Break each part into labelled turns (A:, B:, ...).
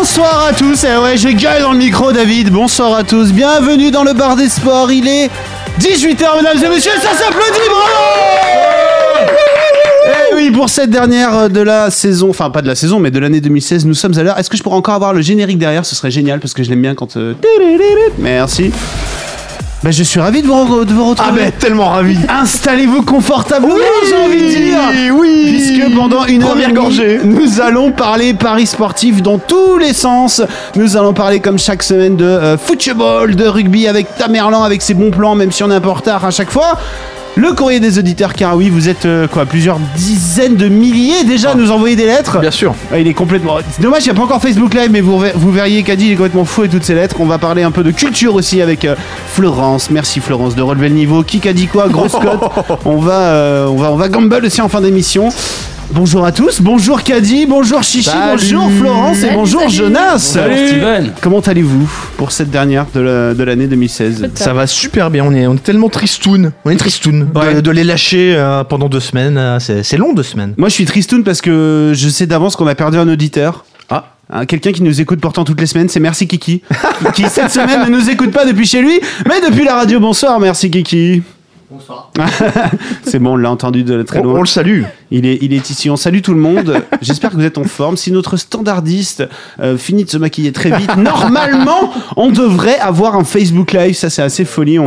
A: Bonsoir à tous, eh ouais, je gueule dans le micro David, bonsoir à tous, bienvenue dans le bar des sports, il est 18h mesdames et messieurs, ça s'applaudit, bravo Eh oui, pour cette dernière de la saison, enfin pas de la saison, mais de l'année 2016, nous sommes à l'heure. Est-ce que je pourrais encore avoir le générique derrière Ce serait génial parce que je l'aime bien quand... euh, Merci. Bah, je suis ravi de vous, re- de vous retrouver.
B: Ah ben tellement ravi.
A: Installez-vous confortablement, j'ai envie de dire
B: Oui.
A: Puisque pendant une heure
B: première
A: et demie,
B: gorgée.
A: nous allons parler paris sportif dans tous les sens. Nous allons parler comme chaque semaine de euh, football, de rugby avec Tamerlan, avec ses bons plans, même si on est un peu en retard à chaque fois. Le courrier des auditeurs, car oui, vous êtes euh, quoi, plusieurs dizaines de milliers déjà à
B: Ah.
A: nous envoyer des lettres.
B: Bien sûr.
A: Ah, il est complètement. C'est dommage, il n'y a pas encore Facebook Live, mais vous, ver- vous verriez qu'Adi il est complètement fou et toutes ses lettres. On va parler un peu de culture aussi avec euh, Florence. Merci Florence de relever le niveau. Qui qu'a dit quoi Grosse cote. On va, euh, on va, on va gamble aussi en fin d'émission. Bonjour à tous, bonjour Caddy, bonjour Chichi,
B: Salut.
A: bonjour Florence et
C: Salut,
A: bonjour
C: salut.
A: Jonas.
D: Salut Steven
A: Comment allez-vous pour cette dernière de la- de l'année 2016
B: Ça va super bien, on est, on est tellement tristoun. On est tristoun de- de,
A: Ouais.
B: les lâcher euh, pendant deux semaines. euh, c'est c'est long deux semaines.
A: Moi, je suis tristoun parce que je sais d'avance qu'on a perdu un auditeur.
B: Ah.
A: Hein, Quelqu'un qui nous écoute pourtant toutes les semaines, c'est Merci Kiki, qui cette semaine ne nous écoute pas depuis chez lui, mais depuis la radio. Bonsoir, Merci Kiki. Bonsoir. c'est bon, on l'a entendu de très
B: On,
A: loin.
B: on le salue.
A: Il est, il est ici. On salue tout le monde. J'espère que vous êtes en forme. Si notre standardiste euh, finit de se maquiller très vite, normalement, on devrait avoir un Facebook Live. Ça, c'est assez folie. On,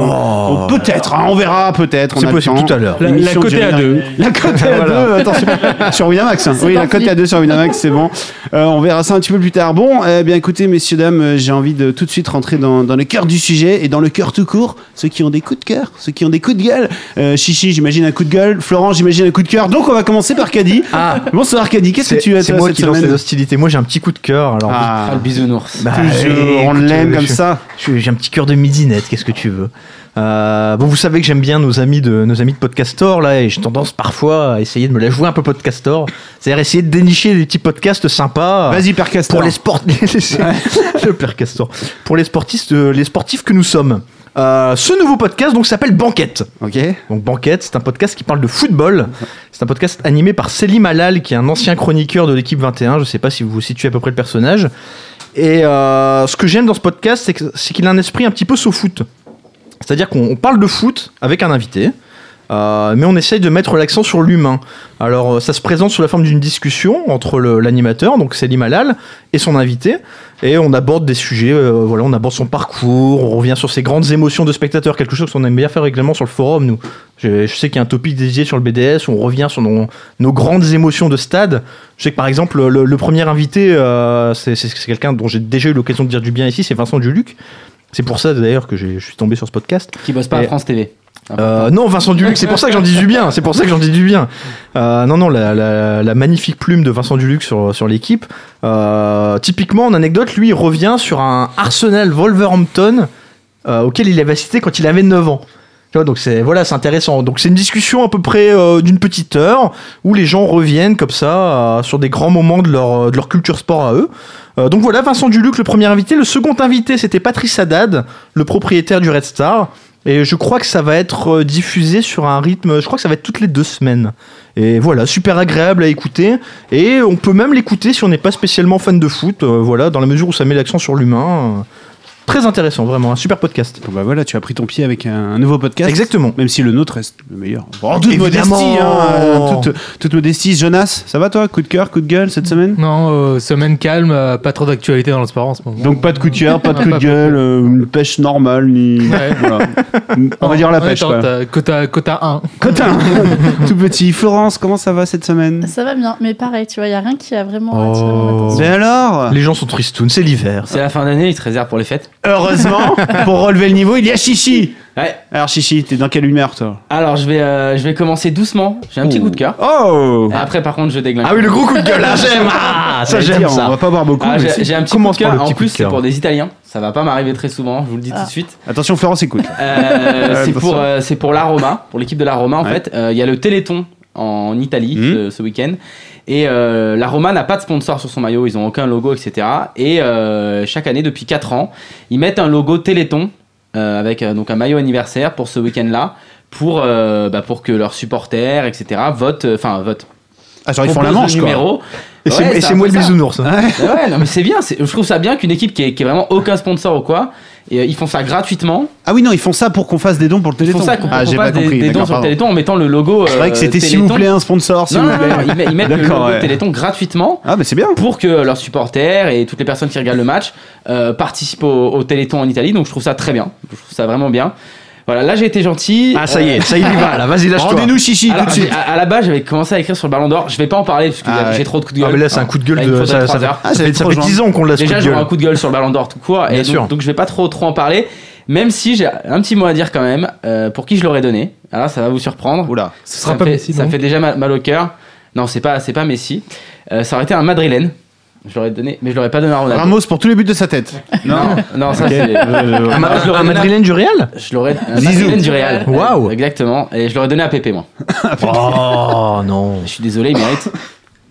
A: on- peut-être, hein, on verra, peut-être. on
B: Oh. C'est
A: a le
B: possible,
A: temps.
B: tout à l'heure.
D: La- la
A: L'émission
D: côté
A: du
D: à
A: rire.
D: deux.
A: La côté à
B: Voilà.
A: deux, attention. sur Winamax. hein. Oui, la
C: parti.
A: côte à deux sur Winamax, c'est bon. Euh, on verra ça un petit peu plus tard. Bon, eh bien écoutez, messieurs, dames, euh, j'ai envie de tout de suite rentrer dans, dans le cœur du sujet et dans le cœur tout court. Ceux qui ont des coups de cœur, ceux qui ont des coups de gueule. Euh, Chichi, j'imagine un coup de gueule. Florent, j'imagine un coup de cœur. Donc on va commencer par Caddy.
D: Ah.
A: Bonsoir Caddy, qu'est-ce que
B: C'est
A: tu as
B: c'est
A: toi,
B: moi
A: cette
B: qui lance
A: semaine
B: les hostilités. Moi j'ai un petit coup de cœur. Alors,
A: Ah,
D: Ah, le bisounours.
B: Bah,
A: toujours,
B: eh,
A: on
B: écoute,
A: l'aime
B: euh,
A: comme
B: je-
A: ça.
B: je- J'ai un petit cœur de midinette, qu'est-ce que tu veux Euh, Bon, vous savez que j'aime bien nos amis de nos amis de Podcastor là, et j'ai tendance parfois à essayer de me la jouer un peu Podcastor, c'est-à-dire essayer de dénicher des petits podcasts sympas.
A: Vas-y, Père Castor.
B: Ah. Pour les sportifs, le père Castor. Pour les sportistes, euh, les sportifs que nous sommes. Euh, ce nouveau podcast donc s'appelle Banquette.
A: Ok.
B: Donc Banquette, c'est un podcast qui parle de football. C'est un podcast animé par Selim Halal, qui est un ancien chroniqueur de l'équipe 21. Je ne sais pas si vous vous situez à peu près le personnage. Et euh, ce que j'aime dans ce podcast, c'est que- c'est qu'il a un esprit un petit peu sauf foot. C'est-à-dire qu'on on parle de foot avec un invité, euh, mais on essaye de mettre l'accent sur l'humain. Alors euh, ça se présente sous la forme d'une discussion entre le- l'animateur, donc Selim Halal, et son invité, et on aborde des sujets, euh, voilà, on aborde son parcours, on revient sur ses grandes émotions de spectateur, quelque chose qu'on aime bien faire régulièrement sur le forum, nous. Je, je sais qu'il y a un topic dédié sur le BDS, on revient sur nos, nos grandes émotions de stade. Je sais que par exemple, le, le premier invité, euh, c'est c'est- c'est quelqu'un dont j'ai déjà eu l'occasion de dire du bien ici, c'est Vincent Duluc. C'est pour ça d'ailleurs que j'ai- je suis tombé sur ce podcast.
D: Qui bosse pas
B: Et-
D: à France TV.
B: Euh, non, Vincent Duluc, c'est pour ça que j'en dis du bien. C'est pour ça que j'en dis du bien. Euh, non, non, la, la- la magnifique plume de Vincent Duluc sur, sur l'équipe. Euh, typiquement, en anecdote, lui, il revient sur un Arsenal Wolverhampton euh, auquel il avait assisté quand il avait 9 ans. Tu vois, donc c'est voilà, c'est intéressant. Donc c'est une discussion à peu près euh, d'une petite heure où les gens reviennent comme ça euh, sur des grands moments de leur, de leur culture sport à eux. Euh, donc voilà, Vincent Duluc, le premier invité. Le second invité, c'était Patrice Haddad, le propriétaire du Red Star. Et je crois que ça va être euh, diffusé sur un rythme, je crois que ça va être toutes les deux semaines. Et voilà, super agréable à écouter. Et on peut même l'écouter si on n'est pas spécialement fan de foot, euh, voilà, dans la mesure où ça met l'accent sur l'humain. euh, très intéressant, vraiment, un super podcast.
A: Bon, bah voilà, tu as pris ton pied avec un, un nouveau podcast.
B: Exactement.
A: Même si le nôtre reste le meilleur. Oh, toute
B: Évidemment.
A: modestie, hein, toute, toute modestie. Jonas, ça va toi Coup de cœur, coup de gueule cette semaine
E: Non, euh, semaine calme, euh, pas trop d'actualité dans le sport en ce moment.
A: Donc pas de coup de cœur, pas de
E: Ah,
A: coup de
E: pas-
A: gueule, euh, une pêche normale, ni...
E: Ouais.
A: voilà. On va dire la pêche.
E: Attends,
A: quoi.
E: t'as- quota, quota 1.
A: Cotin, tout petit. Florence, comment ça va cette semaine
C: Ça va bien, mais pareil, tu vois, il n'y a rien qui a vraiment
B: Oh.
C: attiré mon attention.
A: Mais Ben alors
B: Les gens sont tristounes, c'est l'hiver.
D: C'est la fin d'année, ils se réservent pour les fêtes.
A: Heureusement, pour relever le niveau, il y a Chichi
D: Ouais.
A: Alors, Chichi, t'es dans quelle humeur, toi
D: Alors je vais, euh, je vais commencer doucement. J'ai un petit coup de cœur.
A: Oh
D: Et après par contre je déglingue.
B: Ah oui, le gros coup de gueule, là, j'aime Ah, ça,
A: J'allais
B: j'aime
A: dire, On
B: ça
A: va pas boire beaucoup.
D: Ah,
A: mais
D: j'ai
A: c'est-
D: j'ai un petit coup
B: Commence
D: de cœur.
B: par le petit
D: En
B: coup de
D: plus, c'est
B: cœur.
D: pour des Italiens. Ça va pas m'arriver très souvent, je vous le dis tout
C: Ah.
D: de suite.
A: Attention, Florence, écoute.
D: Euh,
A: Ouais,
D: c'est
A: attention.
D: pour, euh, c'est pour la Roma, pour l'équipe de la Roma en
A: Ouais.
D: fait. Euh, Il y a le Téléthon en Italie
A: Mhm.
D: ce, ce week-end. Et euh, la Roma n'a pas de sponsor sur son maillot, ils ont aucun logo, etc. Et euh, chaque année, depuis 4 ans, ils mettent un logo Téléthon euh, avec euh, donc un maillot anniversaire pour ce week-end-là. Pour, euh, bah, pour que leurs supporters, etc., votent, euh, enfin, votent.
A: Ah, genre, ils font la
D: proposent le
A: manche, quoi.
D: numéro.
B: Et
D: Ouais,
B: c'est- et
D: un
B: c'est
D: peu
B: moi le
D: ça.
B: bisounours. hein.
D: Ah ouais, non, mais c'est bien. c'est- Je trouve ça bien qu'une équipe qui ait, qui ait vraiment aucun sponsor ou quoi, et euh, ils font ça gratuitement.
A: Ah oui, non, ils font ça pour qu'on fasse des dons pour le
D: Ils
A: Téléthon.
D: font ça qu'on
A: ah,
D: qu'on
A: j'ai pas
D: fasse des,
A: compris.
D: des dons
A: d'accord,
D: sur le
A: pardon.
D: Téléthon en mettant le logo.
A: C'est vrai que
D: euh,
A: c'était s'il
D: Téléthon.
A: vous plaît un sponsor,
B: hein.
A: s'il
D: Non,
A: vous
D: non, non,
A: plaît.
D: non, ils, met- ils mettent le
A: D'accord,
D: logo
A: ouais.
D: Téléthon gratuitement
A: Ah, mais c'est bien.
D: pour que leurs supporters et toutes les personnes qui regardent le match euh, participent au, au Téléthon en Italie. Donc je trouve ça très bien. Je trouve ça vraiment bien. Voilà, là j'ai été gentil. Euh,
B: Ah, ça y est, ça y va, là, vas-y, lâche-toi.
A: Rendez-nous chichi tout
D: Alors,
A: de
D: j'ai-
A: suite.
D: à, à la base, j'avais commencé à écrire sur le Ballon d'Or. Je vais pas en parler parce que
A: Ah ouais.
D: j'ai trop de coups de
B: Ah,
D: gueule.
B: mais là, c'est un coup de gueule
D: Là, il me
B: de.
D: faudrait
B: Ça, ça
D: trois
B: fait,
D: heures.
A: Ah,
B: ça
A: j'avais
B: fait- ça
A: trop
B: fait
A: joint.
B: 10 ans qu'on l'a ce coup
D: Déjà,
B: de
D: j'aurai un
B: gueule.
D: coup de gueule sur le Ballon d'Or tout court,
B: Bien
D: et
B: sûr.
D: donc, donc je vais pas trop trop en parler. Même si j'ai un petit mot à dire quand même, euh, pour qui je l'aurais donné. Alors là, ça va vous surprendre.
A: Oula.
D: ça
E: sera
D: me
E: pas
D: fait,
E: Messi,
D: ça
E: non
D: fait déjà mal, mal au cœur. Non, c'est pas c'est pas Messi. Euh, ça aurait été un Madrilène. Je l'aurais donné, mais je l'aurais pas donné à Ronaldo.
A: Ramos pour tous les buts de sa tête.
D: ah, non, non, ça c'est.
B: euh, Ah, Un
D: Moi, je
B: ma-
D: l'aurais
B: un
D: donné à-
B: Madrilène du Real
D: Je l'aurais un
A: Zizou.
D: Madrilène du Real.
B: Waouh.
D: Exactement. Et je l'aurais donné à Pépé moi.
B: Ah, Oh non,
D: Je suis désolé, il mérite.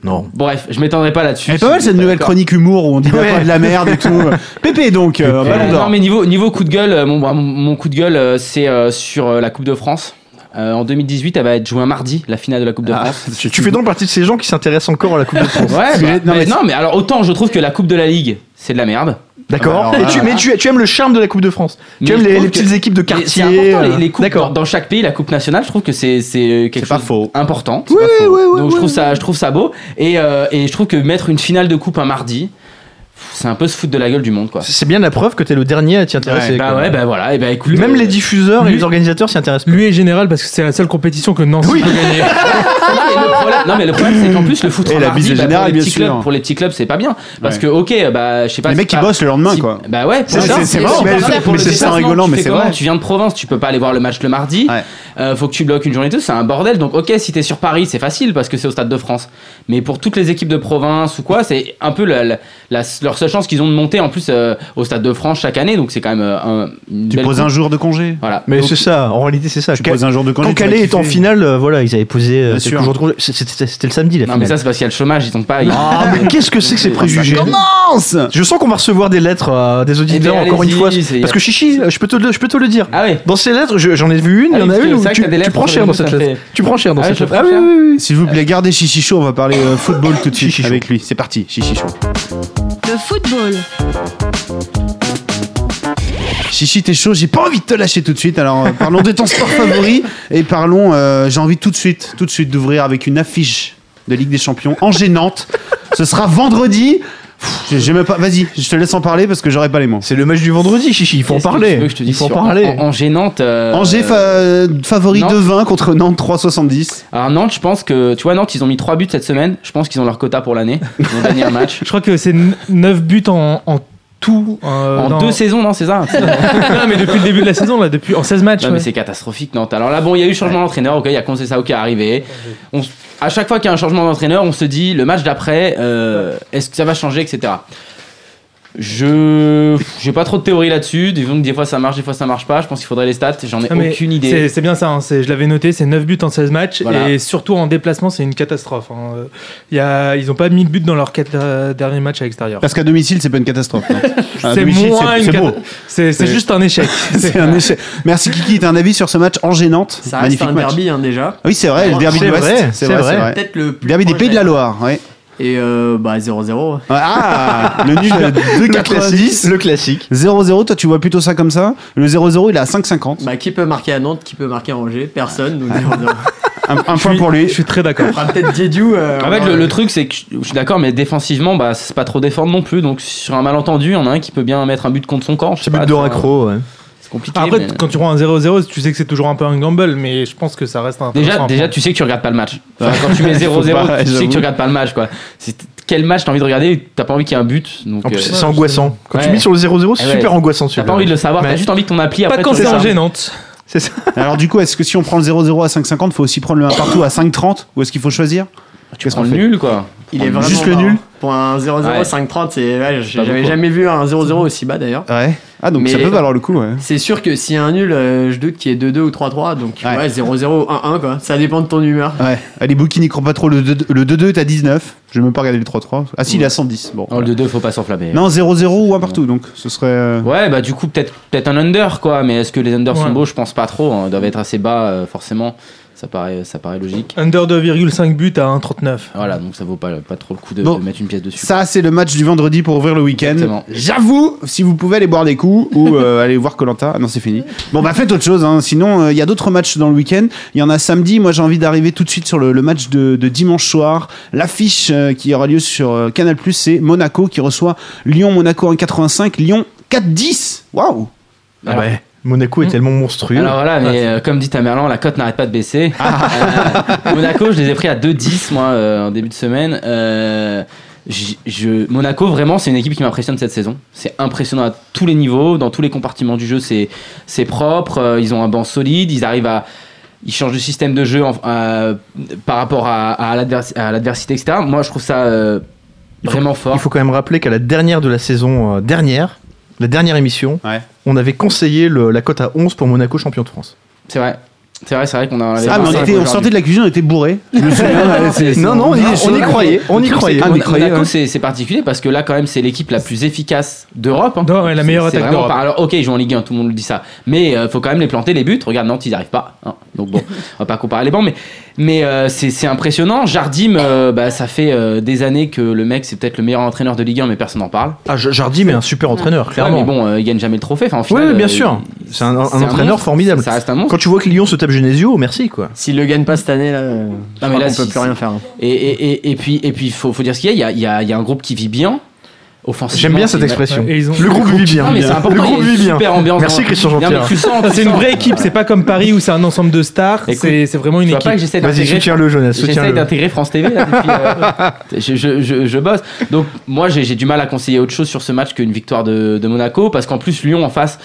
B: non.
D: Bref, je m'étendrai pas là-dessus.
A: Elle est pas mal cette nouvelle chronique humour où on dit
B: Ouais.
A: pas de la merde et tout. Pépé donc, euh,
D: Euh,
A: ballon
D: non
A: d'or.
D: mais niveau niveau coup de gueule, euh, mon, bah, mon- mon coup de gueule euh, c'est euh, sur euh, la Coupe de France. Euh, en 2018, elle va être jouée un mardi, la finale de la Coupe
A: Ah.
D: de France.
B: Tu, tu fais donc partie de ces gens qui s'intéressent encore à la Coupe de France.
D: Ouais, bah,
A: non,
D: mais
A: mais-
D: non mais alors autant je trouve que la Coupe de la Ligue c'est de la merde.
B: D'accord.
A: Alors,
B: Et tu-
A: voilà.
B: Mais tu, tu aimes le charme de la Coupe de France.
D: Mais
B: tu aimes
D: je
B: les,
D: trouve
B: les
D: que-
B: petites équipes de
D: Mais C'est
B: quartier.
D: important les,
B: euh,
D: les coupes dans,
B: D'accord.
D: dans chaque pays, la Coupe nationale, je trouve que c'est c'est
A: C'est
D: quelque
A: pas
D: chose Ah,
A: faux.
D: important. C'est pas faux. Donc je trouve ça je trouve ça beau et euh, et je trouve que mettre une finale de coupe un mardi, pff, c'est un peu se foutre de la gueule du monde quoi.
B: C'est bien la preuve que t'es le dernier à t'y intéresser.
D: Bah
B: quoi.
D: ouais bah voilà et bah écoute
B: Même
D: euh,
B: les diffuseurs et
E: lui-
B: les organisateurs s'y intéressent.
E: Lui est général parce que c'est la seule compétition que Nancy peut gagner.
D: Non, mais le problème- non mais le problème c'est qu'en plus le foot
A: Et
D: en
A: la
D: mardi,
A: bise
D: bah,
A: générale,
D: pour, les
A: bien
D: petits
A: sûr.
D: clubs, pour les petits clubs c'est pas bien parce
A: Ouais.
D: que ok bah je sais pas
A: Les
D: c'est
A: mecs qui
D: pas-
A: bossent le lendemain
D: si-
A: quoi.
D: bah ouais
A: C'est-
D: pour
A: c'est-
D: ça,
A: c'est
D: pour
A: marrant, mais-
D: ça,
A: mais
D: pour le
A: c'est- c'est
D: déplacement,
A: rigolant,
D: tu
A: mais
D: fais
A: c'est
D: comment
A: vrai.
D: tu viens de Provence tu peux pas aller voir le match le mardi
A: Ouais.
D: euh, faut que tu bloques une journée et tout c'est un bordel donc ok si t'es sur Paris c'est facile parce que c'est au stade de France mais pour toutes les équipes de province ou quoi c'est un peu la, la- la- leur seule chance qu'ils ont de monter en plus euh, au stade de France chaque année donc c'est quand même euh, un, une
A: Tu
D: belle
A: poses
D: coupe.
A: un jour de congé.
D: voilà
B: Mais
D: Donc,
B: c'est ça, en réalité c'est ça.
A: Tu
B: Cal-
A: poses un jour de congé.
B: Quand
A: tu vas
B: Calais est en
A: kiffer.
B: finale, euh, voilà, ils avaient posé euh,
A: Bien
B: quelques
A: sûr.
B: jours de congé. C'était- C'était c'était le samedi la
D: non
B: finale.
D: mais ça c'est parce qu'il y a le chômage ils ont pas ils-
B: Ah, mais qu'est-ce que c'est que ces préjugés
A: Commence
B: Je sens qu'on va recevoir des lettres euh, des auditeurs
D: Eh ben,
B: encore une
D: allez-y,
B: fois.
D: c'est-
B: Parce que Chichi, je peux te le, je peux te le dire.
D: ah ouais
B: Dans ces lettres, je- j'en ai vu une, il y en
D: Ah oui,
B: a
D: parce
B: une
D: que
B: où
D: c'est vrai
B: tu,
D: que t'as des
B: tu
D: lettres
B: prends cher dans
D: ça
B: cette
D: fait-
B: lettre. Tu prends cher dans
D: Ah oui,
B: cette
D: je
B: lettre.
D: prends cher.
A: S'il vous plaît, gardez Chichi Chaud, on va parler euh, football tout de suite
B: Chichi Chaud.
A: avec lui. C'est parti, Chichi Chaud.
F: Le football.
A: Chichi, t'es chaud, j'ai pas envie de te lâcher tout de suite. Alors euh, parlons de ton sport favori et parlons, euh, j'ai envie tout de suite, tout de suite d'ouvrir avec une affiche de Ligue des Champions en gênante. Ce sera vendredi. Pff, j'ai- j'ai même pas. Vas-y, je te laisse en parler parce que j'aurai pas les mots.
B: C'est le match du vendredi, Chichi, il faut en
D: Qu'est-ce que
B: parler.
D: tu veux que je te
B: Il
D: dise
B: faut en
D: sur-
B: parler.
D: En, en gênante. euh,
A: Angers fa- euh, favori
D: Nantes.
A: 2-20 contre Nantes 3-70.
D: Alors Nantes, je pense que tu vois Nantes, ils ont mis 3 buts cette semaine. Je pense qu'ils ont leur quota pour l'année. Ils ont gagné un match.
E: Je crois que c'est 9 buts en, en tout. euh,
D: en
E: dans-
D: deux saisons, non, c'est ça
E: Non, mais depuis le début de la saison, là, depuis en 16 matchs.
D: Non,
E: ouais.
D: mais c'est catastrophique Nantes. Alors là, bon, il y a eu changement d'entraîneur. Ok, il y a Sao qui est arrivé. On s- à chaque fois qu'il y a un changement d'entraîneur, on se dit le match d'après, euh, est-ce que ça va changer, etc. Je j'ai pas trop de théorie là-dessus. Disons que des fois ça marche, des fois ça marche pas. Je pense qu'il faudrait les stats. J'en ai
B: Ah,
E: Non, mais
D: aucune idée.
E: c'est- C'est bien ça, hein, c'est- je l'avais noté, c'est 9 buts en 16 matchs
D: Voilà.
E: et surtout en déplacement, c'est une catastrophe. hein. Euh, y a- ils n'ont pas mis de but dans leurs 4 derniers matchs à l'extérieur.
A: Parce qu'à domicile, c'est pas une catastrophe. Nantes. À
E: C'est
A: domicile,
E: moins
A: c'est-
E: une
A: c'est beau.
E: cata- C'est c'est
A: C'est-
E: juste un échec.
A: C'est un échec. Merci Kiki, t'as un avis sur ce match Angers-Nantes
G: Ça reste
A: Magnifique
G: un
A: match.
G: derby hein, déjà.
A: Ah Oui, c'est vrai, le derby
B: C'est
A: de l'Ouest.
B: vrai, c'est vrai.
G: Peut-être le plus
A: Derby des
G: proche
A: Pays de la Loire, ouais.
G: Et euh, bah 0-0.
A: Ah, le nul de
B: Le
A: 2,90.
B: classique. Le classique.
A: 0-0, toi tu vois plutôt ça comme ça Le 0-0 il est à 5,50.
G: Bah qui peut marquer à Nantes, qui peut marquer à Angers Personne. Donc 0-0.
A: Un, un point pour
E: Je
A: lui.
E: suis très d'accord.
G: Enfin, peut-être Diédiou. euh,
D: En fait, le,
G: euh,
D: le truc, c'est que je je suis d'accord, mais défensivement, bah, c'est pas trop défendre non plus. Donc, sur un malentendu, il y en a un qui peut bien mettre un but contre son camp. Je sais
B: C'est but
D: pas,
B: de
D: tu vois.
B: raccro. ouais.
D: C'est compliqué.
E: Après,
D: mais-
E: quand tu prends un 0-0, tu sais que c'est toujours un peu un gamble, mais je pense que ça reste un.
D: Déjà,
E: un-
D: déjà, tu sais que tu regardes pas le match. Enfin, quand tu mets 0-0,
A: pas,
D: tu sais que
A: j'avoue.
D: tu regardes pas le match, quoi. C'est quel match t'as envie de regarder T'as pas envie qu'il y ait un but. Donc,
B: En plus,
D: euh,
B: c'est angoissant. Quand tu
D: Ouais.
B: mets sur le 0-0,
D: Ah
B: c'est
D: ouais.
B: super angoissant
D: t'as
B: celui-là.
D: pas envie de le savoir.
E: Mais-
D: T'as juste envie que ton appli
E: Pas
D: après.
E: quand
D: tu
E: c'est
D: le
E: en
D: regardes.
E: gênante.
B: C'est ça.
A: Alors du coup, est-ce que si on prend le 0-0 à 5,50, faut aussi prendre le 1 partout à 5,30 ou est-ce qu'il faut choisir Qu'est-ce
D: Prends
A: qu'on
D: le
A: fait
D: nul, quoi.
G: Il est vraiment
A: Juste le
G: bas,
A: nul
G: hein. Pour un 0
D: Ouais.
G: 0 5-30, c'est. ouais, j'ai-
D: Pas
G: J'avais
D: beaucoup.
G: jamais vu un 0-0 aussi bas d'ailleurs.
A: Ouais. Ah donc
G: Mais-
A: ça peut valoir le coup. Ouais.
G: C'est sûr que s'il y a un nul, euh, je doute qu'il y ait 2-2 ou 3-3. Donc
A: Ouais.
G: ouais, 0-0 1-1 quoi. Ça dépend de ton humeur.
A: Ouais. Ah, les bookies n'y croient pas trop. Le 2-2 le 2-2 est à 19. Je vais même pas regarder le 3-3. Ah si, il est à 110. Bon.
D: Non, Oh, le 2 faut pas s'enflammer.
A: Non, 0-0 ou un partout. Donc ce serait. euh,
D: Ouais, bah du coup, peut-être peut un under, quoi. Mais est-ce que les unders sont
E: Ouais.
D: beaux Je pense pas trop. hein. Ils doivent être assez bas, euh, forcément. Ça paraît, ça paraît logique.
E: Under 2,5 buts à 1,39.
D: Voilà, donc ça vaut pas, pas trop le coup de,
A: Bon.
D: de mettre une pièce dessus.
A: Ça, c'est le match du vendredi pour ouvrir le week-end.
D: Exactement.
A: J'avoue, si vous pouvez aller boire des coups ou euh, aller voir Colanta. Ah non, c'est fini. Bon, bah faites autre chose. hein. Sinon, euh, il y a d'autres matchs dans le week-end. Il y en a samedi. Moi, j'ai envie d'arriver tout de suite sur le, le match de, de dimanche soir. L'affiche euh, qui aura lieu sur euh, Canal+, c'est Monaco qui reçoit Lyon-Monaco en 85. Lyon 4-10. Waouh
B: Ah
D: Alors-
B: ouais. Monaco est tellement monstrueux.
D: Hmm.
B: Ah,
D: Alors voilà, mais euh, comme dit Tamerlan, la cote n'arrête pas de baisser. Euh, Monaco, je les ai pris à 2-10 moi euh, en début de semaine. Euh, j- je- Monaco, vraiment, c'est une équipe qui m'impressionne cette saison. C'est impressionnant à tous les niveaux, dans tous les compartiments du jeu, c'est c'est propre. euh, ils ont un banc solide, ils arrivent à ils changent de système de jeu en- à- par rapport à, à l'advers- à l'adversité, etc. Moi, je trouve ça euh,
B: Il faut-
D: vraiment fort.
B: Il faut quand même rappeler qu'à la dernière de la saison euh, dernière, la dernière émission,
A: Ouais.
B: on avait conseillé le- la cote à 11 pour Monaco champion de France.
D: C'est vrai, c'est vrai, c'est vrai qu'on a.
A: Ah, mais on, était, on sortait de la cuisine, on était bourrés. Je me souviens, euh, c'est-
B: Non, non, on y, on y croyait. On y croyait.
A: Ah,
D: Mon-
A: mais croyez,
D: Monaco,
B: hein.
A: ouais.
D: c'est c'est particulier parce que là, quand même, c'est l'équipe la plus efficace d'Europe. hein.
E: Non, ouais, la meilleure
D: C'est- c'est
E: attaque
D: vraiment
E: d'Europe.
D: pas- Alors, ok, ils jouent en Ligue 1, tout le monde le dit ça. Mais euh, faut quand même les planter les buts. Regarde, Nantes, ils n'y arrivent pas. hein. Donc bon, on va pas comparer les bancs, mais, mais euh, c'est c'est impressionnant. Jardim, euh, bah, ça fait euh, des années que le mec, c'est peut-être le meilleur entraîneur de Ligue 1, mais personne n'en parle.
B: Ah, J- Jardim est un super entraîneur,
D: Ouais,
B: clairement.
D: mais bon, euh, il gagne jamais le trophée. Enfin, en
B: oui,
D: final,
B: bien
D: euh,
B: sûr.
D: il-
B: C'est un, un
D: c'est un
B: entraîneur
D: monstre.
B: formidable.
D: Ça reste un monstre.
B: Quand tu vois que Lyon se tape Genesio, merci quoi.
G: S'il le gagne pas cette année, là, euh, je
D: mais
G: crois
D: là,
G: qu'on peut
D: si-
G: plus rien faire. hein.
D: Et, et, et, et puis, et puis, faut, faut dire ce qu'il y a. Il y a, il y a- il y a un groupe qui vit bien. Offensivement,
B: J'aime bien
D: c'est
B: cette
D: une-
B: expression.
E: Et ils ont-
B: Le groupe vit bien.
D: Non, mais c'est
B: Le
D: important,
B: groupe
D: il y a une
B: vit bien.
D: super ambiance.
B: Merci
D: dans-
B: Christian
D: Non, mais
B: Jean-Pierre.
D: tu le sens, tu
E: C'est
D: le
E: une
D: sens.
E: vraie équipe, c'est pas comme Paris où c'est un ensemble de stars.
D: Écoute,
E: C'est c'est vraiment une
D: Tu vois pas que
E: équipe.
D: j'essaie
B: Vas-y,
D: d'intégrer
B: soutiens-le, Jonas.
D: J'essaie
B: Soutiens-le.
D: d'intégrer France TV là, depuis, euh, je, je- je- je bosse. Donc moi j'ai j'ai du mal à conseiller autre chose sur ce match qu'une victoire de, de Monaco parce qu'en plus Lyon en face,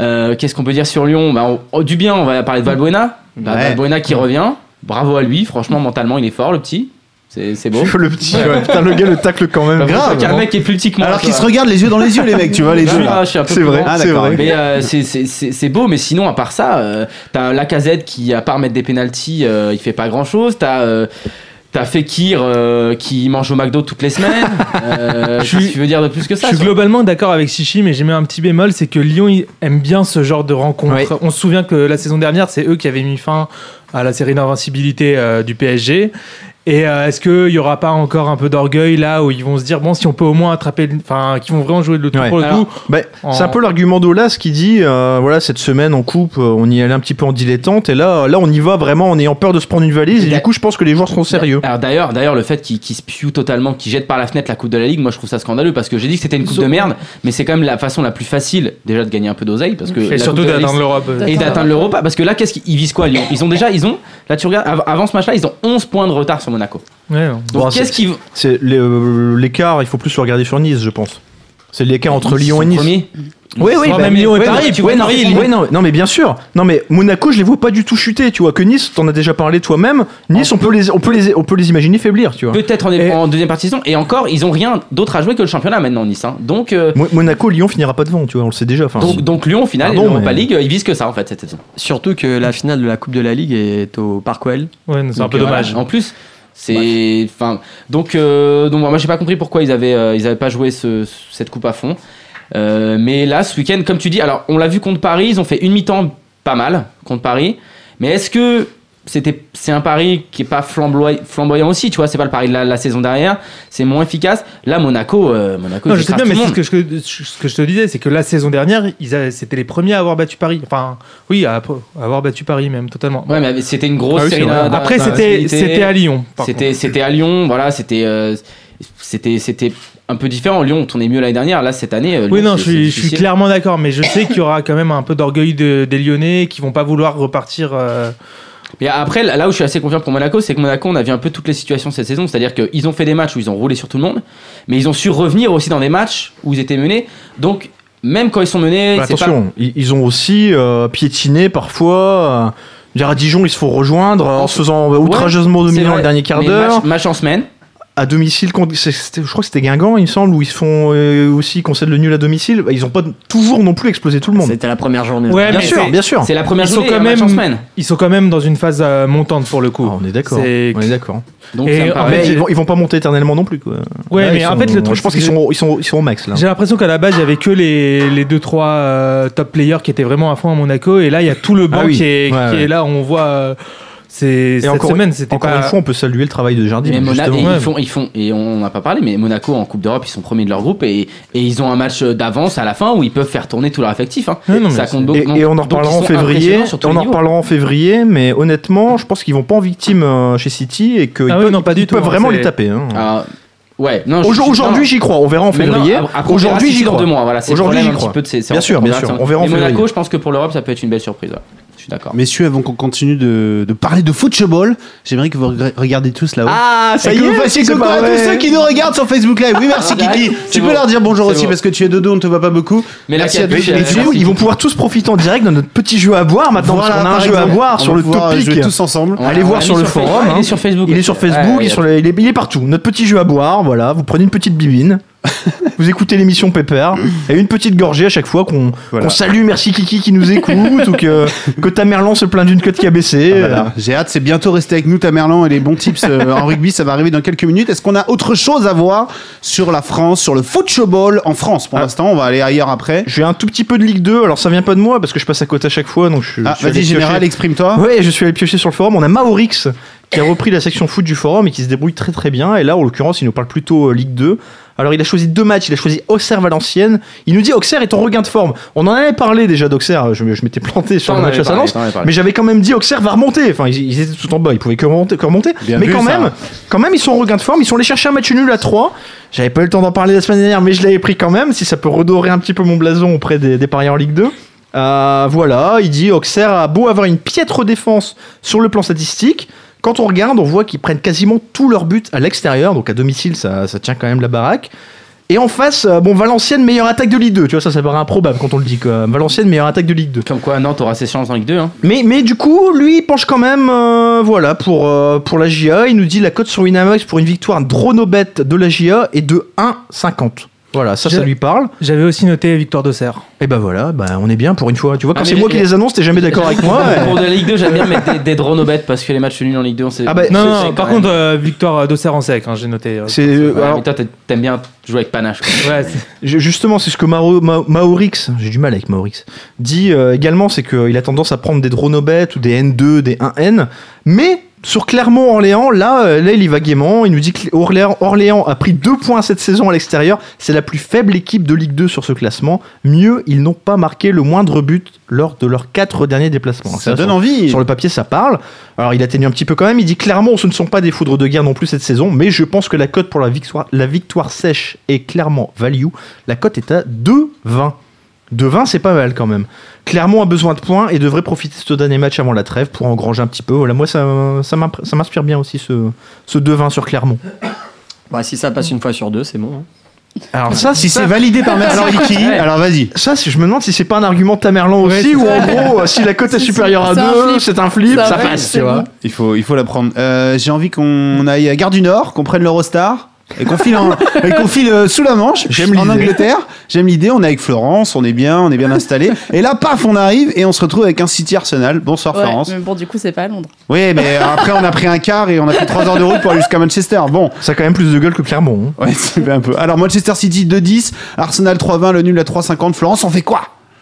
D: euh, qu'est-ce qu'on peut dire sur Lyon bah, on- oh, Du bien, on va parler de Valbuena. Bah,
A: Ouais.
D: Valbuena qui revient. Bravo à lui, franchement mentalement il est fort le petit. C'est c'est beau.
B: Le petit, ouais. putain, le gars le tacle quand même.
A: grave,
D: Il y
B: hein.
D: a un mec qui est plus petit que moi.
A: Alors qu'ils
D: quoi.
A: se regardent les yeux dans les yeux, les mecs, tu vois, les deux.
D: Ah, je suis un peu
B: C'est
D: plus
B: vrai,
D: grand.
A: Ah,
B: c'est
A: d'accord,
B: vrai.
A: ok.
D: Mais euh, c'est- c'est- c'est c'est beau, mais sinon, à part ça, euh, t'as la casette qui, à part mettre des pénalties, euh, il fait pas grand chose. T'as. euh, T'as Fekir euh, qui mange au McDo toutes les semaines. Euh,
E: Je suis-
D: qu'est-ce que tu veux dire de plus que
E: Je
D: ça
E: suis
D: sur-
E: globalement d'accord avec Chichi, mais j'ai mis un petit bémol, c'est que Lyon il aime bien ce genre de rencontre.
B: Ouais.
E: On se souvient que la saison dernière, c'est eux qui avaient mis fin à la série d'invincibilité euh, du PSG. Et euh, est-ce qu'il n'y aura pas encore un peu d'orgueil là où ils vont se dire, bon, si on peut au moins attraper, le- enfin, qu'ils vont vraiment jouer le tout
B: Ouais.
E: pour le
D: Alors,
E: tout
B: Bah,
E: En-
B: C'est un peu l'argument d'Olas qui dit euh, voilà, cette semaine on coupe, euh, on y allait un petit peu en dilettante, et là, là on y va vraiment en ayant peur de se prendre une valise, et
D: D'a-
B: du coup je pense que les joueurs seront sérieux.
D: Alors d'ailleurs, d'ailleurs, le fait qu'il qu'il se pue totalement, qu'il jette par la fenêtre la coupe de la ligue, moi je trouve ça scandaleux parce que j'ai dit que c'était une coupe de merde, mais c'est quand même la façon la plus facile déjà de gagner un peu d'oseille parce que la
E: et
D: Coupe
E: surtout
D: de la Ligue,
E: d'atteindre l'Europe.
C: D'accord.
D: et d'atteindre l'Europa parce que là qu'est-ce qu'ils visent quoi Lyon Ils ont déjà ils ont là tu regardes av- avant ce match-là, ils ont 11 points de retard sur Monaco.
E: Ouais.
D: Donc
B: Bon,
D: qu'est-ce
B: c'est-
D: qu'ils
B: C'est les, euh, l'écart, il faut plus le regarder sur Nice, je pense. C'est l'écart entre
D: Ils
B: Lyon et
D: sont
B: Nice.
D: premiers.
B: Oui, oui,
E: Enfin,
B: bah,
E: même
B: mais-
E: Lyon et
B: ouais,
E: Paris,
B: mais-
E: tu
B: ouais,
E: vois,
B: non,
E: Paris,
B: mais-
E: Lyon.
B: ouais, non, non, mais bien sûr. Non, mais Monaco, je les vois pas du tout chuter. Tu vois que Nice, t'en as déjà parlé toi-même. Nice, on peut les, on peut les, on peut les imaginer faiblir. Tu vois.
D: Peut-être en,
E: Et-
D: en deuxième partie de saison. Et encore, ils ont rien d'autre à jouer que le championnat maintenant, Nice. hein. Donc, euh,
B: Mo- Monaco, Lyon finira pas devant. Tu vois, on le sait déjà. Enfin,
D: donc, donc Lyon, au final,
B: Pardon,
D: l'Europa
B: mais-
D: League, euh, ils visent que ça en fait cette saison.
G: Surtout que la finale de la Coupe de la Ligue est au Parc OL.
E: Ouais, non, c'est un
D: Donc,
E: peu
D: euh,
E: dommage.
D: voilà. En plus, c'est. Enfin, donc, euh, donc, moi, j'ai pas compris pourquoi ils avaient, euh, ils avaient pas joué ce- cette coupe à fond. Euh, mais là, ce week-end, comme tu dis, alors on l'a vu contre Paris, ils ont fait une mi-temps pas mal contre Paris. Mais est-ce que c'était c'est un pari qui est pas flamboy- flamboyant aussi, tu vois, c'est pas le pari de la, la saison dernière, c'est moins efficace. Là, Monaco, euh, Monaco,
E: Non,
D: ils
E: je sais
D: écrasent
E: bien,
D: tout
E: mais
D: le
E: c'est
D: monde.
E: ce que, je, ce que je te disais, c'est que la saison dernière, ils avaient- c'était les premiers à avoir battu Paris. Enfin, oui, à, à avoir battu Paris même, totalement.
D: Ouais, mais c'était une grosse
E: Ah oui,
D: série.
E: c'est vrai.
D: d'in-
E: Après,
D: d'in-
E: c'était
D: d'invincibilité.
E: c'était à Lyon. par
D: bah, C'était c'était à Lyon, voilà, c'était euh, c'était c'était un peu différent. Lyon, on tournait mieux l'année dernière. Là, cette année, euh,
E: contre. Oui,
D: Lyon,
E: non,
D: c'est-
E: je
D: c'est
E: suis, je suis
D: difficile.
E: clairement d'accord, mais je sais qu'il y aura quand même un peu d'orgueil de- des Lyonnais qui vont pas vouloir repartir. euh,
D: Mais après, là là où je suis assez confiant pour Monaco, c'est que Monaco, on a vu un peu toutes les situations cette saison. C'est-à-dire qu'ils ont fait des matchs où ils ont roulé sur tout le monde, mais ils ont su revenir aussi dans des matchs où ils étaient menés. Donc même quand ils sont menés,
B: Bah,
D: c'est pas-
B: attention, ils, ils ont aussi euh, piétiné parfois. euh, je veux dire, à Dijon, ils se font rejoindre euh, en se faisant euh, outrageusement
D: c'est
B: dominer dans
D: vrai,
B: le dernier quart
D: mais
B: d'heure.
D: Match, match en semaine.
B: À domicile, contre- c'est- c'était- je crois que c'était Guingamp, il me semble, où ils se font euh, aussi ils concèdent le nul à domicile. Bah, ils n'ont pas toujours non plus explosé tout le monde.
G: C'était la première journée.
E: Ouais,
B: Ah, Bien
E: mais
B: sûr,
E: c'est-
B: bien sûr.
D: C'est la première
E: Ils sont
D: journée et
E: quand
D: un match
E: même-
D: en semaine.
E: Ils sont quand même dans une phase euh, montante pour le coup.
B: Ah, on est d'accord. On
E: C'est-
B: est d'accord.
D: Donc
E: Et
D: ça me
E: en
D: paraît-
B: Mais
E: fait,
B: ils vont, ils vont pas monter éternellement non plus. Quoi.
E: Ouais,
B: Là,
E: mais
B: ils
E: en
B: sont-
E: fait, le truc,
B: je pense
E: c'est
B: qu'ils
E: que-
B: sont, ils sont, ils sont au max là.
E: J'ai l'impression qu'à la base, il y avait que les, les deux, trois euh, top players qui étaient vraiment à fond à Monaco. Et là, il y a tout le banc
B: Ah oui.
E: qui, est,
B: Ouais,
E: qui
B: ouais.
E: est là. On voit. euh, c'est,
B: Et
E: cette
B: encore-
E: semaine, c'était
B: Encore
E: pas.
B: une fois, on peut saluer le travail de Jardim.
D: Mais Mona-
B: justement.
D: et
E: Ouais.
D: ils font, ils font, et on n'a pas parlé, mais Monaco en Coupe d'Europe, ils sont premiers de leur groupe et, et ils ont un match d'avance à la fin où ils peuvent faire tourner tout leur effectif. hein.
E: Ouais, non, mais
D: ça compte
B: Et,
D: beaucoup.
B: et on en
D: Donc,
B: reparlera
D: ils
B: en
D: sont
B: février.
D: impressionnants sur tous
B: On
D: les
B: en
D: niveaux.
B: reparlera en février, mais honnêtement, je pense qu'ils vont pas en victime euh, chez City et qu'ils
E: Ah oui,
B: peuvent,
E: non, pas du
B: ils
E: tout,
B: peuvent
E: hein,
B: vraiment
E: c'est-
B: les taper. hein.
D: Ah, ouais, non, je-
B: Aujo-
D: je-
B: Aujourd'hui,
D: non.
B: j'y crois. On verra en
D: Mais non,
B: février.
D: après, on verra
B: Aujourd'hui,
D: si
B: j'y
D: dans
B: crois.
D: deux mois, voilà, c'est le
B: Aujourd'hui,
D: problème
B: j'y
D: un
B: crois.
D: petit peu de ces- ces
B: Bien sûr,
D: rencontres.
B: bien sûr. On verra en
D: Mais Monaco,
B: février.
D: je pense que pour l'Europe, ça peut être une belle surprise. ouais. Je suis d'accord.
A: Messieurs, avant qu'on continue de, de parler de football, j'aimerais que vous regre- regardiez tous là-haut.
B: Ah,
A: et que vous fassiez
B: c'est
A: coucou
B: pas
A: à
B: vrai.
A: tous ceux qui nous regardent sur Facebook Live. Oui, merci
D: Ah,
A: Kiki.
D: c'est
A: Tu peux
D: bon.
A: leur dire bonjour
D: C'est
A: aussi
D: bon.
A: parce que tu es dodo, on ne te voit pas beaucoup.
D: Mais la
A: merci à tous.
D: capuche,
A: et
D: elle
A: à
D: est
B: Et
A: tous.
B: du coup, ils vont pouvoir tous profiter en direct de notre petit jeu à boire maintenant
A: Voilà,
B: parce qu'on a un
A: par
B: jeu
A: exemple.
B: à boire
A: On
B: sur
A: va
B: le
A: pouvoir
B: topic.
A: jouer tous ensemble.
D: Ouais,
B: Allez
D: on
B: voir
D: l'a
B: sur
D: mis
B: le
D: Facebook,
B: forum.
D: il est
B: hein.
D: sur Facebook
B: Il est
D: aussi.
B: sur
A: euh,
D: Ouais,
B: Facebook, il,
D: ouais,
B: est sur les- il est- il est partout. Notre petit jeu à boire, voilà. Vous prenez une petite bibine, vous écoutez l'émission Pépère, et une petite gorgée à chaque fois qu'on
A: Voilà.
B: qu'on salue, merci Kiki qui nous écoute, ou que, que ta Merlan se plaint d'une queue de KBC.
A: Ah, voilà. J'ai hâte, c'est bientôt rester avec nous, Tamerlan, et les bons tips euh, en rugby, ça va arriver dans quelques minutes. Est-ce qu'on a autre chose à voir sur la France, sur le football en France Pour
B: Ah.
A: l'instant, on va aller ailleurs après.
B: J'ai un tout petit peu de Ligue 2, alors ça vient pas de moi parce que je passe à côté à chaque fois, donc je, suis-
A: Ah,
B: je suis allé
A: Vas-y, général,
B: piocher.
A: exprime-toi.
B: Ouais, je suis allé piocher sur le forum. On a Maorix qui a repris la section foot du forum et qui se débrouille très très bien. Et là, en l'occurrence, il nous parle plutôt euh, Ligue 2. Alors, il a choisi deux matchs. Il a choisi Auxerre Valenciennes. Il nous dit Auxerre est en regain de forme. On en avait parlé déjà d'Auxerre. Je, je m'étais planté sur
D: T'en
B: le match
D: avais
B: à
D: parlé,
B: Salence.
D: t'en avais parlé.
B: Mais j'avais quand même dit Auxerre va remonter. Enfin, ils, ils étaient tout en bas. Ils pouvaient que remonter. que remonter.
A: Bien
B: mais
A: vu,
B: quand
A: ça.
B: même, quand même, ils sont en regain de forme. Ils sont allés chercher un match nul à 3. J'avais pas eu le temps d'en parler la semaine dernière, mais je l'avais pris quand même. Si ça peut redorer un petit peu mon blason auprès des, des parieurs en Ligue 2. Euh, voilà, il dit Auxerre a beau avoir une piètre défense sur le plan statistique. Quand on regarde, on voit qu'ils prennent quasiment tous leurs buts à l'extérieur, donc à domicile, ça, ça tient quand même la baraque. Et en face, euh, bon, Valenciennes, meilleure attaque de Ligue 2, tu vois, ça, ça paraît improbable quand on le dit, quoi. Valenciennes, meilleure attaque de Ligue 2.
D: Comme quoi, Nantes aura ses chances en Ligue 2. hein.
B: Mais, mais du coup, lui, il penche quand même euh, voilà, pour, euh, pour la GIA. Il nous dit la cote sur Winamax pour une victoire drone-bête de la GIA est de 1,50. Voilà, ça, ça
E: Je-
B: lui parle.
E: J'avais aussi noté Victoire d'Auxerre.
B: Et ben voilà, ben on est bien pour une fois. Tu vois, quand
D: Ah,
B: c'est
D: mais
B: moi
D: je-
B: qui les annonce, t'es jamais d'accord avec moi.
D: Pour de la Ligue 2, j'aime bien mettre des, des drones aux bêtes parce que les matchs nuls en Ligue 2, on sait.
B: Ah bah,
E: Non,
D: c'est-
E: non,
D: c'est quand
E: par
D: même-
E: contre, euh, Victoire d'Auxerre en sec, hein, j'ai noté. euh.
B: C'est
D: Ouais,
B: alors,
D: Bah, mais toi, t'es- t'aimes bien jouer avec panache. quoi.
E: Ouais, c'est-
B: je- justement c'est ce que Mao- Ma- Maorix, j'ai du mal avec Maorix, dit euh, également, c'est qu'il a tendance à prendre des dronobets ou des N2, des 1N, mais sur Clermont-Orléans, là, euh, là, il y va gaiement. Il nous dit que Orléans, Orléans a pris deux points cette saison à l'extérieur. C'est la plus faible équipe de Ligue 2 sur ce classement. Mieux, ils n'ont pas marqué le moindre but lors de leurs quatre derniers déplacements.
A: Ça
B: Ça,
A: donne
B: sur-
A: envie.
B: Sur le papier, ça parle. Alors, il atténue un petit peu quand même. Il dit clairement, ce ne sont pas des foudres de guerre non plus cette saison, mais je pense que la cote pour la victoire, la victoire sèche est clairement value. La cote est à 2,20. 2,20, c'est pas mal quand même. Clermont a besoin de points et devrait profiter de ce dernier match avant la trêve pour engranger un petit peu. Voilà, moi, ça, ça m'imp- ça m'inspire bien aussi ce, ce 2,20 sur Clermont.
G: Bah, si ça passe une fois sur deux, c'est bon. hein.
B: Alors, ça,
A: Si
B: ça-
A: c'est validé par Merci Kiki,
D: Ouais.
A: alors vas-y.
B: Ça, c'est- je me demande si c'est pas un argument de Tamerlan
E: Ouais,
B: aussi,
E: c'est
B: ou en
C: ça.
B: gros, euh, si la cote est
C: Si, si,
B: supérieure à
C: c'est un
B: 2,
C: flip.
B: c'est un flip,
C: Ça
B: ça
C: va,
B: passe,
C: c'est
B: tu vois.
C: bon.
A: Il faut, il faut la prendre. Euh, J'ai envie qu'on aille à Gare du Nord, qu'on prenne l'Eurostar et qu'on file, en- et qu'on file euh, sous la Manche,
B: J'aime
A: en
B: l'idée.
A: Angleterre. J'aime l'idée, on est avec Florence, on est bien, on est bien installé. Et là, paf, on arrive et on se retrouve avec un City Arsenal. Bonsoir
C: Ouais, Mm.
A: Florence.
C: mais bon, du coup, c'est pas à Londres.
A: Oui, mais euh, après, on a pris un quart et on a fait 3 heures de route pour aller jusqu'à Manchester. Bon,
B: Ça a quand même plus de gueule que Clermont. hein.
A: ouais, c'est un peu. Alors, Manchester City 2-10, Arsenal 3-20, le nul à 3-50. Florence, on fait quoi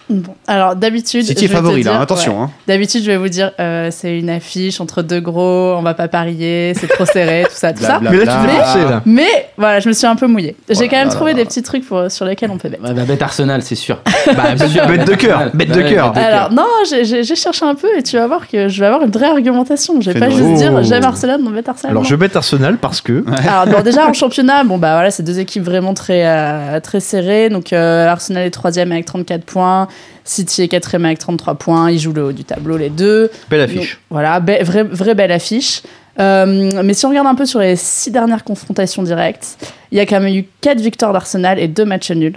C: Bon, alors d'habitude.
A: City
C: je
A: est
C: vais te
A: favori, là,
C: dire-
A: attention.
C: ouais.
A: hein.
C: D'habitude, je vais vous dire, euh, c'est une affiche entre deux gros, on va pas parier, c'est trop serré, tout ça, tout ça.
A: Blablabla.
B: Mais là, tu te fais
A: Mais-
B: penser, là.
C: Mais voilà, je me suis un peu mouillée. J'ai
A: Voilà,
C: quand même
A: Oh là,
C: trouvé
A: là,
C: des
A: là.
C: petits trucs pour, sur lesquels on peut mettre.
D: Bah, bah, bête Arsenal, c'est sûr.
B: Bah,
D: Bien sûr,
B: bête de cœur,
D: Arsenal.
B: bête
D: Bah
B: de
D: ouais,
B: cœur.
D: bête de
C: Alors non, j'ai- j'ai j'ai cherché un peu et tu vas voir que je vais avoir une vraie argumentation. Je vais pas
A: Fais-nous
C: juste
B: rêver. Oh.
C: dire j'aime Arsenal, non bête Arsenal.
B: Alors,
C: Ah non.
B: je bête Arsenal parce que.
C: Alors, bon, déjà en championnat, bon bah voilà, c'est deux équipes vraiment très euh, très serrées. Donc euh, Arsenal est troisième avec 34 points, City est quatrième avec 33 points. Ils jouent le haut du tableau les deux.
B: Belle affiche.
C: Donc, voilà, be- vraie, vraie belle affiche. Euh, mais si on regarde un peu sur les six dernières confrontations directes, il y a quand même eu quatre victoires d'Arsenal et deux matchs nuls.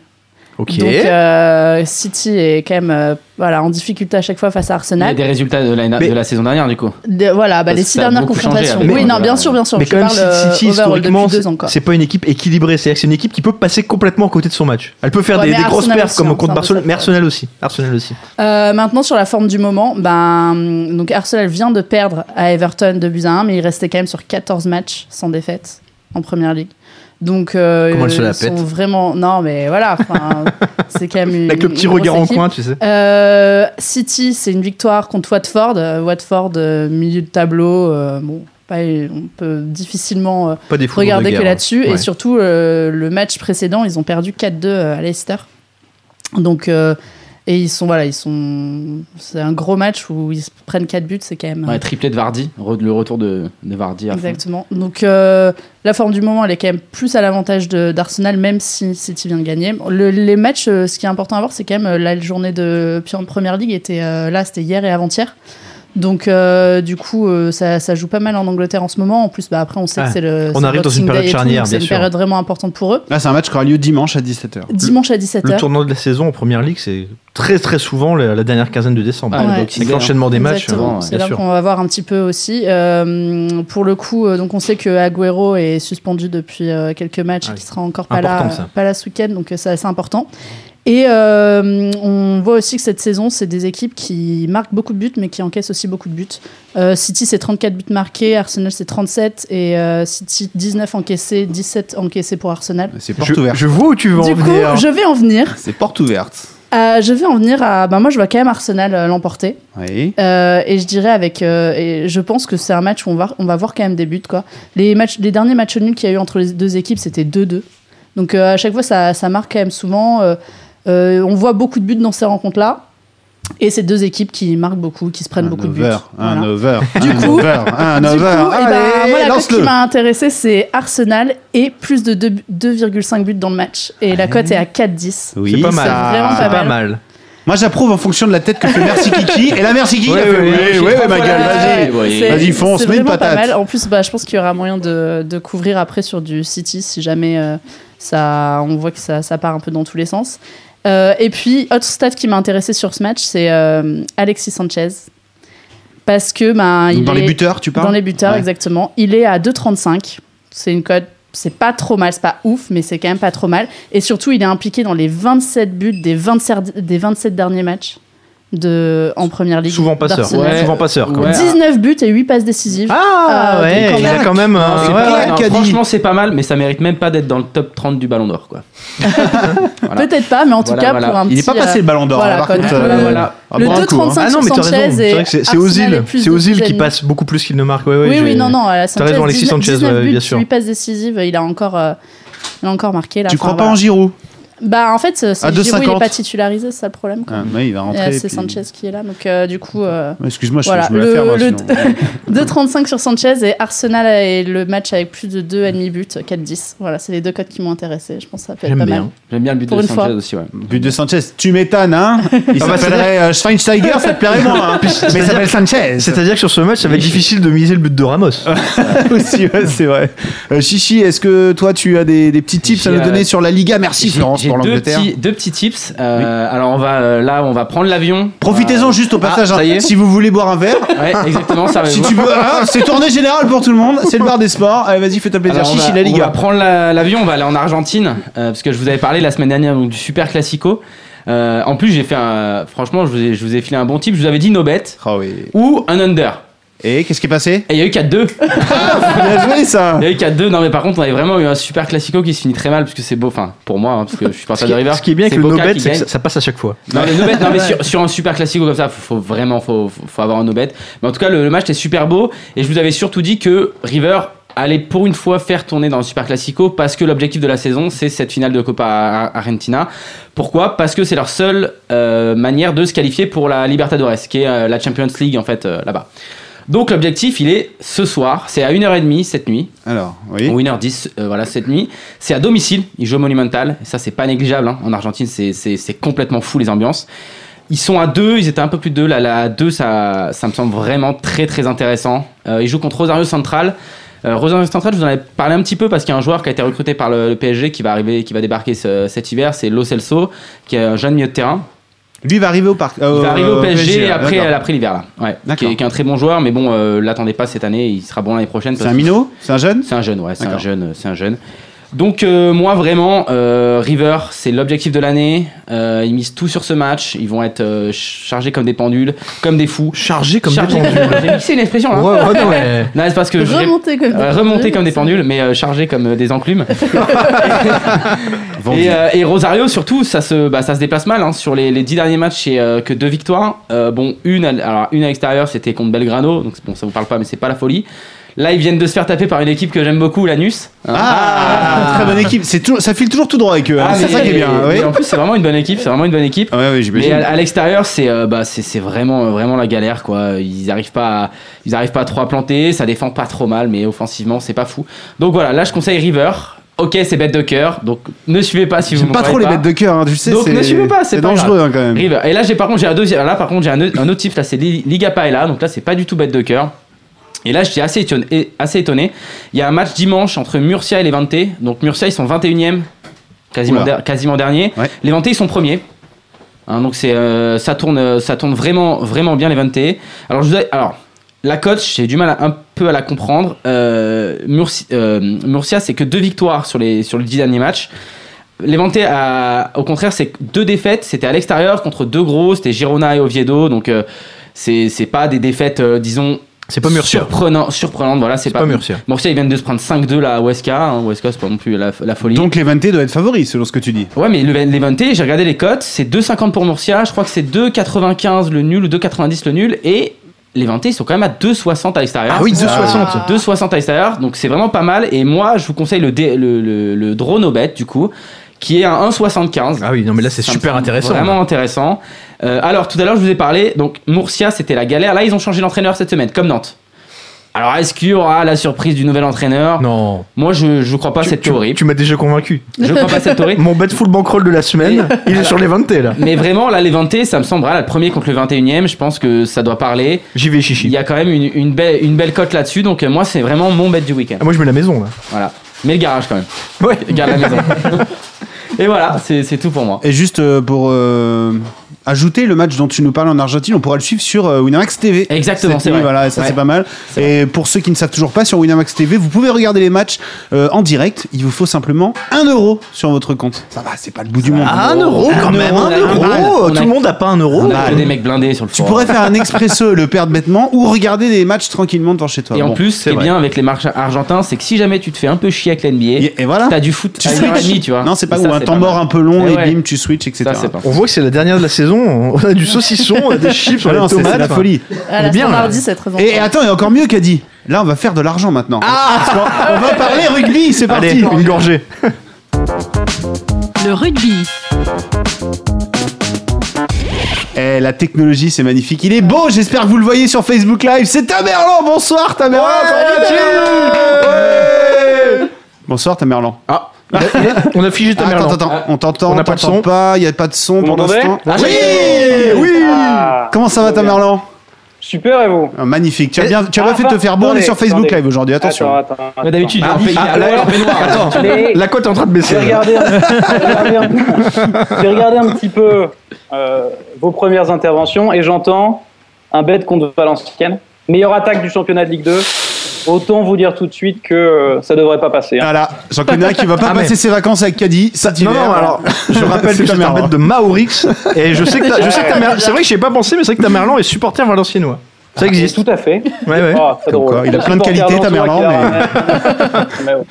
B: Ok.
C: Donc euh, City est quand même euh, voilà, en difficulté à chaque fois face à
D: Il y a
C: Arsenal.
D: des résultats de la, de
B: Mais-
D: la saison dernière, du coup.
C: De- voilà, bah,
D: Parce
C: les
D: que
C: six
D: ça a
C: dernières
D: beaucoup changé
C: confrontations.
D: avec
C: oui,
D: le-
C: non, bien sûr, bien sûr.
B: mais
C: je
B: quand même,
C: parle euh,
B: City, City,
C: overall
B: historiquement,
C: depuis
B: c'est
C: deux ans. Quoi.
B: c'est pas une équipe équilibrée. C'est-à-dire que c'est une équipe qui peut passer complètement à côté de son match. Elle peut faire
C: Ouais,
B: des,
C: mais
B: des grosses
C: Arsenal
B: perfs
C: aussi,
B: comme
C: hein,
B: contre
C: c'est un peu
B: Barcelone,
C: ça.
B: mais Arsenal aussi. Arsenal aussi.
C: Euh, maintenant, sur la forme du moment, ben, donc Arsenal vient de perdre à Everton de buts à 1, mais il restait quand même sur 14 matchs sans défaite en première ligue. Donc, euh,
B: Comment elle se la
C: ils sont
B: pète.
C: vraiment. Non, mais voilà, enfin, c'est quand même une.
B: Avec le petit
C: une grosse
B: regard en
C: équipe.
B: coin, tu sais.
C: Euh, City, c'est une victoire contre Watford. Euh, Watford, euh, milieu de tableau. euh, bon, pas- on peut difficilement euh,
B: Pas des fous.
C: regarder que là-dessus.
B: hein. Ouais.
C: Et surtout, euh, le match précédent, ils ont perdu 4-2 à Leicester. Donc, euh, et ils sont, voilà, ils sont. C'est un gros match où ils se prennent 4 buts, c'est quand même.
D: Ouais, triplé de Vardy, re- le retour de, de Vardy. à fond.
C: Exactement. Donc euh, la forme du moment, elle est quand même plus à l'avantage de- d'Arsenal, même si City vient de gagner. Le- les matchs, euh, ce qui est important à voir, c'est quand même euh, la journée de puis en Première League était euh, là, c'était hier et avant-hier. Donc euh, du coup, euh, ça, ça joue pas mal en Angleterre en ce moment. En plus, bah, après, on sait
B: Ah,
C: que c'est le.
B: on
C: c'est
B: arrive dans
C: Boxing
B: une période
C: Day et tout,
B: charnière,
C: donc C'est
B: bien
C: une
B: sûr.
C: période vraiment importante pour eux.
A: Là, c'est un match qui aura lieu dimanche à 17h.
C: Dimanche à 17h.
B: Le tournant de la saison en première ligue, c'est très très souvent la, la dernière quinzaine de décembre.
D: Ah,
C: le
B: Avec
D: Boxing Day,
B: l'enchaînement des matchs,
C: Exactement.
D: euh, ouais,
C: c'est
B: bien
C: là
B: sûr.
C: qu'on va voir un petit peu aussi. Euh, pour le coup, euh, donc on sait que Agüero est suspendu depuis euh, quelques matchs
B: Ah
C: et
B: oui.
C: qu'il sera encore pas
B: Important,
C: là,
B: ça.
C: pas là ce week-end, donc euh, c'est assez important. Et euh, on voit aussi que cette saison, c'est des équipes qui marquent beaucoup de buts, mais qui encaissent aussi beaucoup de buts. Euh, City, c'est 34 buts marqués, Arsenal, c'est 37, et euh, City, 19 encaissés, 17 encaissés pour Arsenal.
A: C'est porte
B: je,
A: ouverte.
B: je vois où tu veux en
C: Du coup,
B: venir.
C: je vais en venir.
A: C'est porte ouverte.
C: Euh, je vais en venir à. Ben, moi, je vois quand même Arsenal euh, l'emporter.
A: Oui.
C: Euh, et je dirais avec, euh, et je pense que c'est un match où on va, on va voir quand même des buts quoi. Les matchs, les derniers matchs nuls qu'il y a eu entre les deux équipes, c'était 2-2. Donc euh, à chaque fois, ça, ça marque quand même souvent. Euh, euh, on voit beaucoup de buts dans ces rencontres là. Et c'est deux équipes qui marquent beaucoup, qui se prennent
A: Un
C: beaucoup de
A: over,
C: buts.
A: un
C: Voilà.
A: over,
C: Du
A: un
C: coup-
A: over, un
C: Du coup,
A: over.
C: eh ben,
A: Allez,
C: moi, la cote qui
A: lance-le.
C: m'a intéressé, c'est Arsenal et plus de deux- 2,5 buts dans le match. Et la cote est à 4-10.
B: C'est
A: Oui,
B: pas mal.
A: ça-
C: vraiment
B: C'est
C: pas
B: pas
C: mal.
B: mal.
A: Moi, j'approuve en fonction de la tête que fait Merci Kiki. Et la Merci Kiki,
B: Ouais,
A: elle fait,
B: ouais,
A: oui, oui, oui, ma
D: Voilà,
A: gueule, vas-y.
D: ouais, ouais.
C: Ah, C'est-
A: Vas-y, fonce,
C: c'est
A: mets une
C: vraiment
A: patate.
C: Pas mal. En plus, bah, je pense qu'il y aura moyen de, de couvrir après sur du City si jamais euh, ça, on voit que ça, ça part un peu dans tous les sens. Euh, et puis, autre stat qui m'a intéressé sur ce match, c'est euh, Alexis Sanchez. Parce que bah,
A: Donc,
C: il
A: Dans
C: est
A: les buteurs, tu parles
C: dans les buteurs,
A: Ouais.
C: exactement. Il est à 2,35. C'est une cote. C'est pas trop mal, c'est pas ouf, mais c'est quand même pas trop mal. Et surtout, il est impliqué dans les 27 buts des 27, des 27 derniers matchs de, en première ligue.
B: Souvent passeur.
C: d'Arsenal.
D: Ouais.
B: Souvent passeur. Quand même.
D: Ouais.
C: 19 buts et 8 passes décisives.
B: Ah
C: Ah,
B: ouais,
C: donc,
B: il y a
C: claque.
B: quand même.
D: Non,
B: un-
D: c'est
B: ouais,
D: pas-
B: ouais.
D: non,
A: Caddy.
D: franchement, c'est pas mal, mais ça mérite même pas d'être dans le top 30 du Ballon d'Or. Quoi. Voilà.
C: Peut-être pas, mais en tout
D: Voilà,
C: cas,
D: voilà.
C: pour un petit.
A: Il n'est pas passé
C: euh,
A: le ballon d'or,
C: voilà,
A: là, par
C: quand-
A: contre.
C: voilà,
A: euh,
D: voilà.
A: ah,
C: Le
A: bon, un coup, hein.
C: 2,35
B: Ah non, mais t'as
C: sur
B: raison.
C: Sanchez
B: C'est
C: et
B: vrai que c'est- c'est
C: Arsenal
B: Ozil.
C: est plus
B: C'est
C: de
B: Ozil
C: plus
B: qui
C: ennemis.
B: passe beaucoup plus qu'il ne marque. Ouais, ouais,
C: oui,
B: j'ai-
C: oui, non, non. euh, Sanchez,
B: raison, Alexis
C: 19
B: Sanchez,
C: 19
B: ouais,
C: buts,
B: bien sûr.
C: 8 passes décisives, il a encore, euh, il a encore marqué. Là,
A: Tu
C: Enfin,
A: crois pas
C: voilà.
A: en Giroud
C: Bah, en fait, c'est
A: À
C: Giroud, il
A: 2,50.
C: n'est pas titularisé, c'est ça le problème. quoi.
A: Ah, mais Il va
C: Et,
A: rentrer.
C: euh,
A: et
C: c'est
A: puis- Ah,
C: Sanchez qui est là, donc euh, du coup. euh,
A: Excuse-moi, je,
C: Voilà,
A: je me la
C: le-
A: ferme. hein,
C: le-
A: sinon.
C: 2,35 sur Sanchez et Arsenal est le match avec plus de 2,5 buts, 4-10. Voilà, c'est les deux codes qui m'ont intéressé. Je pense que ça peut être
B: J'aime
C: pas
B: bien.
C: mal.
D: J'aime bien le but
C: Pour
D: de
C: une fois.
D: Sanchez aussi. Ouais.
A: But de Sanchez, tu m'étonnes, hein Il s'appellerait euh, Schweinsteiger, ça te plairait moins. hein. Mais il s'appelle Sanchez.
B: C'est-à-dire que sur ce match, ça va être difficile de miser le but de Ramos.
A: aussi, ouais, c'est vrai. Euh, Chichi, est-ce que toi, tu as des, des petits tips à nous
D: J'ai,
A: donner
D: euh,
A: sur la Liga Merci,
D: J'ai-
A: Florence,
D: j'ai
A: pour
D: deux
A: l'Angleterre.
D: petits, deux petits tips. Euh, Alors on va euh, là, on va prendre l'avion.
A: Profitez-en juste au passage.
D: Ah, ça
A: hein.
D: y est. Ah,
A: Si vous voulez boire un verre,
D: Ouais, exactement. Ça
A: si tu veux, hein, c'est tournée générale pour tout le monde. C'est le bar des sports. Allez, vas-y, fais-toi plaisir.
D: Alors, on
A: Chichi,
D: va-
A: la
D: On va
A: Liga.
D: prendre la- l'avion, on va aller en Argentine, euh, parce que je vous avais parlé la semaine dernière donc, du Super Classico. Euh, en plus, j'ai fait un. Franchement, je vous, ai, je vous ai filé un bon type. Je vous avais dit no bet
A: Ah oui.
D: ou un under.
A: Et qu'est-ce qui est passé
D: Et il y a eu 4-2.
A: Bien joué, ça
D: Il y a eu 4-2. Non, mais par contre, on avait vraiment eu un Super Classico qui se finit très mal, parce que c'est beau. Enfin, pour moi, hein, parce que je suis
B: Ce
D: parti
B: qui,
D: de River.
B: ce qui est bien avec
D: C'est
B: le no
D: Boca
B: bet,
D: qui
B: c'est que
D: gagne.
B: ça, ça passe à chaque fois.
D: Non, mais, no bet, non, mais sur, sur un super classico comme ça, faut, faut vraiment faut, faut- faut avoir un no bet. Mais en tout cas, le, le match était super beau et je vous avais surtout dit que River allait pour une fois faire tourner dans le super classico parce que l'objectif de la saison, c'est cette finale de Copa Ar- Argentina. Pourquoi Parce que c'est leur seule euh, manière de se qualifier pour la Libertadores, qui est euh, la Champions League en fait euh, là-bas. Donc l'objectif, il est ce soir, c'est à 1h30 cette nuit,
A: Alors, oui.
D: Winner 10, euh, voilà, cette nuit. C'est à domicile, ils jouent au Monumental. Et ça, c'est pas négligeable. hein. En Argentine, c'est- c'est c'est complètement fou les ambiances. Ils sont à 2, ils étaient un peu plus de 2. Là, là, à 2, ça, ça me semble vraiment très très intéressant. Euh, ils jouent contre Rosario Central. Euh, Rosen Central, je vous en avais parlé un petit peu parce qu'il y a un joueur qui a été recruté par le, le PSG qui va arriver, qui va débarquer ce- cet hiver, c'est Lo Celso, qui est un jeune milieu de terrain.
A: Lui il va arriver Euh, au parc.
D: Il va arriver au PSG, après,
A: d'accord.
D: après l'hiver là. Ouais. Qui,
A: D'accord.
D: est, qui est un très bon joueur, mais bon, euh, l'attendez pas cette année, il sera bon l'année prochaine.
A: C'est
D: parce
A: un
D: que-
A: minot C'est un jeune
D: c'est un jeune, ouais, c'est un
A: D'accord.
D: jeune, euh, c'est un jeune. Donc euh, moi vraiment, euh, River, c'est l'objectif de l'année. Euh, ils misent tout sur ce match. Ils vont être euh, ch- chargés comme des pendules, comme des fous.
B: Chargé comme
D: Chargés-
B: détendu.
D: J'ai mixé une expression là.
B: Ouais, ouais, non, mais-
D: Non, c'est parce que je ré-
C: Remonter comme
D: euh, remontés comme des pendules, mais euh, chargés comme euh, des enclumes.
H: Vendu.
D: Et, euh, et Rosario, surtout, ça se, bah, ça se déplace mal. hein. Sur les, les dix derniers matchs, c'est euh, que deux victoires. Euh, bon, une à, alors, une à l'extérieur, c'était contre Belgrano. Donc, bon, ça vous parle pas, mais c'est pas la folie. Là, ils viennent de se faire taper par une équipe que j'aime beaucoup, l'Anus. hein.
A: Ah, Très bonne équipe. C'est toujours- ça file toujours tout droit avec eux. hein.
D: Ah,
A: c'est
D: mais-
A: ça qui est bien.
D: mais
A: Oui.
D: En plus, c'est vraiment une bonne équipe. C'est vraiment une bonne équipe.
A: Ouais, ouais,
D: Mais
A: j'imagine.
D: à, à l'extérieur, c'est euh, bah, c'est c'est vraiment euh, vraiment la galère quoi. Ils n'arrivent pas à, ils arrivent pas à trop à planter, ça défend pas trop mal, mais offensivement c'est pas fou. Donc voilà, là je conseille River. Ok, c'est bête de cœur, donc ne suivez pas si vous.
A: J'aime pas
D: me
A: trop les
D: croyez
A: bêtes de cœur. hein, Tu sais,
D: Donc,
A: c'est-
D: ne suivez pas, c'est
A: c'est
D: pas
A: dangereux hein, quand même.
D: River. Et là j'ai par contre j'ai un deuxième. Là par contre j'ai un, eu- un autre type là c'est Li- Liga Paella, donc là c'est pas du tout bête de cœur. Et là, j'étais assez étonné, et- assez étonné. Il y a un match dimanche entre Murcia et Levante. Donc Murcia, ils sont 21e, quasiment,
A: Oula.
D: der- quasiment dernier.
A: Ouais.
D: Levante, ils sont premiers. Hein, donc c'est, euh, ça tourne, ça tourne vraiment, vraiment bien Levante. Alors, je vous ai- alors la coach, j'ai du mal à- un peu à la comprendre. Euh, Murci- euh, Murcia, c'est que deux victoires sur les, sur les 10 derniers matchs. Levante, a- au contraire, c'est que deux défaites. C'était à l'extérieur contre deux gros. C'était Girona et Oviedo. Donc euh, c'est c'est pas des défaites, euh, disons,
B: C'est pas Murcia.
D: Surprenant, surprenante, voilà, c'est
B: C'est
D: pas,
B: pas Murcia.
D: Murcia, ils viennent de se prendre 5-2 là à Huesca. hein. Huesca, c'est pas non plus la, la folie.
A: Donc les 20 doivent être favoris selon ce que tu dis.
D: ouais, mais le, Levante, j'ai regardé les cotes, c'est 2,50 pour Murcia, je crois que c'est 2,95 le nul ou 2,90 le nul, et Levante, ils sont quand même à 2,60 à l'extérieur.
B: Ah oui,
D: 2,60.
B: 2,60.
D: 2,60 à l'extérieur, donc c'est vraiment pas mal. Et moi, je vous conseille le, dé- le, le, le drone au bet, du coup, qui est à 1,75.
B: Ah oui, non, mais là, c'est
D: Ça me
B: super
D: semble
B: intéressant.
D: Vraiment intéressant. Euh, alors, tout à l'heure, je vous ai parlé. Donc, Murcia, c'était la galère. Là, ils ont changé d'entraîneur cette semaine, comme Nantes. Alors, est-ce qu'il y aura la surprise du nouvel entraîneur
B: Non.
D: Moi, je ne crois pas
B: Ah.
D: à
B: Tu-
D: cette
B: tu-
D: théorie.
B: Tu m'as déjà convaincu.
D: Je crois pas à cette théorie.
B: Mon bet full bankroll de la semaine, il est sur les 20 là.
D: Mais vraiment, là, les 20 ça me semble, ah, là, le premier contre le 21 e je pense que ça doit parler.
B: J'y vais
D: Il
B: chichi.
D: y a quand même une, une belle, une belle cote là-dessus. Donc, euh, moi, c'est vraiment mon bet du week-end.
B: Ah, moi, je mets la maison, là.
D: Voilà. Mais le garage, quand même.
B: Ouais.
D: Garde la maison. Et voilà, c'est c'est tout pour moi.
A: Et juste euh, pour euh, ajouter le match dont tu nous parles en Argentine, on pourra le suivre sur euh, Winamax TV.
D: Exactement,
A: Cette
D: c'est
A: nuit,
D: vrai.
A: Voilà, ça
D: Ouais.
A: c'est pas mal.
D: C'est
A: Et pour ceux qui ne savent toujours pas sur Winamax TV, vous pouvez regarder les matchs euh, en direct. Il vous faut simplement 1 euro sur votre compte. Ça va, c'est pas le bout du monde.
B: Ah, un euro quand
A: Un
B: même,
A: euro,
B: un
A: on a
B: euro.
A: mal.
D: On a-
B: Tout le monde a pas un euro.
D: On a que
A: Oh, mal.
D: des mecs blindés sur le
A: Tu
D: forum.
A: pourrais faire un expresso, le perdre bêtement, ou regarder des matchs tranquillement devant chez toi.
D: Et en
A: Bon.
D: plus, ce qui est
B: vrai.
D: bien avec les marchés argentins, c'est que si jamais tu te fais un peu chier avec l'NBA,
A: Et et voilà.
D: t'as du foot
A: Tu
D: à une heure et demie,
A: switches.
D: tu vois.
A: Non, c'est pas
D: Et
A: ou
D: ça,
A: un
D: c'est
A: temps
D: pas
A: mort
D: mal.
A: un peu long
D: Eh
A: et,
D: ouais.
A: bim, tu switches, etc.
D: Ça, c'est pas.
B: On voit que c'est la dernière de la saison. On a du saucisson, on a des chips, on
A: Ah
B: a
A: non,
B: des
A: c'est c'est
B: tomates.
A: la
B: enfin.
A: folie.
C: Ah, la
B: Bien, là.
C: standardie, c'est très
A: Et, et
C: important.
A: attends, il y a encore mieux qu'a dit. Là, on va faire de l'argent maintenant. Parce qu'on- on va parler rugby, c'est parti.
B: Ah Allez, une gorgée.
F: Le rugby.
A: Eh, la technologie, c'est magnifique. Il est beau, j'espère que vous le voyez sur Facebook Live. C'est Tamerlan, bonsoir Tamerlan. Ouais. bonsoir Tamerlan.
D: Ah,
B: On a figé ta mère.
A: Attends, attends, attends, on t'entend,
B: On n'a pas
A: t'entend
B: de son.
A: pas, il n'y a pas de son
I: Vous
A: pendant ce
I: m'entendez
A: temps.
D: Ah,
A: oui, oui.
I: Ah.
A: Comment ça va Tamerlan
I: Super et vous
A: Ah, Magnifique. Tu as
B: Eh,
A: bien, tu as
I: ah,
A: bien fait de te faire beau, on
I: attendez,
A: est sur Facebook
I: attendez.
A: Live aujourd'hui, attention.
I: Attends, attends, attends.
D: mais d'habitude,
B: Ah,
D: il y a un
B: ah,
D: pays-
B: là,
D: ah, ouais,
B: Attends,
I: Mais-
B: la cote est en train de baisser.
I: J'ai regardé, j'ai regardé un petit peu euh, vos premières interventions et j'entends un bet contre Valenciennes. Meilleure attaque du championnat de Ligue 2. Autant vous dire tout de suite que euh, ça devrait pas passer. hein.
A: Voilà, Ah j'en connais un qui va pas
B: Ah, mais-
A: passer ses vacances avec Caddy. cet
B: Non,
A: hiver.
B: non, alors, je rappelle que
A: C'est
B: tu es un
A: Tamerlan.
B: mec de Maorix. Et je sais que ta- je sais que ta mère- C'est vrai que j'y ai pas pensé, mais c'est vrai que ta Merlan est supporter valenciennois. Ça
E: Ah,
B: existe.
I: Tout à fait.
B: Ouais, ouais.
I: Ah, très
A: Comme
I: drôle.
A: quoi, il a plein de
I: Supporter
A: qualités,
I: Lensois
A: Tamerlan,
I: qui a- hein. Mais bon.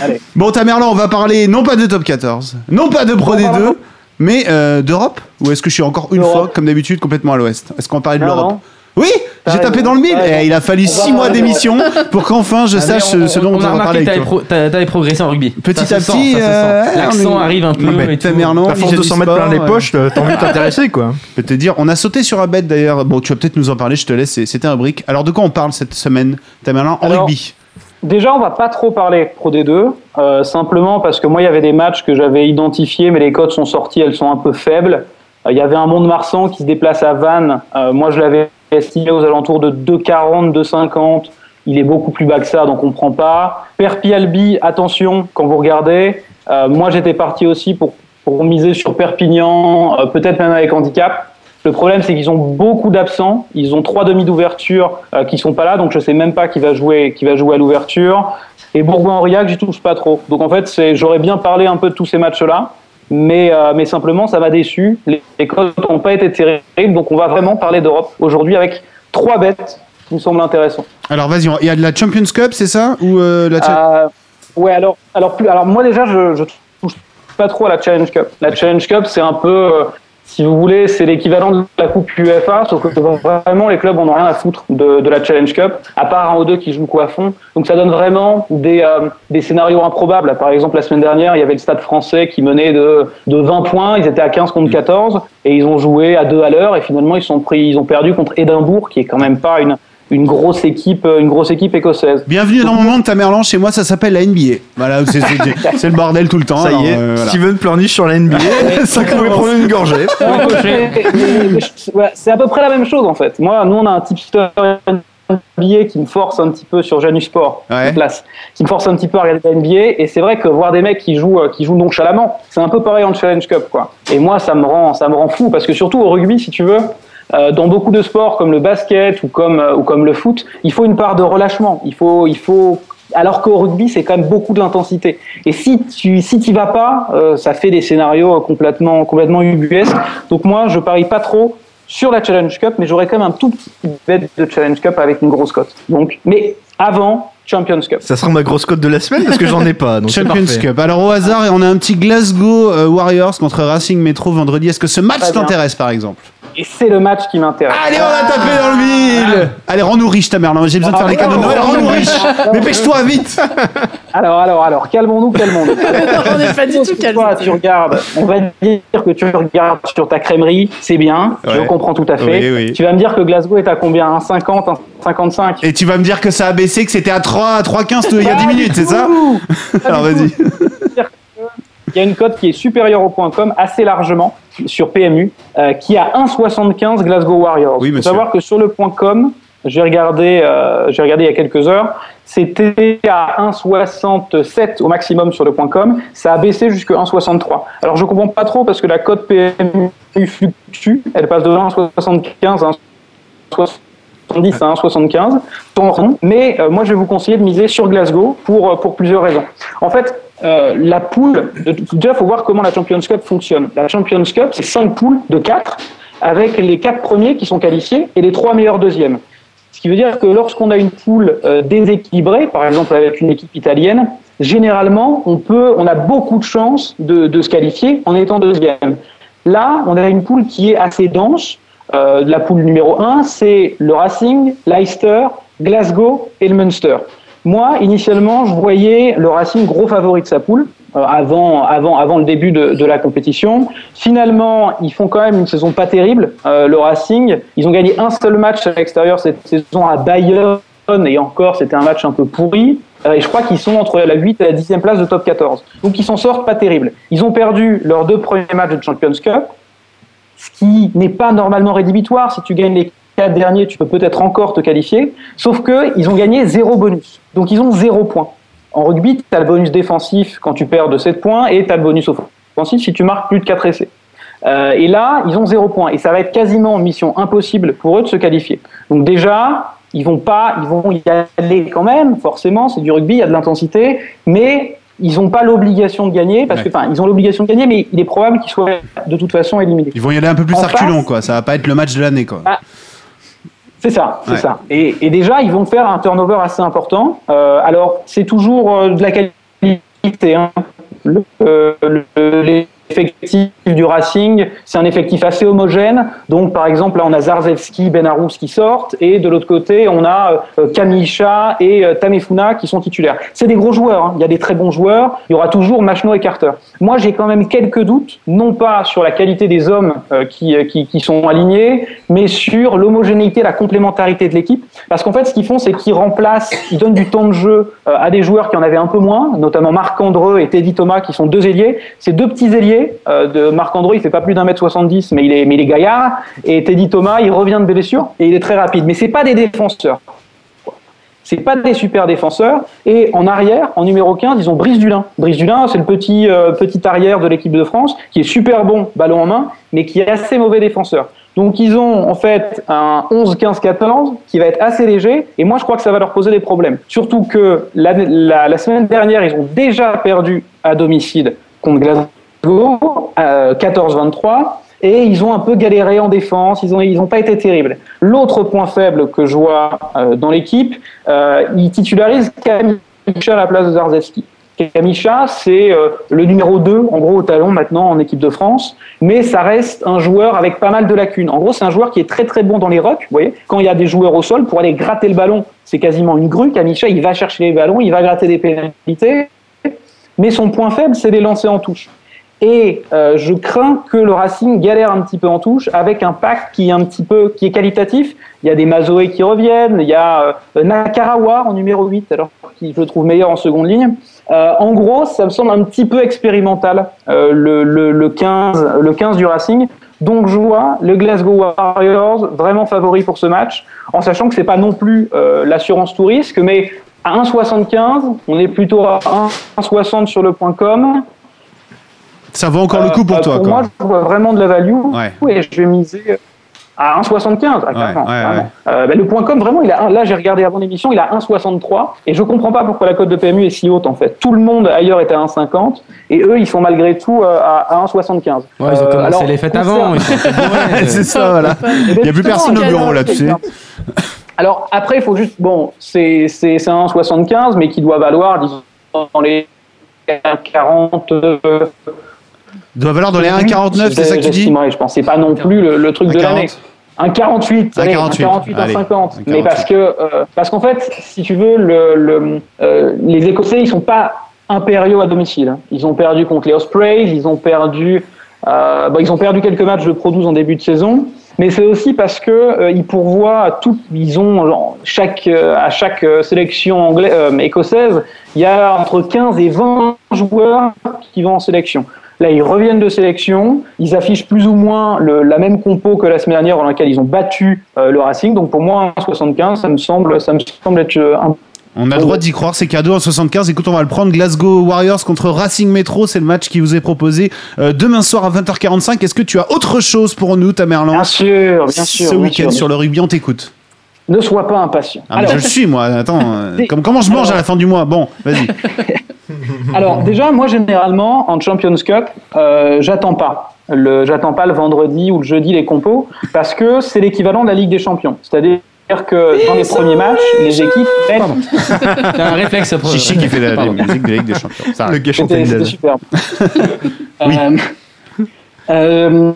I: Allez.
A: Bon, Tamerlan, on va parler non pas de top 14, non pas de Pro
I: Non, pardon.
A: D2, mais euh, d'Europe Ou est-ce que je suis encore une
I: D'Europe.
A: fois, comme d'habitude, complètement à l'ouest Est-ce qu'on parlait de
I: Non,
A: l'Europe
I: non.
A: Oui
I: T'as
A: J'ai tapé
I: raison,
A: dans le mille
I: t'as
A: et
I: raison.
A: il a fallu
I: On va
A: 6 mois
I: parler
A: d'émission pour qu'enfin je
D: Ah, mais
A: sache euh,
D: on-
A: ce, ce dont on
D: on a
A: va
D: remarqué
A: parler
D: que
A: avec
D: t'avais
A: toi.
D: pro- t'as- t'avais progressé en rugby.
A: Petit
D: Ça
A: à
D: se sent,
A: petit,
D: ça se sent.
A: euh, on
D: l'accent
A: est-
D: arrive un peu.
A: Non, mais
D: et tout.
A: Tamerlan,
B: À force de
A: Vision
B: 100 mètres plein les
A: Sport,
B: poches, t'as envie de t'intéresser, quoi.
A: Je peux te dire, on a sauté sur un bet d'ailleurs. Bon, tu vas peut-être nous en parler, je te laisse, c'est- c'était un brick. Alors, de quoi on parle cette semaine, Tamerlan, en
I: Alors,
A: rugby
I: Déjà, on va pas trop parler Pro D2, euh, simplement parce que moi, il y avait des matchs que j'avais identifiés, mais les codes sont sortis, elles sont un peu faibles. Euh, Il y avait un monde Marsan qui se déplace à Vannes. Euh, moi, je l'avais estimé aux alentours de 2,40, 2,50.
D: il est beaucoup plus bas que ça, donc on prend pas. Perpi Albi, attention quand vous regardez. Euh, moi, j'étais parti aussi pour, pour miser sur Perpignan, euh, peut-être même avec handicap. Le problème, c'est qu'ils ont beaucoup d'absents. Ils ont trois demi d'ouverture euh, qui sont pas là, donc je sais même pas qui va jouer, qui va jouer à l'ouverture. Et Bourgoin-Aurillac, j'y touche pas trop. Donc en fait, c'est- j'aurais bien parlé un peu de tous ces matchs-là, mais, euh, mais simplement, ça m'a déçu. Les, les cotes n'ont pas été terribles, donc on va vraiment parler d'Europe aujourd'hui avec trois bêtes qui me semblent intéressantes.
A: Alors vas-y, on- il y a de la Champions Cup, c'est ça Ou euh, la Cha-
D: Euh, ouais, alors, alors, plus, alors moi déjà, je, je touche pas trop à la Challenge Cup. La Challenge Cup, c'est un peu, euh, si vous voulez, c'est l'équivalent de la Coupe UEFA, sauf que vraiment les clubs en ont rien à foutre de, de la Challenge Cup, à part un ou deux qui jouent le coup à fond. Donc ça donne vraiment des, euh, des scénarios improbables. Par exemple, la semaine dernière, il y avait le Stade français qui menait de, de 20 points, ils étaient à 15 contre 14, et ils ont joué à deux à l'heure, et finalement ils, sont pris, ils ont perdu contre Édimbourg, qui est quand même pas une, une, grosse, équipe, une grosse équipe
A: Euh,
D: écossaise.
A: Bienvenue dans mon monde, ta mère lance chez moi, ça s'appelle la NBA. Voilà, c'est- c'est c'est le bordel tout le temps.
B: Ça
A: alors,
B: y est,
A: euh, voilà.
B: Steven pleurniche sur la NBA. ça pouvait prendre une gorgée.
D: Mais- mais- mais je- ouais, C'est à peu près la même chose en fait. Moi, nous, on a un tipster NBA qui me force un petit peu sur Janus Sport,
A: Ouais.
D: en place, qui me force un petit peu à regarder la NBA. Et c'est vrai que voir des mecs qui jouent, euh, qui jouent nonchalamment, c'est un peu pareil en Challenge Cup, quoi. Et moi, ça me rend, ça me rend fou parce que surtout au rugby, si tu veux. euh, dans beaucoup de sports comme le basket ou comme, euh, ou comme le foot, il faut une part de relâchement. Il faut, il faut... Alors qu'au rugby, c'est quand même beaucoup de l'intensité. Et si tu si t'y vas pas, euh, ça fait des scénarios euh, complètement complètement ubuesques. Donc moi, je parie pas trop sur la Challenge Cup, mais j'aurais quand même un tout petit bet de Challenge Cup avec une grosse cote. Donc, mais avant Champions Cup.
B: Ça sera ma grosse cote de la semaine parce que j'en ai pas. Donc c'est
A: Champions
B: parfait.
A: Cup. Alors au hasard, on a un petit Glasgow euh, Warriors contre Racing Metro vendredi. Est-ce que ce match
D: Très bien.
A: t'intéresse par exemple
D: Et c'est le match qui m'intéresse.
A: Allez, on va taper dans le mille Allez, rends-nous riche ta mère, là. j'ai besoin de faire les cadeaux de Noël, rends-nous riche Dépêche-toi vite
D: Alors, alors, alors, calmons-nous, calmons-nous.
C: On n'est pas du tout calme.
D: Toi, tu regardes, on va dire que tu regardes sur ta crèmerie, c'est bien, je
A: Ouais.
D: comprends tout à fait.
A: Oui, oui.
D: Tu vas me dire que Glasgow est à combien 1,50, 1,55
A: Et tu vas me dire que ça a baissé, que c'était à 3, à 3,15 tout- il y a 10 minutes, c'est ça Alors vas-y.
D: Il y a une cote qui est supérieure au point .com assez largement sur PMU, euh, qui a 1,75 Glasgow Warriors.
A: Oui,
D: Il faut
A: monsieur.
D: savoir que sur le point .com, j'ai regardé, euh, j'ai regardé il y a quelques heures, c'était à 1,67 au maximum sur le point .com, ça a baissé jusqu'à 1,63. Alors je comprends pas trop parce que la cote PMU fluctue, elle passe de 1,75 à 1,60. 70 à 1,75, ton rond. Mais euh, moi, je vais vous conseiller de miser sur Glasgow pour, euh, pour plusieurs raisons. En fait, euh, la poule, de- déjà, il faut voir comment la Champions Cup fonctionne. La Champions Cup, c'est 5 poules de 4, avec les 4 premiers qui sont qualifiés et les 3 meilleurs deuxièmes. Ce qui veut dire que lorsqu'on a une poule euh, déséquilibrée, par exemple avec une équipe italienne, généralement, on, peut, on a beaucoup de chances de, de se qualifier en étant deuxième. Là, on a une poule qui est assez dense. Euh, la poule numéro 1, c'est le Racing, Leicester, Glasgow et le Munster. Moi, initialement, je voyais le Racing gros favori de sa poule euh, avant, avant, avant le début de, de la compétition. Finalement, ils font quand même une saison pas terrible. Euh, le Racing, ils ont gagné un seul match à l'extérieur cette saison à Bayonne et encore, c'était un match un peu pourri. Euh, et je crois qu'ils sont entre la 8 et la 10e place de top 14. Donc ils s'en sortent pas terrible. Ils ont perdu leurs deux premiers matchs de Champions Cup ce qui n'est pas normalement rédhibitoire. Si tu gagnes les quatre derniers, tu peux peut-être encore te qualifier. Sauf que ils ont gagné zéro bonus. Donc ils ont zéro point. En rugby, tu as le bonus défensif quand tu perds de 7 points et tu as le bonus offensif si tu marques plus de 4 essais. Euh, et là, ils ont zéro point. Et ça va être quasiment mission impossible pour eux de se qualifier. Donc déjà, ils vont pas, ils vont y aller quand même, forcément, c'est du rugby, il y a de l'intensité, mais ils n'ont pas l'obligation de gagner, parce que, enfin, ils ont l'obligation de gagner, mais il est probable qu'ils soient de toute façon éliminés.
A: Ils vont y aller un peu plus
D: En
A: à reculons,
D: face
A: quoi. Ça va pas être le match de l'année, quoi.
D: C'est ça, c'est
A: Ouais.
D: ça. Et, et déjà, ils vont faire un turnover assez important. Euh, alors, c'est toujours euh, de la qualité. hein. Le- euh, le- L'effectif du Racing, c'est un effectif assez homogène. Donc, par exemple, là, on a Zarzewski, Benarous qui sortent, et de l'autre côté, on a euh, Kamisha et euh, Tamefuna qui sont titulaires. C'est des gros joueurs. hein. Il y a des très bons joueurs. Il y aura toujours Machno et Carter. Moi, j'ai quand même quelques doutes, non pas sur la qualité des hommes euh, qui, euh, qui, qui sont alignés, mais sur l'homogénéité, la complémentarité de l'équipe. Parce qu'en fait, ce qu'ils font, c'est qu'ils remplacent, ils donnent du temps de jeu euh, à des joueurs qui en avaient un peu moins, notamment Marc Andreu et Teddy Thomas, qui sont deux ailiers. Ces deux petits ailiers euh, de Marc Andreu, il fait pas plus d'un mètre 70, mais il est, mais il est gaillard. Et Teddy Thomas, il revient de blessure et il est très rapide. Mais c'est pas des défenseurs. C'est pas des super défenseurs. Et en arrière, en numéro 15, ils ont Brice Dulin. Brice Dulin, c'est le petit, euh, petit arrière de l'équipe de France qui est super bon, ballon en main, mais qui est assez mauvais défenseur. Donc ils ont en fait un 11, 15, 14 qui va être assez léger et moi je crois que ça va leur poser des problèmes. Surtout que la, la- la semaine dernière ils ont déjà perdu à domicile contre Glasgow euh, 14-23 et ils ont un peu galéré en défense, ils n'ont ils ont pas été terribles. L'autre point faible que je vois euh, dans l'équipe, euh, ils titularisent Kamicha à la place de Zarzewski. Kamicha, c'est euh, le numéro 2 en gros au talon maintenant en équipe de France mais ça reste un joueur avec pas mal de lacunes. En gros, c'est un joueur qui est très très bon dans les rocks. Vous voyez, quand il y a des joueurs au sol pour aller gratter le ballon, c'est quasiment une grue. Kamicha, il va chercher les ballons, il va gratter des pénalités, mais son point faible, c'est les lancers en touche. Et euh, je crains que le Racing galère un petit peu en touche avec un pack qui est un petit peu qui est qualitatif. Il y a des Mazoé qui reviennent, il y a euh, Nakarawa en numéro 8 alors qui je le trouve meilleur en seconde ligne. Euh, en gros, ça me semble un petit peu expérimental, euh, le, le- le 15, le 15 du Racing. Donc je vois le Glasgow Warriors vraiment favori pour ce match, en sachant que c'est pas non plus euh, l'assurance tout risque, mais à 1,75, on est plutôt à 1,60 sur le point com.
A: Ça vaut encore le coup pour
D: Euh,
A: toi,
D: Pour
A: quoi.
D: moi, je vois vraiment de la value
A: Ouais.
D: et je vais miser euh, à 1,75. Ah, clairement,
A: ouais, ouais.
D: vraiment. Euh, bah, le point com, vraiment, il a un- là, j'ai regardé avant l'émission, il a 1,63 et je comprends pas pourquoi la cote de PMU est si haute en fait. Tout le monde ailleurs est à 1,50 et eux, ils sont malgré tout euh, à, à 1,75.
E: Ouais, ils ont
D: Euh,
E: commencé
D: alors,
E: les fêtes
D: concernant-
E: avant. Ils sont fait bourrer, euh.
A: C'est ça, voilà. Il n'y a plus personne au bureau, là, tu sais.
D: Alors après, il faut juste. Bon, c'est c'est- c'est un 75, mais qui doit valoir, disons, dans les 40. euh,
A: Il doit valoir dans les 1,49, c'est ça que tu dis
D: j'estimerais, Je pensais pas non plus le, le truc de l'année.
A: 1,40.
D: Un 48,
A: Un
D: allez, un
A: 48,
D: 48, un
A: allez,
D: 50.
A: un 48.
D: Mais parce que, euh, parce qu'en fait, si tu veux, le, le, euh, les Écossais, ils sont pas impériaux à domicile. hein. Ils ont perdu contre les Ospreys, ils ont perdu, euh, bon, ils ont perdu quelques matchs de Pro 12 en début de saison. Mais c'est aussi parce que euh, ils pourvoient à tout, ils ont genre, chaque euh, à chaque euh, sélection anglaise, euh, écossaise, il y a entre 15 et 20 joueurs qui vont en sélection. Là, ils reviennent de sélection, ils affichent plus ou moins le- la même compo que la semaine dernière dans laquelle ils ont battu euh, le Racing. Donc pour moi, 1,75, ça me semble, ça me semble être euh, un
A: On a le droit d'y croire, c'est cadeau en 75. Écoute, on va le prendre. Glasgow Warriors contre Racing Metro, c'est le match qui vous est proposé euh, demain soir à 20h45. Est-ce que tu as autre chose pour nous, Tamerlan
D: bien sûr, bien sûr.
A: Ce
D: bien
A: week-end
D: sûr.
A: sur le rugby, on t'écoute.
D: Ne sois pas impatient.
A: Ah, mais je le suis, moi. Attends, euh,
D: Des-
A: comme, comment je mange
D: Alors-
A: à la fin du mois Bon, vas-y.
D: Alors déjà, moi généralement en Champions Cup, euh, j'attends pas. Le, j'attends pas le vendredi ou le jeudi les compos parce que c'est l'équivalent de la Ligue des Champions. C'est-à-dire que dans les premiers matchs, les équipes.
E: T'as un réflexe pour
A: Chichi qui fait la, la
E: Pardon.
A: musique de la Ligue des Champions. Ça
B: Le
A: arrive.
B: gars chantait
D: C'était
B: une
D: c'était
B: dalle.
D: superbe.
A: Oui.
D: Euh, euh,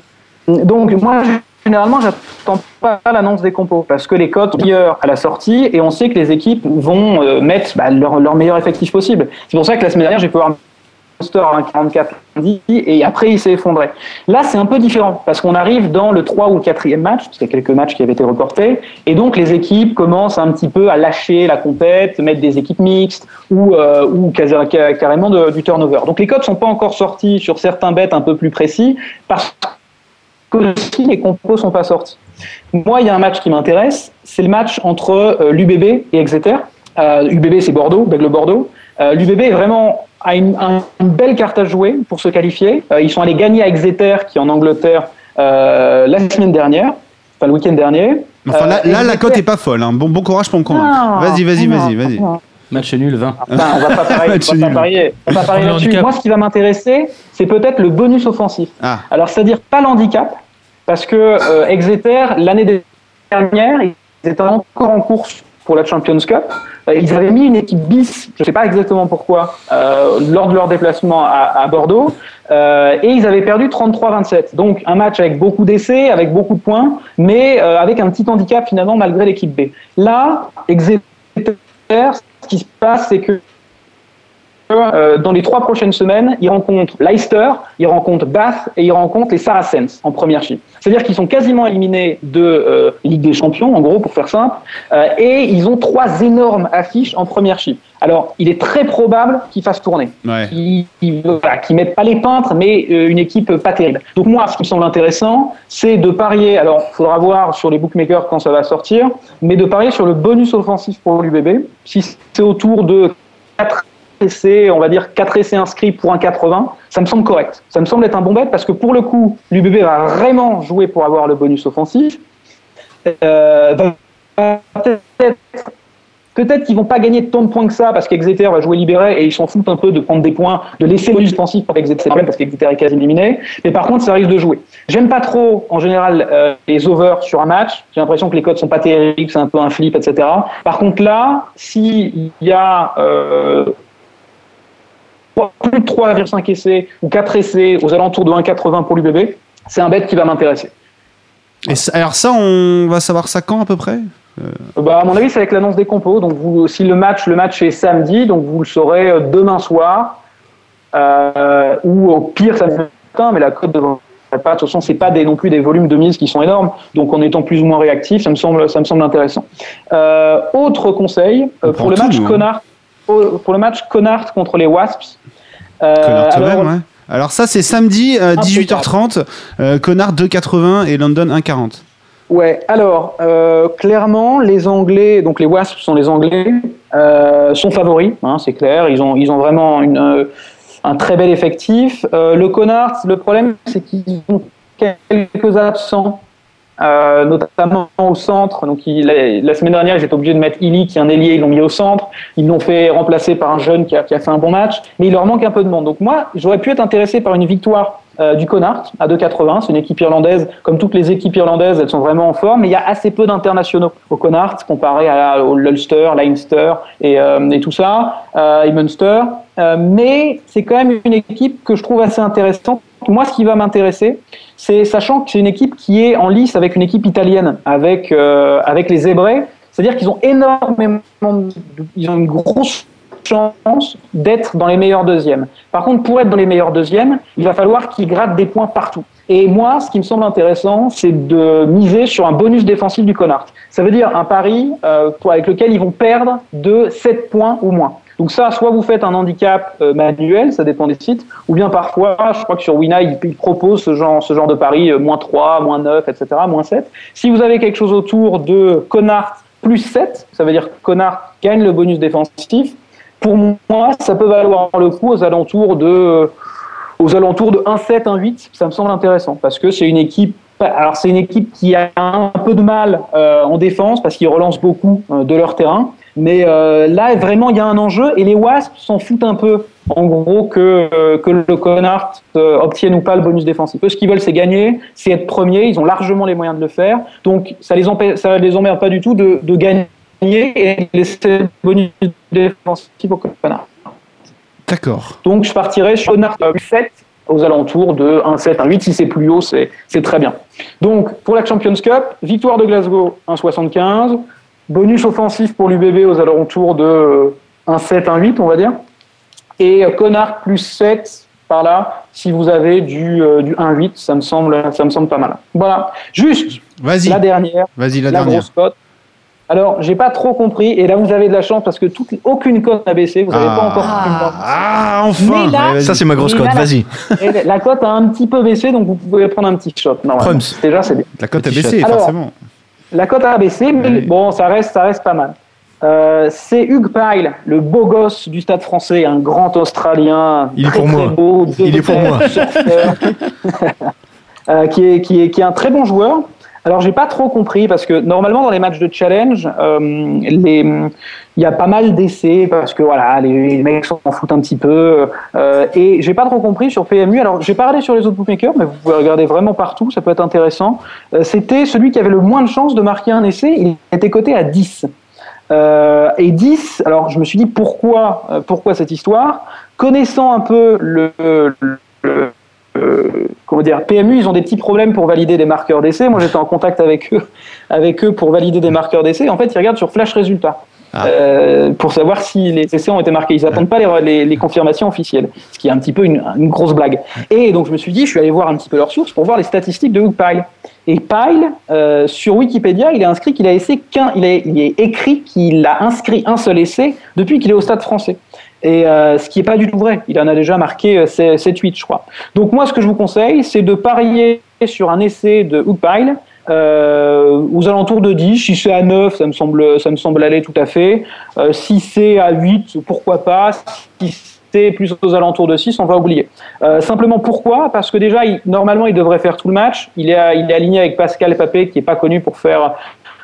D: donc, moi, généralement, j'attends pas l'annonce des compos parce que les cotes sont meilleures à la sortie et on sait que les équipes vont euh, mettre bah, leur, leur meilleur effectif possible. C'est pour ça que la semaine dernière, j'ai pu voir Monster à 1,44 et après il s'est effondré. Là, c'est un peu différent parce qu'on arrive dans le 3 ou le 4e match, parce qu'il y a quelques matchs qui avaient été reportés, et donc les équipes commencent un petit peu à lâcher la compète, mettre des équipes mixtes ou, euh, ou quasi- ca- carrément de- du turnover. Donc les codes sont pas encore sortis sur certains bets un peu plus précis parce que aussi les compos sont pas sortis. Moi, il y a un match qui m'intéresse, c'est le match entre l'UBB et Exeter. Euh, UBB, c'est Bordeaux, Bègle Bordeaux. Euh, L'UBB est vraiment a une, un- une belle carte à jouer pour se qualifier. Euh, ils sont allés gagner à Exeter, qui est en Angleterre, euh, la semaine dernière, enfin le week-end dernier.
A: Enfin, là,
D: Euh,
A: là, la
D: Exeter-
A: cote est pas folle. hein. Bon, bon courage pour me
D: Non,
A: convaincre. Vas-y, vas-y,
D: non,
A: vas-y, vas-y.
D: non.
E: Match nul 20.
D: Enfin, on va pas parier,
A: Match
D: on va pas
A: nul.
D: parier, on va pas parier
J: Prendre le
D: là-dessus.
J: handicap.
D: Moi, ce qui va m'intéresser, c'est peut-être le bonus offensif.
A: Ah.
D: Alors, c'est-à-dire pas l'handicap, parce que euh, Exeter, l'année dernière, ils étaient encore en course pour la Champions Cup. Euh, Ils avaient mis une équipe bis, je ne sais pas exactement pourquoi, euh, lors de leur déplacement à, à Bordeaux, Euh, et ils avaient perdu 33-27. Donc un match avec beaucoup d'essais, avec beaucoup de points, mais euh, avec un petit handicap finalement malgré l'équipe B. Là, Exeter, ce qui se passe, c'est que euh, dans les trois prochaines semaines, ils rencontrent Leicester, ils rencontrent Bath et ils rencontrent les Saracens en première chine. C'est-à-dire qu'ils sont quasiment éliminés de euh, Ligue des Champions, en gros, pour faire simple, euh, et ils ont trois énormes affiches en première chine. Alors, il est très probable qu'ils fassent tourner
A: Ouais.
D: qui, qui, voilà, qui mettent pas les peintres, mais euh, une équipe pas terrible. Donc moi, ce qui me semble intéressant, c'est de parier. Alors, faudra voir sur les bookmakers quand ça va sortir, mais de parier sur le bonus offensif pour l'UBB. Si c'est autour de 4 essais, on va dire 4 essais inscrits pour un 80, ça me semble correct. Ça me semble être un bon bet parce que pour le coup, l'UBB va vraiment jouer pour avoir le bonus offensif. Euh, va peut-être Peut-être qu'ils vont pas gagner tant de points que ça parce qu'Exeter va jouer libéré et ils s'en foutent un peu de prendre des points, de laisser le bonus offensif pour Exeter parce qu'Exeter est quasi éliminé. Mais par contre, ça risque de jouer. J'aime pas trop, en général, euh, les overs sur un match. J'ai l'impression que les codes sont pas terribles, c'est un peu un flip, etc. Par contre, là, s'il y a euh, plus de 3,5 essais ou 4 essais aux alentours de 1,80 pour l'UBB, c'est un bet qui va m'intéresser.
A: Et ça- alors ça, on va savoir ça quand à peu près
D: Bah, à mon avis, c'est avec l'annonce des compos. Donc, vous, si le match, le match est samedi, donc vous le saurez euh, demain soir, euh, ou au pire samedi matin, mais la cote devrait pas. De toute façon, c'est pas des, non plus des volumes de mise qui sont énormes. Donc, en étant plus ou moins réactif, ça me semble, ça me semble intéressant. Euh, autre conseil euh,
A: On prend
D: pour le
A: tout,
D: match
A: nous, hein.
D: Connard, oh, pour le match Connard contre les Wasps. euh,
A: Connard
D: alors, Ah,
A: toi-même, ouais. Alors ça, c'est samedi euh,
D: Impeccable.
A: 18h30, euh, Connard 2,80 et London 1,40.
D: Ouais, alors, euh, clairement, les Anglais, donc les Wasps sont les Anglais, euh, sont favoris, hein, c'est clair. Ils ont, ils ont vraiment une, euh, un très bel effectif. Euh, le Connard, le problème, c'est qu'ils ont quelques absents, euh, notamment au centre. Donc, il- la, la semaine dernière, ils étaient obligés de mettre Illy, qui est un ailier, ils l'ont mis au centre. Ils l'ont fait remplacer par un jeune qui a, qui a fait un bon match, mais il leur manque un peu de monde. Donc, moi, j'aurais pu être intéressé par une victoire euh, du Connacht à 2,80. C'est une équipe irlandaise. Comme toutes les équipes irlandaises, elles sont vraiment en forme, mais il y a assez peu d'internationaux au Connacht comparé à, au Lulster, Leinster et, euh, et tout ça, euh, et Munster. Euh, mais c'est quand même une équipe que je trouve assez intéressante. Moi, ce qui va m'intéresser, c'est sachant que c'est une équipe qui est en lice avec une équipe italienne, avec, euh, avec les Hébreux. C'est-à-dire qu'ils ont énormément, de- ils ont une grosse chance d'être dans les meilleurs deuxièmes. Par contre, pour être dans les meilleurs deuxièmes, il va falloir qu'ils grattent des points partout. Et moi, ce qui me semble intéressant, c'est de miser sur un bonus défensif du Connard. Ça veut dire un pari euh, pour- avec lequel ils vont perdre de 7 points ou moins. Donc ça, soit vous faites un handicap euh, manuel, ça dépend des sites, ou bien parfois, je crois que sur Wina, ils, ils proposent ce genre, ce genre de pari, euh, moins 3, moins 9, etc., moins 7. Si vous avez quelque chose autour de Connard plus 7, ça veut dire que Connard gagne le bonus défensif, pour moi, ça peut valoir le coup aux alentours de euh, aux alentours de 1,7, 1,8. Ça me semble intéressant parce que c'est une équipe. Alors c'est une équipe qui a un peu de mal euh, en défense parce qu'ils relancent beaucoup euh, de leur terrain. Mais euh, là, vraiment, il y a un enjeu et les Wasps s'en foutent un peu. En gros, que, euh, que le Connard euh, obtienne ou pas le bonus défensif. Eux, ce qu'ils veulent, c'est gagner, c'est être premier. Ils ont largement les moyens de le faire. Donc, ça les empê- ça les emmerde pas du tout de, de gagner et de laisser le bonus défensif au Connard.
A: D'accord.
D: Donc je partirais sur Connard 7 aux alentours de 1,7, 1,8. Si c'est plus haut, c'est c'est très bien. Donc pour la Champions Cup, victoire de Glasgow 1,75. Bonus offensif pour l'UBB aux alentours de euh, 1,7, 1,8, on va dire. Et euh, Connard plus 7 par là, si vous avez du, euh, du 1,8, ça, me semble- ça me semble pas mal. Voilà. Juste
A: Vas-y,
D: la dernière
A: vas-y la,
D: la,
A: dernière.
D: grosse cote. Alors, j'ai pas trop compris, et là vous avez de la chance parce que toute, aucune cote n'a baissé, vous n'avez
A: Ah.
D: pas encore pris le temps.
A: Ah, enfin
D: Mais là-
A: Allez, vas-y.
B: Ça, c'est ma grosse
D: Mais
B: cote,
D: là, la-
B: vas-y.
D: Et la- la cote a un petit peu baissé, donc vous pouvez prendre un petit shot. normalement.
B: Prums.
D: Déjà, c'est bien.
A: La cote a
B: Petit
A: baissé,
D: shot. Alors,
A: forcément.
D: La cote a baissé, mais
A: Oui.
D: bon, ça reste, ça reste pas mal. Euh, c'est Hugues Pyle, le beau gosse du stade français, un grand Australien.
B: Il est
D: très,
B: pour
D: très
B: moi.
D: beau, deux
B: Il est pour
D: mètres,
B: moi.
D: surfeur, euh, qui, est, qui, est, qui est un très bon joueur. Alors, j'ai pas trop compris parce que normalement, dans les matchs de challenge, euh, les- il y a pas mal d'essais parce que voilà, les, les mecs s'en foutent un petit peu. Euh, et j'ai pas trop compris sur PMU. Alors, j'ai pas regardé sur les autres bookmakers, mais vous pouvez regarder vraiment partout, ça peut être intéressant. Euh, C'était celui qui avait le moins de chances de marquer un essai. Il était coté à 10. Euh, et 10, alors je me suis dit pourquoi, euh, pourquoi cette histoire Connaissant un peu le, le- le- euh, comment dire, PMU, ils ont des petits problèmes pour valider des marqueurs d'essai. Moi j'étais en contact avec eux, avec eux pour valider des marqueurs d'essai. En fait, ils regardent sur Flash Résultats.
A: Ah.
I: euh, pour savoir si les essais ont été marqués. Ils n'attendent pas les, re- les- les confirmations officielles, ce qui est un petit peu une, une grosse blague. Et donc je me suis dit, je suis allé voir un petit peu leurs sources pour voir les statistiques de Hugh Pyle. Et Pyle, euh, sur Wikipédia, il est inscrit qu'il a essayé qu'un, il est, il est écrit qu'il a inscrit un seul essai depuis qu'il est au Stade Français. Et euh, ce qui n'est pas du tout vrai. Il en a déjà marqué euh, 7-8, je crois. Donc moi, ce que je vous conseille, c'est de parier sur un essai de Hugh Pyle euh, aux alentours de 10. Si c'est à 9, ça me semble, ça me semble aller tout à fait. Euh, si c'est à 8, pourquoi pas. Si c'est plus aux alentours de 6, on va oublier. Euh, simplement pourquoi Parce que déjà, il- normalement, il devrait faire tout le match. Il est, à- il est aligné avec Pascal Papé, qui n'est pas connu pour faire,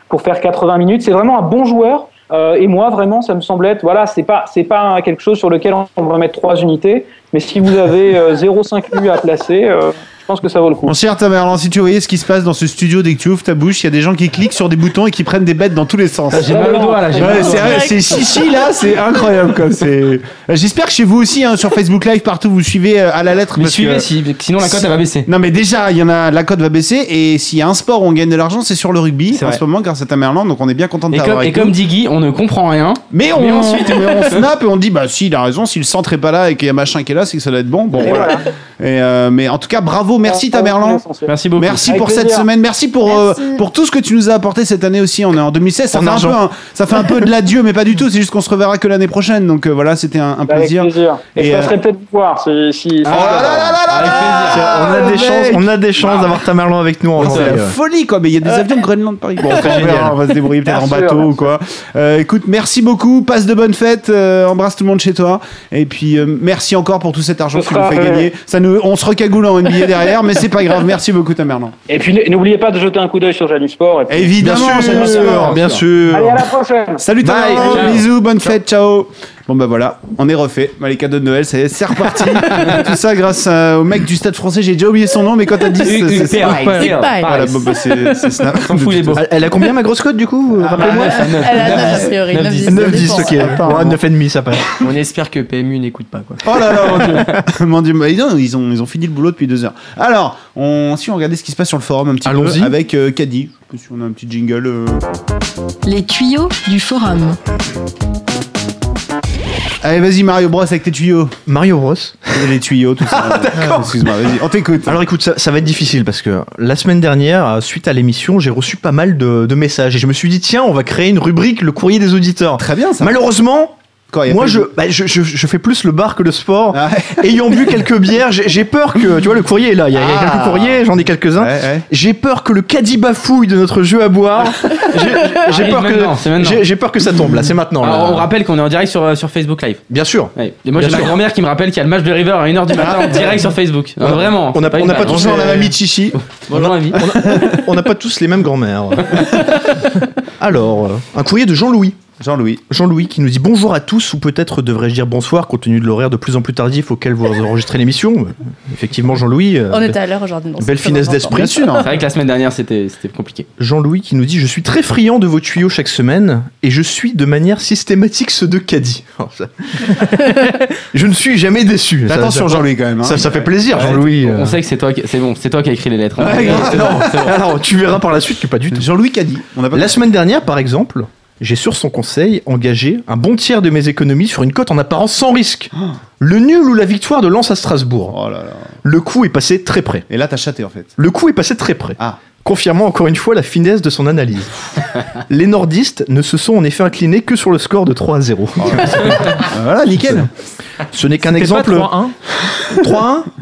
I: pour faire 80 minutes. C'est vraiment un bon joueur. Euh, et moi, vraiment, ça me semble être. Voilà, c'est pas, c'est pas quelque chose sur lequel on va mettre trois unités. Mais si vous avez euh, 0,5 U à placer, euh, je pense que ça vaut le coup.
A: Mon cher Tamerlan, si tu voyais ce qui se passe dans ce studio dès que tu ouvres ta bouche, il y a des gens qui cliquent sur des boutons et qui prennent des bêtes dans tous les sens.
E: J'ai mal au doigt là. j'ai
I: euh,
E: mal au
A: Ouais,
E: doigt.
A: c'est vrai, c'est chichi là, c'est incroyable quoi. C'est. J'espère que chez vous aussi, hein, sur Facebook Live partout, vous suivez euh, à la lettre.
D: Mais
A: parce
D: suivez,
A: que-
D: si- sinon la cote
A: si-
D: elle va baisser.
A: Non mais déjà, il y en a, la cote va baisser et s'il y a un sport où on gagne de l'argent, c'est sur le rugby
D: C'est
A: en
D: vrai.
A: ce moment grâce à Tamerlan, donc on est bien content de
D: Et
A: t'avoir.
D: comme, et
A: avec
D: comme
A: nous.
D: dit Guy, on ne comprend rien.
A: Mais on,
D: mais ensuite-
A: mais on snap et on dit bah si, il a raison, si le centre est pas là et qu'il y a machin qui est là, c'est que ça doit être bon. Bon
I: Et
A: voilà.
I: voilà.
A: Et, euh, mais en tout cas, bravo, merci Tamerlan.
I: L'essentiel.
D: Merci beaucoup.
A: Merci
I: Avec
A: pour cette
I: plaisir.
A: semaine, merci pour euh,
C: Merci.
A: pour tout ce que tu nous as apporté cette année aussi. On est en 2016, ça
B: En
A: fait
B: argent.
A: un peu un- ça fait un peu de l'adieu, mais pas du tout. C'est juste qu'on se reverra que l'année prochaine. Donc euh, voilà, c'était un, un
I: Avec
A: plaisir.
I: plaisir. Et,
A: Et,
I: je
A: euh,
I: passerai peut-être vous voir si. si-
A: Oh là là là là là
D: Avec
A: là
D: plaisir.
B: Tiens, on
A: Ah,
B: a
A: le
B: des
A: mec.
B: chances, on a des chances d'avoir Tamerlan avec nous en
A: C'est
B: janvier.
A: la folie quoi, mais il y a des avions de Groenland Paris. Bon, on verra,
B: génial.
A: on va se débrouiller peut-être
I: Euh, Bien
A: en
I: sûr,
A: bateau
I: bien
A: ou quoi. Euh, écoute, merci beaucoup, passe de bonnes fêtes, euh, embrasse tout le monde chez toi, et puis euh, merci encore pour tout cet argent
I: Ce
A: que tu nous
I: sera- euh,
A: fais gagner. Ça nous, on se recagoule en NBA derrière, mais c'est pas grave. Merci beaucoup Tamerlan.
I: Et puis n- n'oubliez pas de jeter un coup d'œil sur Janus Sport. Et puis-
A: Évidemment,
B: Bien sûr,
A: bien sûr,
B: bien sûr.
I: Allez, à la prochaine!
A: Salut
B: Bye.
A: Tamerlan,
D: Ciao.
A: bisous, bonne fête, ciao. Bon bah voilà, on est refait. Bah, les cadeaux de Noël, ça y est, c'est reparti. Tout ça grâce à- au mec du stade français. J'ai déjà oublié son nom, mais quand t'as dit, c'est c'est ça. Voilà, bon, bah, c'est c'est Snap.
D: S'en fout, il est beau.
B: Elle- Elle a combien ma grosse cote du coup
A: Ah,
B: euh, Rappelez-moi.
C: Elle a 9 a priori, 9 10.
B: 9-10, ok.
A: Apparemment.
B: Ouais, 9,5, ça passe.
G: On espère que PMU n'écoute pas quoi.
A: Oh là là, mon dieu. mon dieu, mais dis donc, ils ont, ils ont fini le boulot depuis deux heures. Alors, on, si on regardait ce qui se passe sur le forum un petit
B: Allons-y.
A: peu avec euh, Caddy. Je sais pas si on a un petit jingle. euh.
K: Les tuyaux du forum.
A: Allez, vas-y, Mario Bros avec tes tuyaux.
B: Mario Bros.
A: Les tuyaux, tout ça. D'accord. Excuse-moi, vas-y, on t'écoute.
B: Alors écoute, ça, ça va être difficile parce que la semaine dernière, euh, suite à l'émission, j'ai reçu pas mal de, de messages et je me suis dit tiens, on va créer une rubrique le courrier des auditeurs.
A: Très bien, ça.
B: Malheureusement,
A: Quand il y a
B: moi
A: pas
B: je,
A: eu-
B: bah, je, je- je fais plus le bar que le sport.
A: Ah,
B: Ayant bu quelques bières, j'ai j'ai peur que tu vois le courrier est là. Il y a, il y a
A: Ah.
B: quelques courriers, j'en ai quelques-uns.
A: ouais, ouais.
B: J'ai peur que le caddie bafouille de notre jeu à boire. J'ai- J'ai j'ai
D: Arrive
B: peur
D: maintenant, c'est
B: que
D: maintenant.
B: j'ai- j'ai peur que ça tombe là. C'est maintenant. là.
D: Alors, on rappelle qu'on est en direct sur, euh, sur Facebook Live.
B: Bien sûr.
D: Ouais. Et moi,
B: Bien
D: j'ai ma
B: sûr.
D: grand-mère qui me rappelle qu'il y a le match de River à 1h du matin en direct sur Facebook. Non, Ah, vraiment.
B: On n'a
D: c'est
B: pas,
D: une
B: on n'a pas
D: blague.
B: tous.
A: Bonjour
B: les-
A: la mamie de Chichi.
D: Bonjour, mamie.
B: On n'a pas tous les mêmes grand-mères. Alors, euh, un courrier de Jean-Louis.
A: Jean-Louis.
B: Jean-Louis qui nous dit bonjour à tous, ou peut-être devrais-je dire bonsoir, compte tenu de l'horaire de plus en plus tardif auquel vous enregistrez l'émission. Euh, Effectivement, Jean-Louis. euh,
C: On était à l'heure aujourd'hui. donc
B: Belle
C: c'est
B: finesse
C: très
B: d'esprit.
C: important.
A: Bien sûr. hein.
D: C'est vrai que la semaine dernière, c'était c'était compliqué.
B: Jean-Louis qui nous dit Je suis très friand de vos tuyaux chaque semaine et je suis de manière systématique ceux de Caddy. Alors, ça- je ne suis jamais déçu. Ça-
A: Attention
B: ça,
A: Jean-Louis quand même. hein.
B: ça, ça fait plaisir, Jean-Louis. Ah,
D: On sait que c'est toi, qui- c'est bon, c'est toi qui as écrit les lettres. hein.
A: Ouais, grave.
D: C'est bon, c'est bon.
B: Alors, tu verras par la suite que pas du tout.
A: Jean-Louis Caddy. On a pas
B: La semaine dernière, par exemple, j'ai sur son conseil engagé un bon tiers de mes économies sur une cote en apparence sans risque.
A: Ah.
B: Le nul ou la victoire de Lens à Strasbourg.
A: Oh là là.
B: Le coup est passé très près.
A: Et là t'as chaté en fait.
B: Le coup est passé très près.
A: Ah.
B: Confirmant encore une fois la finesse de son analyse. Les nordistes ne se sont en effet inclinés que sur le score de 3 à 0.
A: Ah, Voilà, nickel.
B: Ce n'est qu'un
E: C'était pas
B: exemple.
E: 3-1.
B: 3-1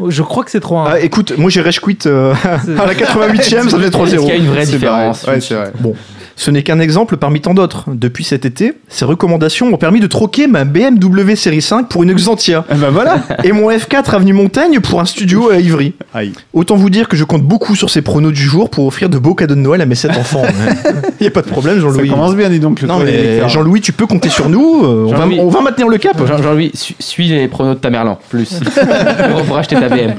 E: euh, Je crois que c'est 3-1.
B: Ah, Écoute, moi j'ai rage quit euh, à la 88e, ça fait
D: Est-ce qu'il y a
B: 3-0.
D: une vraie
A: C'est
D: différence
A: pareil. Ouais, c'est vrai.
B: Bon, ce n'est qu'un exemple parmi tant d'autres. Depuis cet été, ces recommandations m'ont permis de troquer ma BMW série 5 pour une Xantia
A: Eh ben voilà.
B: et mon F4 avenue Montaigne pour un studio à Ivry.
A: Aïe.
B: Autant vous dire que je compte beaucoup sur ces pronos du jour pour offrir de beaux cadeaux de Noël à mes 7 enfants. Il n'y a pas de problème,
A: Ça
B: Jean-Louis.
A: commence bien, dis donc. Le
B: Non,
A: courrier des
B: mais
A: lecteurs.
B: Jean-Louis, tu peux compter sur nous. euh, on, va,
D: Jean-Louis.
B: on va maintenir le cap.
D: Jean- Jean-Louis, su- suis les pronos de Tamerlan, plus. Pour- pour acheter ta BM.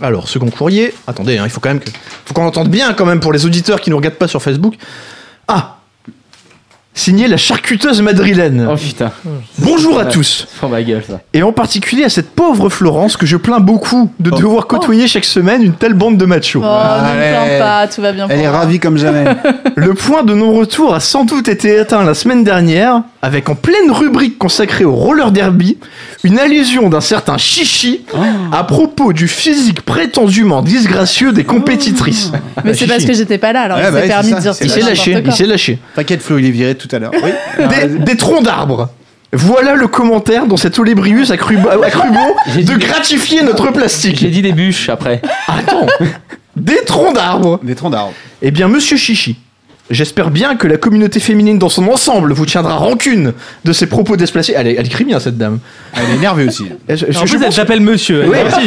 B: Alors, second courrier. Attendez, hein, il faut quand même que- faut qu'on entende bien quand même pour les auditeurs qui ne nous regardent pas sur Facebook. Ah Signé la charcuteuse madrilène.
D: Oh putain,
B: Bonjour à tous.
D: c'est pour ma gueule ça.
B: et en particulier à cette pauvre pauvre Florence que je plains beaucoup
D: Oh.
B: de devoir côtoyer chaque semaine une telle bande de machos.
C: Oh, ne me
A: Allez.
C: plains pas, tout va bien.
A: Elle
C: pour
A: est
C: moi.
A: ravie comme jamais.
B: Le point de non-retour a sans doute été atteint la semaine dernière, avec en pleine rubrique consacrée au roller derby, une allusion d'un certain Chichi à propos du physique prétendument disgracieux des compétitrices.
C: Ah. Mais c'est parce que j'étais pas là, alors
A: Ouais,
C: il
A: bah
C: s'est
A: oui,
C: permis
A: c'est
C: de
A: ça,
C: dire
A: c'est
B: Il
C: tout
B: s'est
C: et
B: lâché,
C: n'importe
B: il
C: quoi.
B: s'est lâché.
A: T'inquiète, Flo, il est viré tout à l'heure. Oui.
B: des, des troncs d'arbres. Voilà le commentaire dont cet olébrius a cru, a cru bon de gratifier notre plastique.
D: J'ai dit des bûches après.
B: Attends, des troncs d'arbres.
A: Des troncs d'arbres.
B: Eh bien, monsieur Chichi, j'espère bien que la communauté féminine dans son ensemble vous tiendra rancune de ces propos desplacés. Elle, est- elle écrit bien, cette dame. Eh,
A: Elle est énervée aussi.
B: Je- je- je
E: En plus, elle
B: pense-
E: t'appelle monsieur.
B: Oui.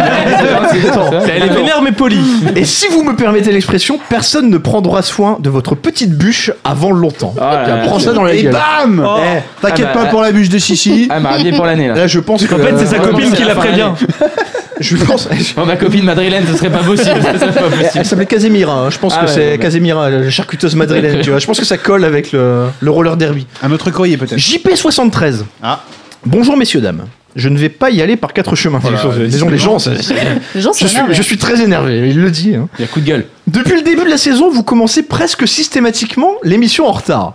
E: Attends, Elle est vénère mais polie.
B: Et si vous me permettez l'expression, personne ne prendra soin de votre petite bûche avant longtemps.
D: Ah là
B: Tiens,
D: là.
B: prends ça dans la
A: Et
B: gueule.
A: bam
E: Oh.
A: Eh, T'inquiète
D: Ah bah,
A: pas pour la bûche de Chichi.
D: Ah, elle m'a rhabillé pour l'année là.
B: Là, je pense que.
E: En fait, c'est sa
D: Euh,
E: copine
D: c'est
E: qui
D: la
E: la
D: fin
E: prévient.
B: Je pense.
D: Oh, ma copine madrilène, ce serait pas possible. ce serait pas
B: Elle, elle
D: possible.
B: s'appelait Casemira, hein. je pense que
D: Ah ouais,
B: c'est
D: ouais, ouais.
B: Casemira, la charcuteuse madrilène, tu vois. Je pense que ça colle avec le, le roller derby.
A: Un autre courrier peut-être.
B: JP73.
A: Ah.
B: Bonjour messieurs, dames. Je ne vais pas y aller par quatre chemins.
A: Voilà,
B: Disons- disons les gens, c'est- c'est-
C: Les gens
B: je,
C: sont
B: suis,
C: énervés.
B: je suis très énervé, il le dit. hein.
D: Il y a coup de gueule.
B: Depuis le début de la saison, vous commencez presque systématiquement l'émission en retard.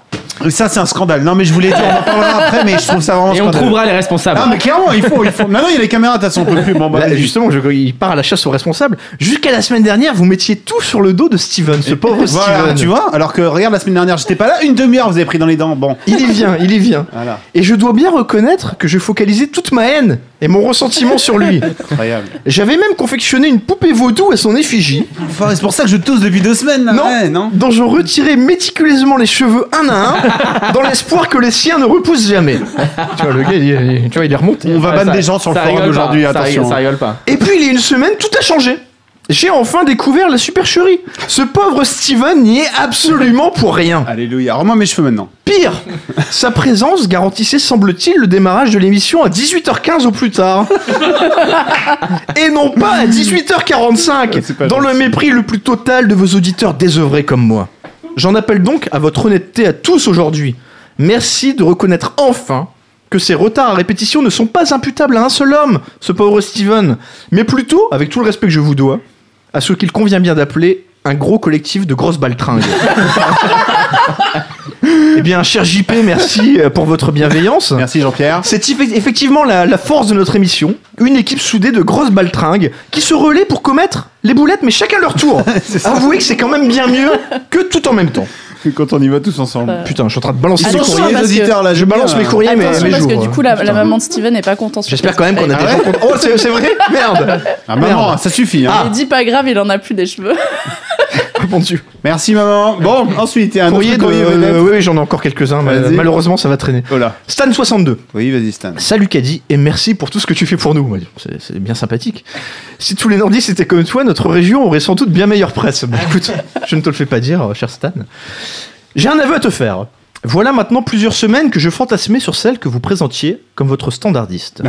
A: Ça, c'est un scandale. Non, mais je voulais dire, on en parlera après, mais je trouve ça vraiment
D: Et on
A: scandaleux.
D: trouvera les responsables.
A: Non, mais clairement, il faut, il faut. Non, non, il y a les caméras, de toute façon, on peut plus. Bon, bah,
B: Là,
A: vas-y.
B: justement, je- il part à la chasse aux responsables. Jusqu'à la semaine dernière, vous mettiez tout sur le dos de Steven, ce pauvre
A: Voilà,
B: Steven.
A: tu vois, alors que regarde la semaine dernière, j'étais pas là, une demi-heure vous avez pris dans les dents. Bon,
B: Il y vient, il y vient.
A: voilà,
B: Et je dois bien reconnaître que je focalisais toute ma haine et mon ressentiment sur lui.
A: incroyable.
B: J'avais même confectionné une poupée vaudou à son effigie,
A: Enfin, c'est pour ça que je tousse depuis deux semaines, là.
B: Non.
A: Ah ouais, non
B: dont je retirais méticuleusement les cheveux un à un, dans l'espoir que les siens ne repoussent jamais. Tu vois, le gars, il, il- tu vois, il est remonté.
A: On va
D: Ah,
A: ban
D: ça-
A: des gens sur le
D: ça
A: forum
D: rigole pas,
A: aujourd'hui,
D: ça rigole-
A: attention.
D: Ça rigole pas.
B: Et puis, il y a une semaine, tout a changé. J'ai enfin découvert la supercherie. Ce pauvre Steven n'y est absolument pour rien.
A: Alléluia, rends-moi mes cheveux maintenant.
B: Pire, sa présence garantissait, semble-t-il, le démarrage de l'émission à 18h15 au plus tard. Et non pas à
A: Euh, c'est
B: 18h45,
A: pas
B: dans le
A: gentil.
B: mépris le plus total de vos auditeurs désœuvrés comme moi. J'en appelle donc à votre honnêteté à tous aujourd'hui. Merci de reconnaître enfin que ces retards à répétition ne sont pas imputables à un seul homme, ce pauvre Steven, mais plutôt, avec tout le respect que je vous dois, à ce qu'il convient bien d'appeler un gros collectif de grosses baltringues. Eh bien, cher JP, merci euh, pour votre bienveillance.
A: Merci Jean-Pierre.
B: C'est effe- effectivement la, la force de notre émission, une équipe soudée de grosses baltringues qui se relaient pour commettre les boulettes, mais chacun leur tour. Avouez que c'est quand même bien mieux que tout en même temps.
A: Quand on y va tous ensemble.
B: Euh, Putain, je suis en train de balancer mes
C: Attention,
B: courriers.
C: parce que-
A: là,
B: Je balance mes courriers, mais
C: Attention
B: mes
C: parce
B: jours,
C: que du
B: hein.
C: coup, la, la maman de Steven n'est pas contente. sur
B: J'espère
C: Facebook.
B: quand même qu'on a des gens contents. Oh, c'est c'est vrai Merde
A: Ah, maman,
B: Merde.
A: ça suffit, hein.
C: Il dit pas grave, il en a plus des cheveux.
B: Mon Dieu.
A: Merci maman. Bon, ensuite, il y a un autre
B: Courrier
A: courrier,
B: de... euh,
A: vedette.
B: oui, oui, j'en ai encore quelques-uns. mais
A: Vas-y.
B: Malheureusement, ça va traîner.
A: Voilà.
B: Stan62.
A: Oui, vas-y Stan.
B: Salut Caddy et merci pour tout ce que tu fais pour nous. Ouais, C'est c'est bien sympathique. Si tous les nordistes étaient comme toi, notre région aurait sans doute bien meilleure presse. Bah écoute, je ne te le fais pas dire, euh, cher Stan. J'ai un aveu à te faire. Voilà maintenant plusieurs semaines que je fantasmais sur celle que vous présentiez comme votre standardiste.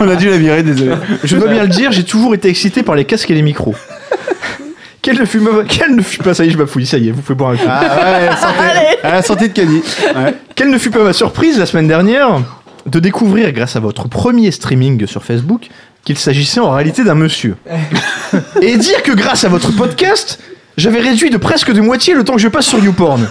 A: On a dû la virer, désolé.
B: Je dois bien le dire, j'ai toujours été excité par les casques et les micros. Quelle ne fut, ma- quelle ne fut pas, ça y est, je bafouille, ça y est, vous pouvez boire un coup.
A: Ah ouais, santé. À la santé de Caddy. Ouais.
B: Quelle ne fut pas ma surprise la semaine dernière de découvrir, grâce à votre premier streaming sur Facebook, qu'il s'agissait en réalité d'un monsieur. Et dire que grâce à votre podcast, j'avais réduit de presque de moitié le temps que je passe sur YouPorn.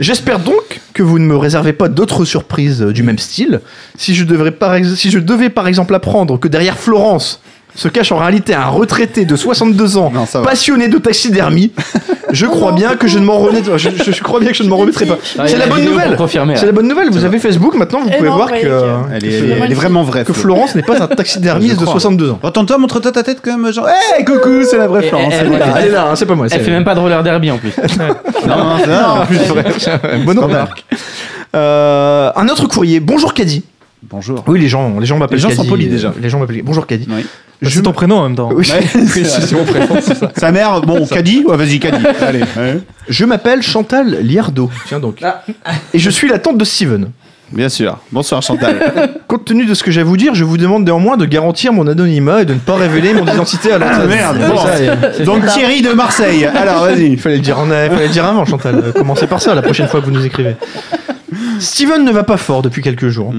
B: J'espère donc que vous ne me réservez pas d'autres surprises euh, du même style. Si je, devrais par ex- si je devais par exemple apprendre que derrière Florence se cache en réalité un retraité de 62 ans
A: Non, ça va.
B: passionné de taxidermie, je crois bien que je ne m'en remets- je- je- je crois bien que je ne m'en remettrai pas.
D: Ah, il y
B: C'est
D: a
B: la
D: la
B: bonne
D: vidéo
B: nouvelle.
D: pour confirmer,
B: C'est
D: là.
B: la bonne nouvelle. Vous avez Facebook maintenant. Vous
C: Et
B: pouvez
C: non,
B: voir que,
C: ouais,
B: euh,
A: Elle
B: que,
A: est, elle est- elle est vraiment vraie.
B: que
A: Flo.
B: Florence n'est pas un
A: Je
B: taxidermiste de
A: crois.
B: 62 ans.
A: Retourne-toi, montre-toi ta tête quand même, genre. Eh, coucou, c'est la vraie
D: Et-
A: Florence.
D: et-
A: c'est
D: et-
A: la
D: et-
A: vraie.
B: Elle est là, hein, c'est pas moi. c'est
D: Elle fait
B: elle.
D: même pas de roller derby en plus.
A: Non, non, c'est vrai, en plus, c'est vrai.
B: Bonne
A: Pas
B: remarque. Euh, un autre courrier. Bonjour Caddy.
A: Bonjour.
B: Oui, les gens, les gens m'appellent.
A: Les gens sont
B: Caddy.
A: polis, déjà.
B: Les gens m'appellent. Bonjour Bah, Caddy.
A: Oui.
E: Bah, C'est ton prénom en même temps.
B: Oui,
A: Ouais,
B: oui,
A: c'est
B: c'est-
A: vrai.
B: c'est mon prénom, c'est ça.
A: Sa mère, bon, Caddy Ouais, vas-y, Caddy. Allez. ouais.
B: Je m'appelle Chantal Liardo. Tiens donc. Et je suis la tante de Steven.
A: Bien sûr. Bonsoir, Chantal.
B: Compte tenu de ce que j'ai à vous dire, je vous demande néanmoins de garantir mon anonymat et de ne pas révéler mon identité à l'antenne.
A: Ah, merde, bon.
B: Ça, et-
A: Donc, Thierry de Marseille. Alors, vas-y.
B: Il fallait le dire, en- il fallait le dire avant, Chantal. Euh,
A: Mhm.
B: Commencez par ça la prochaine fois que vous nous écrivez. Steven ne va pas fort depuis quelques jours.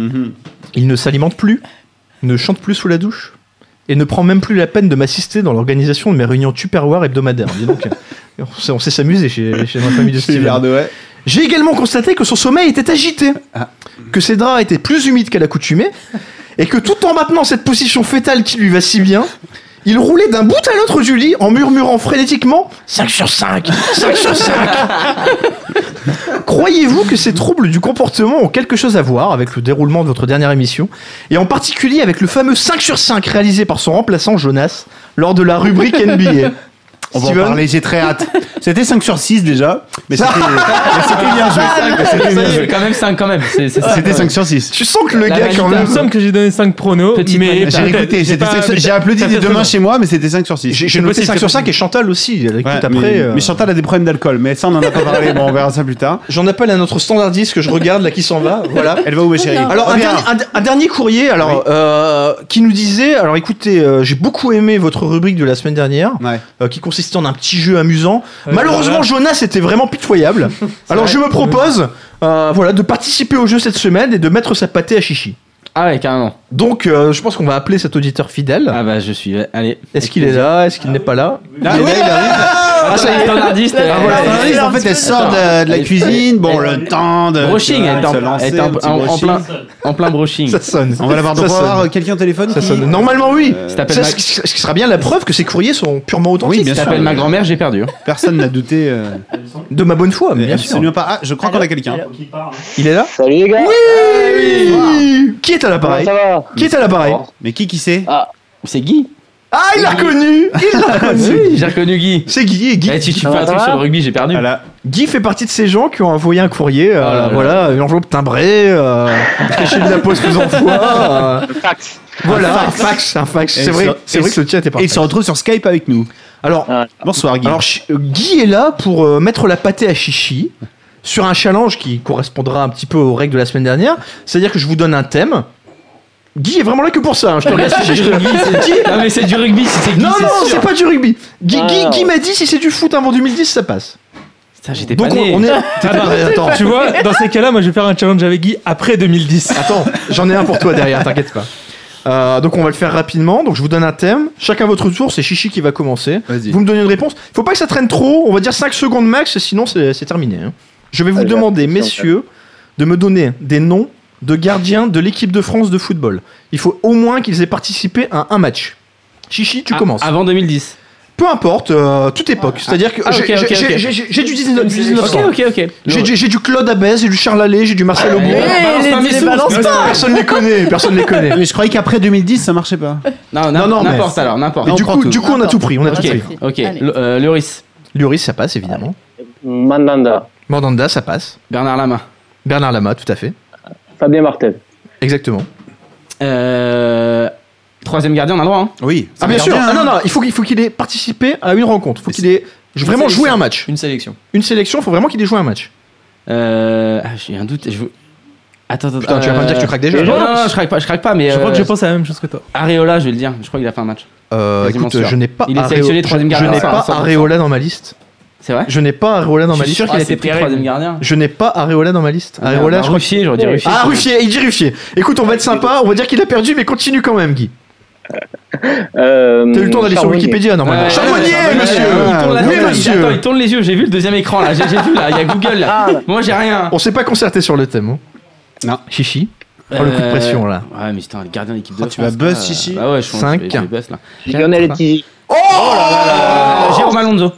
B: Il ne s'alimente plus, ne chante plus sous la douche et ne prend même plus la peine de m'assister dans l'organisation de mes réunions Tupperware hebdomadaires. Dis donc, on sait- on sait s'amuser chez, chez ma famille de
A: Chez
B: Steven.
A: Bernard, ouais.
B: J'ai également constaté que son sommeil était agité, que ses draps étaient plus humides qu'à l'accoutumée, et que tout en maintenant cette position fétale qui lui va si bien, il roulait d'un bout à l'autre du lit en murmurant frénétiquement 5 sur 5, 5 sur 5. Croyez-vous que ces troubles du comportement ont quelque chose à voir avec le déroulement de votre dernière émission, et en particulier avec le fameux 5 sur 5 réalisé par son remplaçant Jonas lors de la rubrique NBA
A: On va en
B: Steven
A: parler, j'ai très hâte. C'était 5 sur 6 déjà, mais c'était mais c'était bien joué. C'était bien joué.
D: Quand même 5, quand même. C'est- c'est- c'est-
A: C'était 5 sur 6.
B: Tu sens que le
D: La
B: gars,
D: vanité
B: quand
E: Il me
B: même.
E: semble que j'ai donné 5 pronos,
D: Petite
E: mais
D: manip.
A: J'ai
E: peut-être-
A: écouté, c'était
E: pas-
A: 5 sur- j'ai
E: peut-être-
A: applaudi des
E: peut-être
A: deux mains
E: raison.
A: chez moi, mais c'était 5 sur 6.
B: J'ai j'ai noté
E: possible,
B: 5
E: c'est
B: sur 5
E: possible.
B: et Chantal aussi. Elle écoute
A: Ouais,
B: après.
A: mais,
B: euh,
A: mais Chantal a des problèmes d'alcool, mais ça on en a pas parlé, bon, on verra ça plus tard.
B: J'en appelle à notre standardiste que je regarde là qui s'en va. Voilà.
A: Elle va où ma chérie
B: Alors un,
A: Reviens.
B: dernier- un- un dernier courrier alors euh, qui nous disait alors écoutez euh, j'ai beaucoup aimé votre rubrique de la semaine dernière
A: Ouais.
B: euh, qui consistait en un petit jeu amusant
E: Euh,
B: malheureusement
E: voilà.
B: Jonas était vraiment pitoyable alors je me propose euh, voilà de participer au jeu cette semaine et de mettre sa pâtée à chichi
D: Ah ouais, carrément.
B: donc euh, je pense qu'on va appeler cet auditeur fidèle
D: Ah bah, je suis. Allez.
B: est-ce qu'il est là est-ce qu'il n'est pas là
A: Ah, oui, il arrive.
D: Ah, ça y est, standardiste.
B: Ah,
D: euh,
B: voilà,
D: euh,
A: Attendez, en fait, elle sort de, de la
D: Attends.
A: cuisine. Bon,
D: Elle-
A: le temps
B: Euh,
A: de.
D: Brushing,
A: de
D: elle est
A: se
D: en-
A: lancer,
D: elle est en-
A: le petit
D: en en
A: brushing.
D: plein en plein brushing.
B: ça sonne
A: On va l'avoir. Donc,
B: Ça
A: on va
B: sonne.
A: avoir quelqu'un au téléphone.
B: Ça
A: qui-
B: sonne. Normalement, oui.
A: Euh,
B: Ça,
D: t'appelles
B: ce, qui, ce qui sera bien la preuve que ces courriers sont purement authentiques.
A: Oui, bien sûr.
D: T'appelles ma grand-mère, j'ai perdu. hein.
A: Personne n'a douté. euh,
B: De ma bonne foi, mais bien sûr.
A: Absolument pas. Ah, je crois qu'on a quelqu'un.
B: Il est là
I: Salut les gars
B: Oui Qui est à l'appareil
I: Ça va
B: Qui est à l'appareil
A: Mais qui qui c'est
D: C'est Guy.
B: Ah, il l'a reconnu Il l'a reconnu
D: J'ai reconnu Guy.
B: C'est Guy Ah, et Guy.
D: Eh, si tu fais un truc sur le rugby, j'ai perdu.
A: Voilà.
B: Guy fait partie de ces gens qui ont envoyé un courrier, euh,
D: Ah là là.
B: voilà, une enveloppe timbrée, euh, cachée de la pause plusieurs fois. euh,
I: Fax.
B: voilà, un fax, un fax.
A: Et
B: C'est vrai,
A: sur-
B: c'est
A: et
B: vrai que le tien était
A: Et
B: parfait.
A: il se retrouve sur Skype avec nous.
I: Ah.
B: Alors,
A: Bonsoir Guy.
B: Alors Chi- euh, Guy est là pour euh, mettre la pâtée à chichi sur un challenge qui correspondra un petit peu aux règles de la semaine dernière. C'est-à-dire que je vous donne un thème. Guy est vraiment là que pour ça. hein, je te regarde, Chichi, je te-
D: Non, mais c'est du rugby, si c'est Guy.
B: Non,
D: c'est
B: non,
D: sûr.
B: c'est pas du rugby. Guy,
I: Ah,
B: Guy-
I: non.
B: Guy m'a dit si c'est du foot avant 2010, ça passe.
D: Putain, j'étais pas
B: Donc on,
D: né.
B: on est. attends,
E: Tu vois, dans ces cas-là, moi je vais faire un challenge avec Guy après 2010.
B: attends, j'en ai un pour toi derrière, t'inquiète pas. Euh, donc on va le faire rapidement. Donc je vous donne un thème. Chacun votre tour. C'est Chichi qui va commencer.
A: Vas-y.
B: Vous me donnez une réponse. Faut pas que ça traîne trop. On va dire 5 secondes max, sinon c'est c'est terminé. hein. Je vais vous
I: Allez,
B: demander,
I: attention,
B: messieurs, de me donner des noms de gardiens de l'équipe de France de football. Il faut au moins qu'ils aient participé à un match. Chichi, tu
D: Ah,
B: commences.
D: Avant 2010.
B: Peu importe, euh, toute époque. C'est-à-dire que
D: ah,
B: j'ai-
D: ok, ok,
B: j'ai- j'ai
D: ok.
B: j'ai- j'ai du 19 du 1900.
D: Ok, ok, ok.
B: J'ai du- j'ai du Claude Abbès, j'ai du Charles Allais, j'ai du Marcel Aubry.
D: Eh, balance
C: les-
D: pas mes
C: les
D: sous.
C: balance pas.
B: Personne les connaît, personne les connaît.
A: Ah, Mais je croyais qu'après 2010 ça marchait pas.
B: Non,
D: Non,
B: non,
D: non,
B: mais-
D: n'importe alors, n'importe.
B: Et
A: on
B: du
A: prend
B: coup,
A: tout. Ah,
B: du coup, on a tout pris, on a tout
D: Ok,
B: pris.
D: ok.
C: Allez.
D: Le- euh, Loris,
B: Lloris, ça passe évidemment.
I: Mandanda.
B: Mandanda, ça passe.
D: Bernard Lama.
B: Bernard Lama, tout à fait.
I: Fabien Martel.
B: Exactement.
D: Euh, Troisième gardien, on a le droit. hein.
A: Oui.
B: Ah bien sûr. Ah, non non, il faut qu'il faut qu'il ait participé à une rencontre. Il faut qu'il ait vraiment joué un match.
D: Une sélection.
B: Une sélection, il faut vraiment qu'il ait joué un match.
D: Euh, ah, J'ai un doute. Je... veux- Attends, attends.
B: Putain, tu vas pas me dire que tu craques déjà.
D: Non, non, non, je craque pas, je craque pas, mais.
E: Je crois
D: euh,
E: que je pense à la même chose que toi.
D: Areola, je vais le dire. Je crois qu'il a fait un match.
B: Euh,
D: Quasiment
B: écoute,
D: sûr.
B: je n'ai pas
D: Il est
B: Areo-
D: sélectionné
B: je-
D: troisième
B: Je
D: gardien,
B: n'ai
D: ça,
B: pas
D: ça, ça.
B: Areola dans ma liste.
D: C'est vrai
B: Je n'ai pas Areola dans
D: Je
B: ma
D: suis
B: liste.
D: sûr qu'il a été pris troisième Ah, gardien.
B: Je n'ai pas Areola dans ma liste. Areola, je crois. que-
D: Ruffier, j'aurais dit Ruffier.
B: Ah Ruffier, il dit Ruffier. Écoute, on va être sympa, on va dire qu'il a perdu, mais continue quand même, Guy.
I: Euh,
B: T'as eu le temps d'aller sur
I: Charbonnier.
B: Wikipédia normalement.
D: Ouais,
B: Charbonnier,
D: ouais,
B: monsieur.
D: ouais, Il tourne la
B: Oui,
D: tête.
B: monsieur.
D: Attends, il tourne les yeux. J'ai vu le deuxième écran là. J'ai j'ai vu là. Il y a Google là. Moi, j'ai rien.
B: On s'est pas concerté sur le thème. hein.
A: Non.
B: Chichi. Oh, le coup de
D: Euh,
B: pression, là.
D: Ouais, mais putain, le gardien de l'équipe
B: Ah,
D: de
A: Oh, tu vas
D: France,
A: buzz,
D: là,
A: Chichi.
D: Bah ouais, je suis
B: Cinq.
D: je vais- je vais buzz, là.
I: Lionel
B: Quatre.
I: Tizi.
B: Oh
D: Oh Euh, Jérôme Alonso.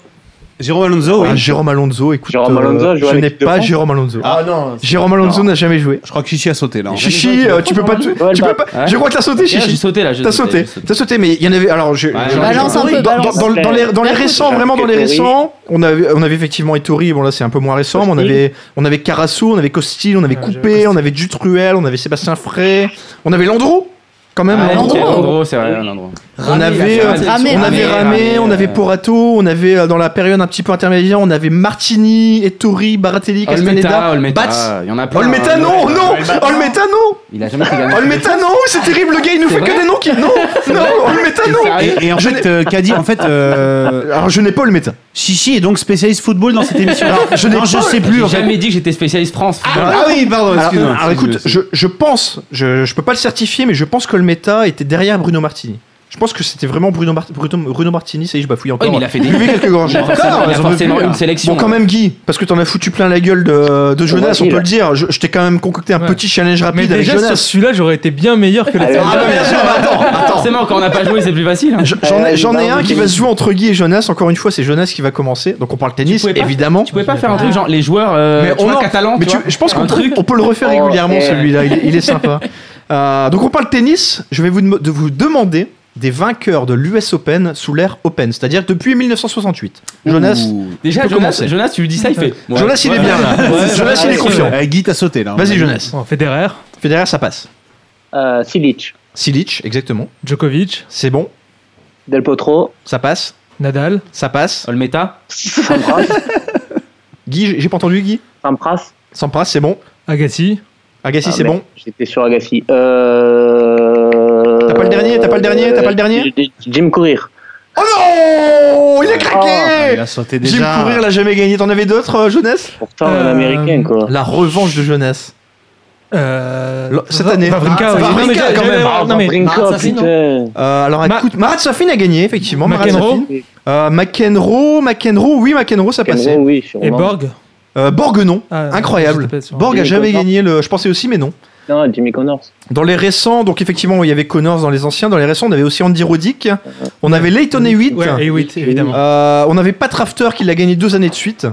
A: Jérôme Alonso.
B: Ah, Jérôme Alonso, écoute.
I: Jérôme Alonso a
B: euh,
I: joué à
B: je n'ai
I: l'équipe de
B: pas
I: France.
B: Jérôme Alonso.
G: Ah.
A: non.
B: Jérôme Alonso n'a jamais joué.
A: Je crois que Chichi a sauté là.
B: Chichi, euh, tu peux pas. te-
I: Ouais,
B: Tu peux
I: bah.
B: pas.
D: Ouais.
B: Je crois que t'as sauté,
D: Ah, J'ai
B: Chichi.
D: sauté là. j'ai
B: T'as sauté,
D: j'ai
B: t'as sauté, mais il y en avait. Alors, je,
D: Ouais,
B: je-
C: Balance un
B: dans,
C: peu, balance.
B: dans- dans- dans les, dans les
C: Balance.
B: récents, vraiment dans les récents, on avait, on avait effectivement Ettori, bon là c'est un peu moins récent, mais on
I: Costil.
B: avait, on avait Carasso, on avait Costil, on avait
E: Ah, j'avais
B: Coupé, on avait Dutruel, on avait Sébastien Frey, on avait Landreau. quand même.
C: Ah,
B: Landreau.
C: Landreau. Ah,
D: Landreau, c'est vrai, Landreau.
B: On avait, euh,
C: Ramé,
B: on avait Ramé, on
D: euh,
B: avait Porato, on avait euh, dans la période un petit peu intermédiaire, on avait Martini, Ettori, Baratelli,
D: Olmeta,
B: Castaneda,
D: Olmeta,
B: Batz.
D: il y en a plein.
B: Olmeta
D: hein.
B: non, non,
D: Olmeta,
B: Olmeta non,
D: Il a jamais été gagné.
B: Olmeta non, c'est terrible le gars, il nous
D: C'est
B: fait
D: vrai
B: que des noms qui non, non, Olmeta non.
D: Sérieux
A: Et en
B: Je
A: fait, euh, Caddy, en fait, euh,
B: Alors je n'ai pas Olmeta.
A: Chichi est donc spécialiste football dans cette émission.
B: je n'ai
A: non, je
B: pas-
A: sais plus.
D: J'ai
A: En fait.
D: jamais dit que j'étais spécialiste France.
A: Ah oui, pardon,
B: Alors,
A: excuse-moi.
B: alors, écoute,
D: c'est-
B: je, je pense, je, je peux pas le certifier, mais je pense que Olmeta était derrière Bruno Martini. Je pense que c'était vraiment Bruno, Mar- Bruno, Bruno Martini, ça y est, je bafouille encore.
D: Oui, mais il a fait des-
B: Buvez quelques gorgées.
D: Il a forcément,
B: Encore,
D: il a
B: j'en veux
D: forcément
B: plus,
D: une
B: là.
D: sélection.
B: Bon, quand même, Guy, parce que t'en as foutu plein la gueule de, de Jonas, on
I: vas-y,
B: peut
I: là.
B: le dire. Je, je t'ai quand même concocté un
E: Ouais.
B: petit challenge
E: Mais
B: rapide avec
E: déjà, sur
B: Jonas.
E: celui-là, j'aurais été bien meilleur que la
I: Allez,
E: dernière.
B: Ah, bah, bien sûr, bah, attends, attends.
D: Forcément, quand on n'a pas joué, c'est plus facile.
B: Je- J'en ai,
I: Euh,
B: j'en ai
I: bah,
B: un
I: oui.
B: qui va se jouer entre Guy et Jonas. Encore une fois, c'est Jonas qui va commencer. Donc on parle tennis,
D: pouvais pas-
B: évidemment.
D: Tu pouvais pas faire un truc genre les joueurs euh,
B: Mais
D: tu
B: on
D: vois,
B: en-
D: catalans,
B: Mais
D: tu
B: tu-
D: vois
B: je pense qu'on
D: un truc.
B: on peut le refaire régulièrement
I: Oh, eh.
B: celui-là, il, est- il est sympa. Euh, donc on parle tennis, je vais vous, dem- de vous demander des vainqueurs de l'US Open sous l'ère Open, c'est-à-dire depuis 1968. Jonas,
D: Ouh. Déjà,
B: tu peux
D: Jonas,
B: commencer.
D: Jonas, tu lui dis ça, il fait. Ouais.
B: Jonas il est bien là. Jonas il est confiant.
A: Euh, Guy, t'as sauté là.
B: Vas-y Jonas.
E: Bon, Federer,
B: Federer ça passe.
L: Euh, Silic,
B: Silic, exactement.
E: Djokovic,
B: C'est bon,
L: Del Potro,
B: ça passe,
E: Nadal,
B: ça passe.
D: Olmeta,
L: Sampras,
B: Guy, j'ai- j'ai pas entendu Guy.
L: Sampras.
B: Sampras c'est bon.
E: Agassi,
B: Agassi
L: Ah,
B: c'est
L: merde,
B: bon.
L: J'étais sur Agassi. Euh...
B: T'as pas le dernier, t'as pas le dernier, t'as pas le dernier
L: J- J- Jim Courir.
B: Oh non Il a
A: Ah, il
B: craqué
A: a sauté
B: Jim
A: déjà.
B: Courir l'a jamais gagné. T'en avais d'autres euh, Jonas
L: Pourtant,
E: Euh,
L: l'américaine, quoi.
B: La revanche de Jonas.
E: euh,
B: Cette année.
E: Vavrinka,
B: Ah,
E: oui.
B: Vavrinka,
E: Non, mais j'ai-
B: quand même.
E: j'ai-
L: euh,
E: non, mais-
L: Brinko,
G: Marat Safin,
L: putain.
B: Euh, alors,
E: Ma-
B: écoute, Marat Safin a gagné, effectivement. Marat
E: McEnroe.
B: Safin. Euh, McEnroe, McEnroe, oui, McEnroe, ça passait.
L: Cameron, oui, je suis
E: Et
L: Romain.
E: Borg
B: Euh, Borg, non.
E: Ah,
B: Incroyable.
E: j'étais pas sûr.
B: Borg a
L: Jimmy
B: jamais
L: Connors.
B: gagné le. Je pensais aussi, mais non.
L: Non, Jimmy Connors.
B: Dans les récents, donc effectivement, il y avait Connors dans les anciens. Dans les récents, on avait aussi Andy Roddick. On avait Leighton Hewitt.
E: Ouais, et 8,
D: Mm.
E: évidemment.
B: Euh, on avait Pat Rafter qui l'a gagné deux années de suite.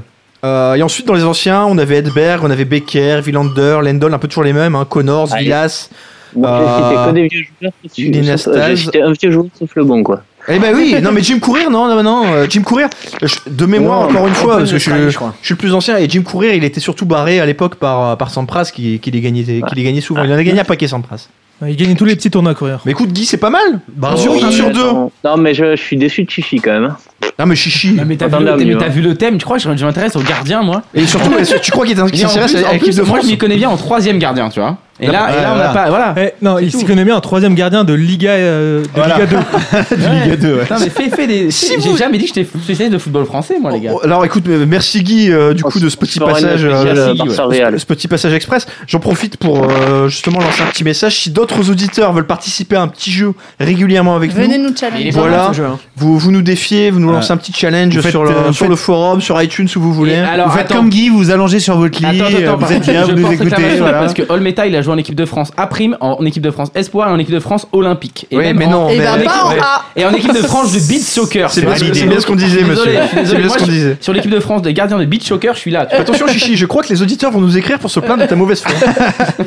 B: Euh, et ensuite, dans les anciens, on avait Edberg, on avait Becker, Villander, Lendl, un peu toujours les mêmes. Hein, Connors,
D: Ah,
L: Allez.
B: Villas.
L: Moi,
B: Euh,
L: j'ai cité que des vieux joueurs. sauf-
B: Julien
L: sauf-
B: Astase.
L: j'ai cité un vieux joueur sauf le bon, quoi.
B: Eh ben oui, non mais Jim Courir, non, non, non, euh, Jim Courir, euh, je- de mémoire
L: Non,
B: encore une fois,
G: Open
B: parce que je,
G: d'Australie, je crois.
B: je suis le plus ancien, et Jim Courir, il était surtout barré à l'époque par, euh, par Sampras, qui, qui les gagnait, qui les gagnait souvent, il en a gagné un paquet Sampras.
E: Il gagnait tous les petits tournois à courir.
B: Mais écoute Guy, c'est pas mal
D: Oh,
B: Un sur,
L: Oui,
B: un sur
L: attends.
B: deux
L: Non, mais je, je suis déçu de Chichi quand même. hein.
B: Non mais chichi
D: mais t'as
L: Attends,
D: vu, le
L: là,
D: thème,
L: mieux,
D: mais t'as
L: hein.
D: vu le thème, tu crois que je, je m'intéresse aux gardiens, moi
B: Et surtout, est-ce que tu crois qu'il était un qui
D: Mais en
B: s'intéresse
D: plus-
B: à
D: en
B: l'équipe
D: plus,
B: de
D: Moi,
B: France
D: je m'y connais bien en troisième gardien, tu vois. Et là, et là on n'a
B: voilà.
D: pas. Voilà.
E: Eh, non, il s'y connaît bien en troisième gardien de Liga, euh, de
B: Voilà.
E: Liga 2.
A: Hein
B: Ligue
D: Ouais.
B: 2, ouais.
D: Putain, mais fais, fais des.
B: Si
D: fais-
B: vous-
D: J'ai jamais dit que j'étais spécialiste de football français, moi, les gars.
B: Oh, oh, Alors écoute, euh, merci Guy euh, du
A: Oh,
L: On
B: coup
L: se-
B: de ce
L: on
B: petit
L: se fera une
B: passage, euh,
L: spéciale
D: euh,
L: Barça
B: ce-
L: Real.
B: ce petit passage express. J'en profite pour euh, justement lancer un petit message. Si d'autres auditeurs veulent participer à un petit jeu régulièrement avec nous,
C: Venez nous
D: Il
C: challenger.
D: est
B: Voilà.
G: Ce jeu, hein.
B: Vous, vous nous défiez, vous nous lancez un petit challenge
A: Vous faites,
B: sur, le,
A: euh,
B: sur le forum, sur iTunes, si vous voulez.
D: Et alors,
A: vous faites
D: attends.
A: comme Guy, vous vous allongez sur votre
B: oh,
A: lit,
D: Attends, attends,
A: euh,
D: attends,
A: vous
D: par
A: êtes
D: contre,
A: bien,
D: je
A: vous nous
D: pense que t'as mal
A: écoutez.
D: fait,
A: voilà.
D: Parce que Olmeta, il a joué en équipe de France A prime, en, en équipe de France Espoir et en équipe de France Olympique. Et
B: Oui,
D: même
B: mais
D: en-
B: non,
C: Et
B: mais-
C: bah,
D: mais-
C: pas en A.
D: Et en équipe de France de beach soccer.
B: C'est bien,
D: Parce que-
B: c'est bien ce qu'on disait,
D: Désolé,
B: monsieur.
D: je suis désolé.
B: C'est bien
D: Moi,
B: ce qu'on
D: je-
B: disait.
D: Sur l'équipe de France des gardiens de beach soccer, je suis là. tu vois.
B: Attention, Chichi, je crois que les auditeurs vont nous écrire pour se plaindre de ta mauvaise foi.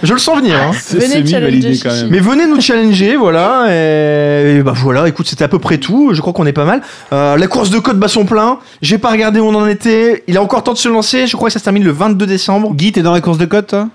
B: je le sens venir. hein.
G: C'est
C: Venez
G: semi-validé,
C: challenger
G: quand même.
C: Chichi.
B: Mais venez nous challenger, voilà. Et, et bah voilà, écoute, c'était à peu près tout. Je crois qu'on est pas mal. Euh, la course de côte bat son plein. J'ai pas regardé où on en était. Il a encore temps de se lancer. Je crois que ça se termine le 22 décembre.
A: Guy, t'es dans la course de côte toi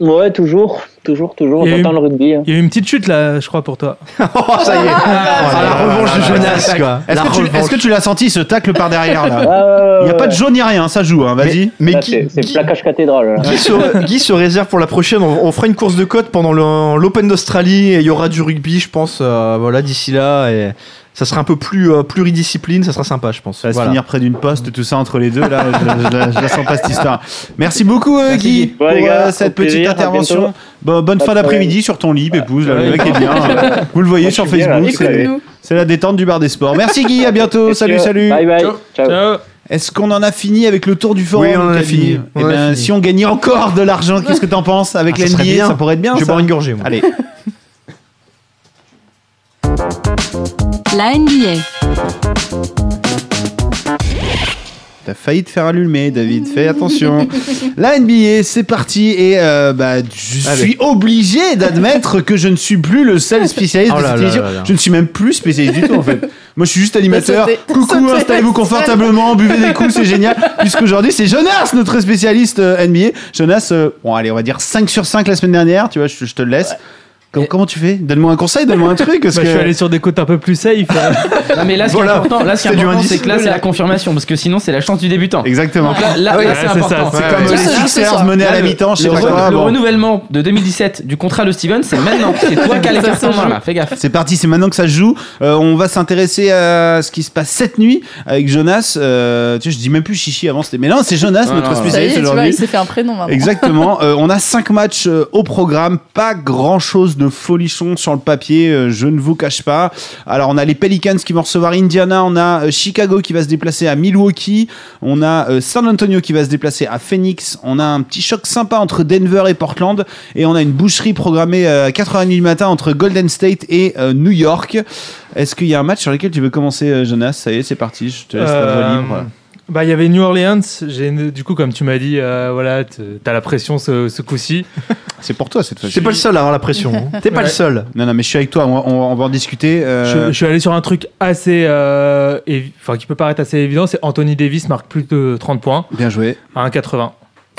L: Ouais, toujours, toujours, toujours.
E: Il y a
L: J'entends
E: eu-
L: le rugby. hein.
E: Il y a eu une petite chute là, je crois, pour toi.
B: Oh, ça y est. Ah, la revanche de Jonas, quoi.
A: Est-ce
B: La
A: que, tu-
B: revanche.
A: est-ce que tu l'as senti ce tacle par derrière là
L: Ah,
A: Il n'y a
L: ouais,
A: pas de
L: ouais.
A: jaune ni rien, ça joue, hein, vas-y.
B: Mais
L: Là,
B: Guy-
L: c'est- C'est
B: Guy-
L: plaquage cathédrale. là.
B: Guy se, Guy se réserve pour la prochaine. On, on fera une course de côte pendant le- l'Open d'Australie et il y aura du rugby, je pense. euh, voilà, d'ici là, et ça sera un peu plus euh, pluridiscipline. Ça sera sympa, je pense.
A: Ça va se
B: Voilà.
A: finir près d'une poste, tout ça entre les deux. Là, je, je la- je la sens pas cette histoire. Merci beaucoup, euh, Guy, pour
L: Ouais, les gars,
A: euh, cette
L: au plaisir,
A: petite
L: à
A: intervention.
L: bientôt.
A: Bon, bonne
L: Pas
A: fin
L: de
A: d'après-midi sur ton lit, Pépouze. là, le mec est bien. hein. Vous le voyez
L: Moi,
A: sur
L: je suis bien, là,
A: Facebook.
L: je suis
A: C'est
L: calé.
A: c'est la détente du bar des sports. Merci, Guy. À bientôt. Salut,
L: Messieurs,
A: salut.
L: Bye bye. Ciao.
E: Ciao.
A: Est-ce qu'on en a fini avec le tour du forum
B: Oui, on en a
A: Camille Eh
B: fini. On en a
A: ben,
B: fini.
A: si on gagnait encore de l'argent, qu'est-ce que t'en penses avec
B: Ah, ça
A: l'NBA
B: serait bien.
A: Ça pourrait être bien.
B: Je vais
A: ça.
B: boire une gorgée. moi.
A: Allez.
K: La NBA,
A: T'as failli te faire allumer, David. Fais attention. La NBA, c'est parti. Et euh, bah, je
B: Allez.
A: suis obligé d'admettre que je ne suis plus le seul spécialiste
B: Oh
A: de
B: là
A: cette
B: là
A: émission.
B: là là.
A: Je ne suis même plus spécialiste du tout, en fait. Moi, je suis juste animateur.
C: sauté, t'as
A: Coucou,
C: sauté.
A: installez-vous confortablement, buvez des coups, c'est génial. Puisqu'aujourd'hui, c'est Jonas, notre spécialiste euh, NBA. Jonas, euh, bon, allez, on va dire 5 sur 5 la semaine dernière. Tu vois, je, je te le laisse. Com- Comment tu fais Donne-moi un conseil, donne-moi un truc. Parce
E: Bah,
A: que...
E: Je suis allé sur des côtes un peu plus safe. euh,
D: Non, mais là, ce
A: Voilà.
D: qui est important, là, ce qui est
A: C'était du
D: important,
A: indice.
D: c'est que là, c'est la confirmation, parce que sinon, c'est la chance du débutant.
A: Exactement. Euh,
D: Donc là, là-
A: Ah oui,
D: là,
A: ouais,
D: c'est
A: c'est
D: important.
A: ça, c'est comme
D: Tout
A: les
D: ce- tout
A: Sixers
D: ce soir.
A: menés à
D: Là,
A: la
D: le-
A: mi-temps, je sais
D: le
A: pas
D: re-
A: quoi,
D: Le
A: bon.
D: renouvellement de 2017 du contrat de Steven, c'est maintenant. C'est toi qui as les
A: Ça
D: cartes
A: se
D: en
A: joue.
D: main, là. Fais gaffe.
A: C'est parti, c'est maintenant que ça se joue. Euh, on va s'intéresser à ce qui se passe cette nuit avec Jonas. Euh, tu sais, je dis même plus chichi avant, c'était. Mais non, c'est Jonas,
D: Non, non,
A: notre
D: non.
C: Ça y est,
A: spécialiste
C: tu vois, il
A: aujourd'hui.
C: s'est fait un prénom maintenant.
A: Exactement. Euh, on a cinq matchs euh, au programme, pas grand chose de folichon sur le papier, euh, je ne vous cache pas. Alors on a les Pelicans qui vont recevoir Indiana, on a euh, Chicago qui va se déplacer à Milwaukee, on a euh, San Antonio qui va se déplacer à Phoenix, on a un petit choc sympa entre Denver et Portland, et on a une boucherie programmée euh, à 4h30 du matin entre Golden State et euh, New York. Est-ce qu'il y a un match sur lequel tu veux commencer, euh, Jonas Ça y est, c'est parti, je te laisse la voie
E: Euh,
A: libre.
E: Bah, il y avait New Orleans. J'ai, du coup, comme tu m'as dit, euh, voilà, t- t'as la pression ce, ce coup-ci.
A: C'est pour toi cette fois.
B: T'es pas le seul à avoir la pression. hein. T'es pas
E: Ouais.
B: le seul.
A: Non, non, mais je suis avec toi, on, va- on va- on va en discuter. euh,
E: Je, je suis allé sur un truc assez, euh, évi- enfin, qui peut paraître assez évident. C'est Anthony Davis marque plus de 30 points
A: Bien joué.
E: à 1,80.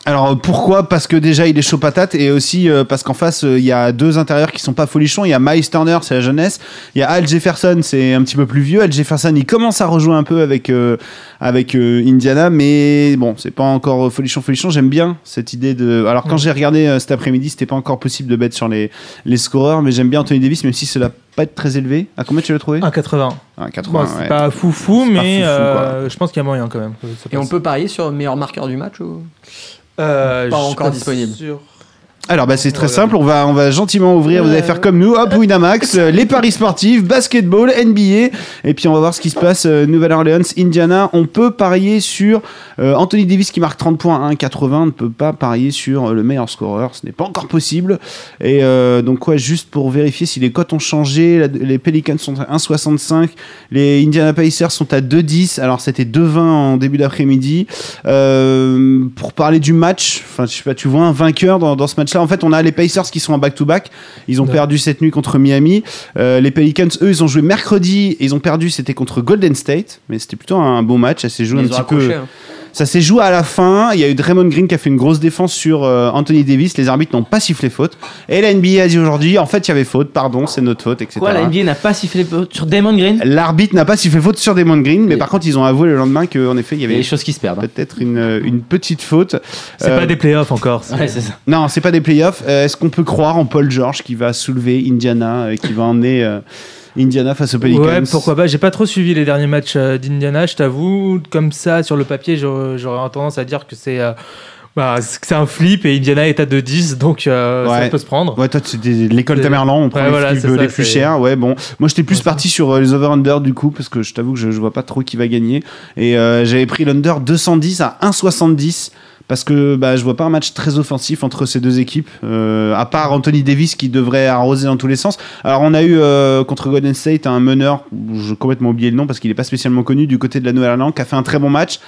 A: Alors euh, pourquoi Parce que déjà il est chaud patate et aussi euh, parce qu'en face euh, il y a deux intérieurs qui sont pas folichons. Il y a Miles Turner, c'est la jeunesse. Il y a Al Jefferson, c'est un petit peu plus vieux. Al Jefferson, il commence à rejouer un peu avec euh, avec euh, Indiana, mais bon, c'est pas encore euh, folichon folichon. J'aime bien cette idée de. Alors quand j'ai regardé euh, cet après-midi, c'était pas encore possible de mettre sur les les scoreurs, mais j'aime bien Anthony Davis, même si cela pas être très élevé. À combien tu l'as trouvé
E: 1,80.
A: Ah, 80.
E: Bon, c'est
A: ouais.
E: pas fou fou,
A: C'est pas
E: mais
A: foufou,
E: euh, je pense qu'il y a moyen quand même. que ça
G: Et on
E: passe.
G: peut parier sur le meilleur marqueur du match ou
E: Euh,
G: pas
E: je suis
G: encore
E: pas
G: disponible.
E: sûr.
A: Alors bah c'est très
E: Voilà.
A: simple, on va on va gentiment ouvrir, vous allez faire comme nous, hop Winamax, euh, les paris sportifs, basketball, NBA et puis on va voir ce qui se passe euh, Nouvelle-Orléans, Indiana, on peut parier sur euh, Anthony Davis qui marque 30 points à 1,80, on ne peut pas parier sur euh, le meilleur scoreur, ce n'est pas encore possible. Et euh, donc quoi juste pour vérifier si les cotes ont changé, la- les Pelicans sont à 1,65, les Indiana Pacers sont à 2,10, alors c'était 2,20 en début d'après-midi. Euh, pour parler du match, enfin, je sais pas, tu vois un vainqueur dans, dans ce match-là. En fait, on a les Pacers qui sont en back-to-back. Ils ont
E: Ouais.
A: perdu cette nuit contre Miami. Euh, les Pelicans, eux, ils ont joué mercredi. Ils ont perdu, c'était contre Golden State. Mais c'était plutôt un beau match. Ça s'est joué un
G: Ils ont
A: petit peu. euh,
G: accroché. hein.
A: Ça s'est joué à la fin. Il y a eu Draymond Green qui a fait une grosse défense sur euh, Anthony Davis. Les arbitres n'ont pas sifflé faute. Et la NBA a dit aujourd'hui, en fait, il y avait faute. Pardon, c'est notre faute, etc.
D: Quoi, la NBA n'a pas sifflé sur Damon Green
A: L'arbitre n'a pas sifflé faute sur Damon Green, mais
D: Oui.
A: par contre, ils ont avoué le lendemain qu'en effet, il y
D: Il y a
A: avait
D: des choses qui se perdent. hein.
A: peut-être une, une petite faute.
E: C'est
A: Euh,
E: pas des playoffs encore. c'est-
D: hein. Ouais, c'est ça.
A: Non, c'est pas des playoffs. Euh, Est-ce qu'on peut croire en Paul George qui va soulever Indiana et qui va emmener euh, Indiana face aux Pelicans
E: Ouais, pourquoi pas. J'ai pas trop suivi les derniers matchs euh, d'Indiana, je t'avoue. Comme ça, sur le papier, j'aurais j'aurais tendance à dire que c'est euh, bah, c'est que c'est un flip et Indiana est à 2-10, donc euh,
A: Ouais.
E: ça peut se prendre.
A: Ouais, toi, c'est des- l'école
E: C'est-
A: Tamerlan, on prend
E: Ouais,
A: les
E: voilà,
A: flips,
E: c'est
A: euh,
E: ça,
A: les plus
E: c'est-
A: chers. Ouais, bon. Moi, j'étais plus
E: Ouais,
A: parti sur euh, les over-under du coup, parce que je t'avoue que je, je vois pas trop qui va gagner. Et euh, j'avais pris l'under 210 à 1,70. Parce que bah, je vois pas un match très offensif entre ces deux équipes, euh, à part Anthony Davis qui devrait arroser dans tous les sens. Alors on a eu euh, contre Golden State un meneur, j'ai complètement oublié le nom parce qu'il est pas spécialement connu du côté de la Nouvelle-Irlande, qui a fait un très bon match.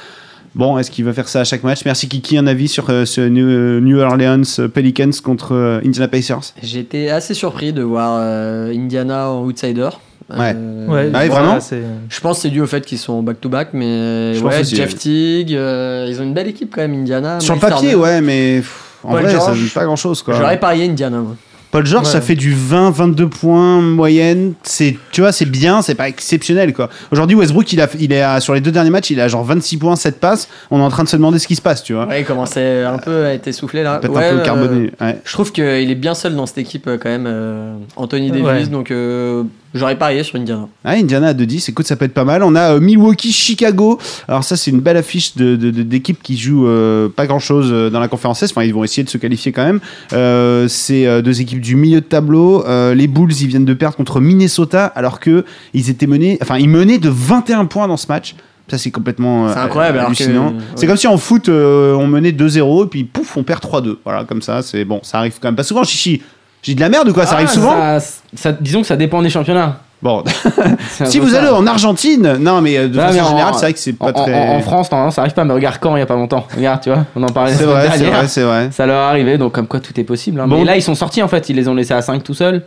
A: Bon, est-ce qu'il va faire ça à chaque match Merci Kiki, un avis sur euh, ce New, New Orleans Pelicans contre euh, Indiana Pacers
G: J'étais assez surpris de voir euh, Indiana en outsider.
A: Ouais.
G: Euh,
E: Ouais,
A: Ah ouais, vraiment
E: c'est-
G: Je pense que c'est dû au fait qu'ils sont back-to-back, mais
A: Je pense
G: ouais,
A: aussi,
G: Jeff
A: ouais.
G: Teague, euh, ils ont une belle équipe quand même, Indiana.
A: Sur le
G: Miles
A: papier,
G: Turner.
A: ouais, mais pff, en
G: Ah, Paul
A: vrai, ça
G: George,
A: joue pas grand chose quoi.
G: J'aurais parié Indiana. moi.
A: Paul George, ça
E: Ouais.
A: fait du 20-22 points moyenne. C'est, tu vois, c'est bien, c'est pas exceptionnel quoi. Aujourd'hui, Westbrook, il a, il est à- sur les deux derniers matchs, il a genre 26 points, 7 passes. On est en train de se demander ce qui se passe, tu vois.
G: Ouais, il commençait un peu à être essoufflé là.
A: Peut-être
G: Ouais,
A: un peu
G: euh,
A: carboné. ouais.
G: je trouve qu'il est bien seul dans cette équipe euh, quand même, euh, Anthony Davis,
E: Ouais.
G: donc euh, j'aurais parié sur Indiana.
A: Ah, Indiana à 2-10, écoute, ça peut être pas mal. On a euh, Milwaukee, Chicago. Alors, ça, c'est une belle affiche de- de- de- d'équipe qui joue euh, pas grand chose dans la conférence Est. Enfin, ils vont essayer de se qualifier quand même. Euh, c'est euh, deux équipes du milieu de tableau. Euh, les Bulls, ils viennent de perdre contre Minnesota, alors que ils étaient menés, enfin, ils menaient de 21 points dans ce match. Ça, c'est complètement euh,
G: C'est incroyable, alors que-
A: hallucinant.
G: ouais.
A: C'est comme si en foot, euh, on menait 2-0, et puis pouf, on perd 3-2. Voilà, comme ça, c'est bon. Ça arrive quand même pas souvent, chichi. J'ai de la merde ou quoi Ça arrive
D: Ah,
A: souvent
D: ça- ça- Disons que ça dépend des championnats.
A: Bon,
D: Ah, C'est un
A: si
D: peu
A: vous
D: ça.
A: allez en Argentine, non, mais euh, de
D: Non, mais
A: façon
D: en-
A: générale, c'est vrai que c'est pas
D: en, en-
A: très.
D: en France, normalement, ça arrive pas, mais regarde quand il y a pas longtemps. Regarde, tu vois, on en parlait la
A: C'est
D: semaine
A: vrai, c'est
D: dernière.
A: vrai, c'est vrai.
D: Ça leur est arrivé, donc comme quoi tout est possible. hein.
A: Bon.
D: Mais là, ils sont sortis en fait, ils les ont laissés à 5 tout seuls.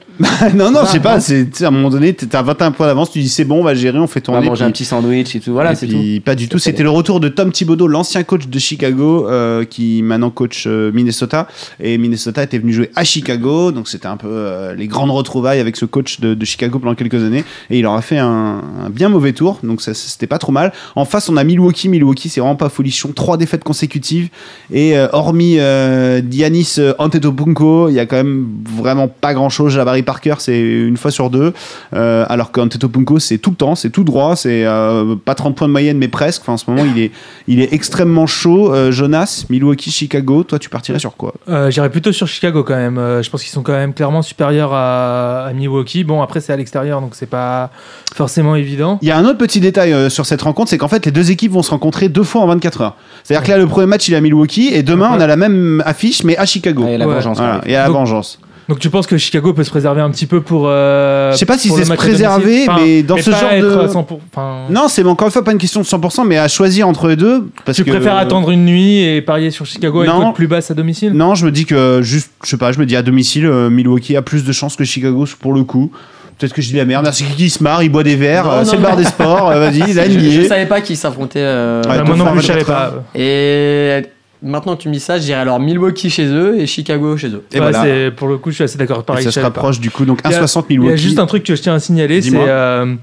A: non, non, je sais
D: Ah,
A: pas,
D: non.
A: c'est tu sais, à un moment donné, t'es- t'as 21 points d'avance, tu dis c'est bon, on va gérer, on fait
D: On va
A: tourner.
D: manger
A: puis-
D: un petit sandwich et tout, voilà,
A: et
D: c'est tout.
A: puis, Pas du tout. C'était le retour de Tom Thibodeau, l'ancien coach de Chicago, euh, qui maintenant coach euh, Minnesota. Et Minnesota était venu jouer à Chicago, donc c'était un peu euh, les grandes retrouvailles avec ce coach de, de Chicago pendant quelques années. Et il leur a fait un, un bien mauvais tour, donc ça, c'était pas trop mal. En face, on a Milwaukee. Milwaukee, c'est vraiment pas folichon. Trois défaites consécutives. Et euh, hormis euh, Giannis euh, Antetokounmpo, il y a quand même vraiment pas grand-chose. Jabari Parker, c'est une fois sur deux. Euh, alors qu'Antetokounmpo, c'est tout le temps, c'est tout droit, c'est euh, pas 30 points de moyenne, mais presque. Enfin, en ce moment, il est, il est extrêmement chaud. Euh, Jonas, Milwaukee, Chicago, toi, tu partirais sur quoi
E: Euh, J'irais plutôt sur Chicago quand même. Euh, je pense qu'ils sont quand même clairement supérieurs à, à Milwaukee. Bon, après, c'est à l'extérieur, donc c'est pas forcément évident.
A: Il y a un autre petit détail euh, sur cette rencontre, c'est qu'en fait, les deux équipes vont se rencontrer deux fois en 24 heures. C'est-à-dire que là, le premier match, il est à Milwaukee, et demain, on a la même affiche, mais à Chicago.
D: Et la
E: Ouais.
D: vengeance.
A: Voilà,
D: arrive.
A: et à la
E: Donc-
A: vengeance.
E: Donc tu penses que Chicago peut se préserver un petit peu pour. euh,
A: Je sais pas si
E: pour le
A: c'est se
E: match à domicile
A: préserver,
E: Enfin,
A: mais dans ce
E: pas
A: genre
E: être
A: de-
E: à 100 pour- enfin,
A: Non, c'est encore une fois pas une question de 100%, mais à choisir entre les deux. Parce
E: tu
A: que-
E: préfères attendre une nuit et parier sur Chicago avec
A: Non.
E: une cote plus basse à domicile
A: Non, je me dis que juste, je sais pas, je me dis à domicile, euh, Milwaukee a plus de chances que Chicago pour le coup. Peut-être que je dis la merde. Merci qui se marre, il boit des verres,
G: Non,
A: euh,
G: non,
A: c'est le bar des sports, euh, vas-y, il a
G: Ah, je, je
A: nié.
G: savais pas qui s'affrontait. euh,
A: Ouais,
E: Bah,
A: ton
E: Moi non
A: frère
E: plus, je savais
A: Jacques,
E: pas.
G: Et maintenant que tu me dis ça, je dirais alors Milwaukee chez eux et Chicago chez eux.
A: Et
E: Ouais,
A: voilà.
E: c'est- Pour le coup, je suis assez d'accord.
A: Et
E: Pareil,
A: ça
E: je
A: se
E: savais pas.
A: rapproche du coup, donc
E: Il y a-
A: 1,60
E: Il y
A: Milwaukee.
E: a juste un truc que je tiens à signaler, c'est
A: Dis-moi.
E: euh,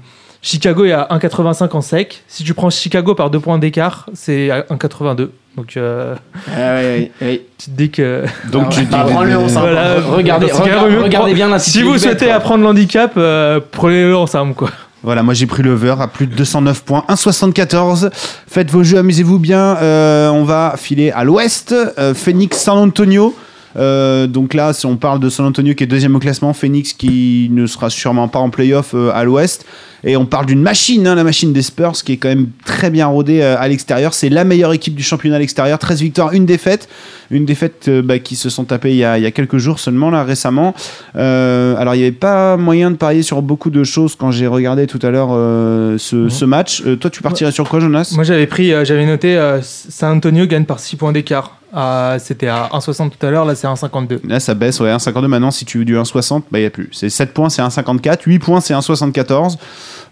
E: Chicago est à 1,85 en sec. Si tu prends Chicago par deux points d'écart, c'est à 1,82. Donc euh,
G: Ah ouais, ouais, ouais.
E: tu te dis que
A: Donc tu
E: Ah,
G: Bah, prends le onze, hein.
E: Voilà,
D: Re- regardez,
E: parce que
D: regarde-
E: vaut mieux
D: regardez
E: prendre-
D: bien la
E: Si vous souhaitez apprendre l'handicap, euh, prenez-le ensemble quoi.
A: Voilà, moi j'ai pris l'over à plus de 209 points, 1,74. Faites vos jeux, amusez-vous bien. Euh, on va filer à l'ouest, euh, Phoenix San Antonio. Euh, donc là, si on parle de San Antonio qui est deuxième au classement, Phoenix qui ne sera sûrement pas en playoff euh, à l'ouest. Et on parle d'une machine, hein, la machine des Spurs, qui est quand même très bien rodée euh, à l'extérieur. C'est la meilleure équipe du championnat à l'extérieur. 13 victoires, une défaite. Une défaite euh, bah, qui se sont tapées il y, a, il y a quelques jours seulement, là récemment. Euh, alors, il n'y avait pas moyen de parier sur beaucoup de choses quand j'ai regardé tout à l'heure euh, ce, ce match. Euh, toi, tu partirais sur quoi, Jonas
E: Moi j'avais pris, euh, j'avais noté euh, San Antonio gagne par 6 points d'écart. Ah, C'était à 1,60 tout à l'heure, là c'est 1,52.
A: Là, ça baisse, ouais, 1,52. Maintenant, si tu veux du 1,60, bah, il n'y a plus. C'est 7 points, c'est 1,54. 8 points, c'est 1,74.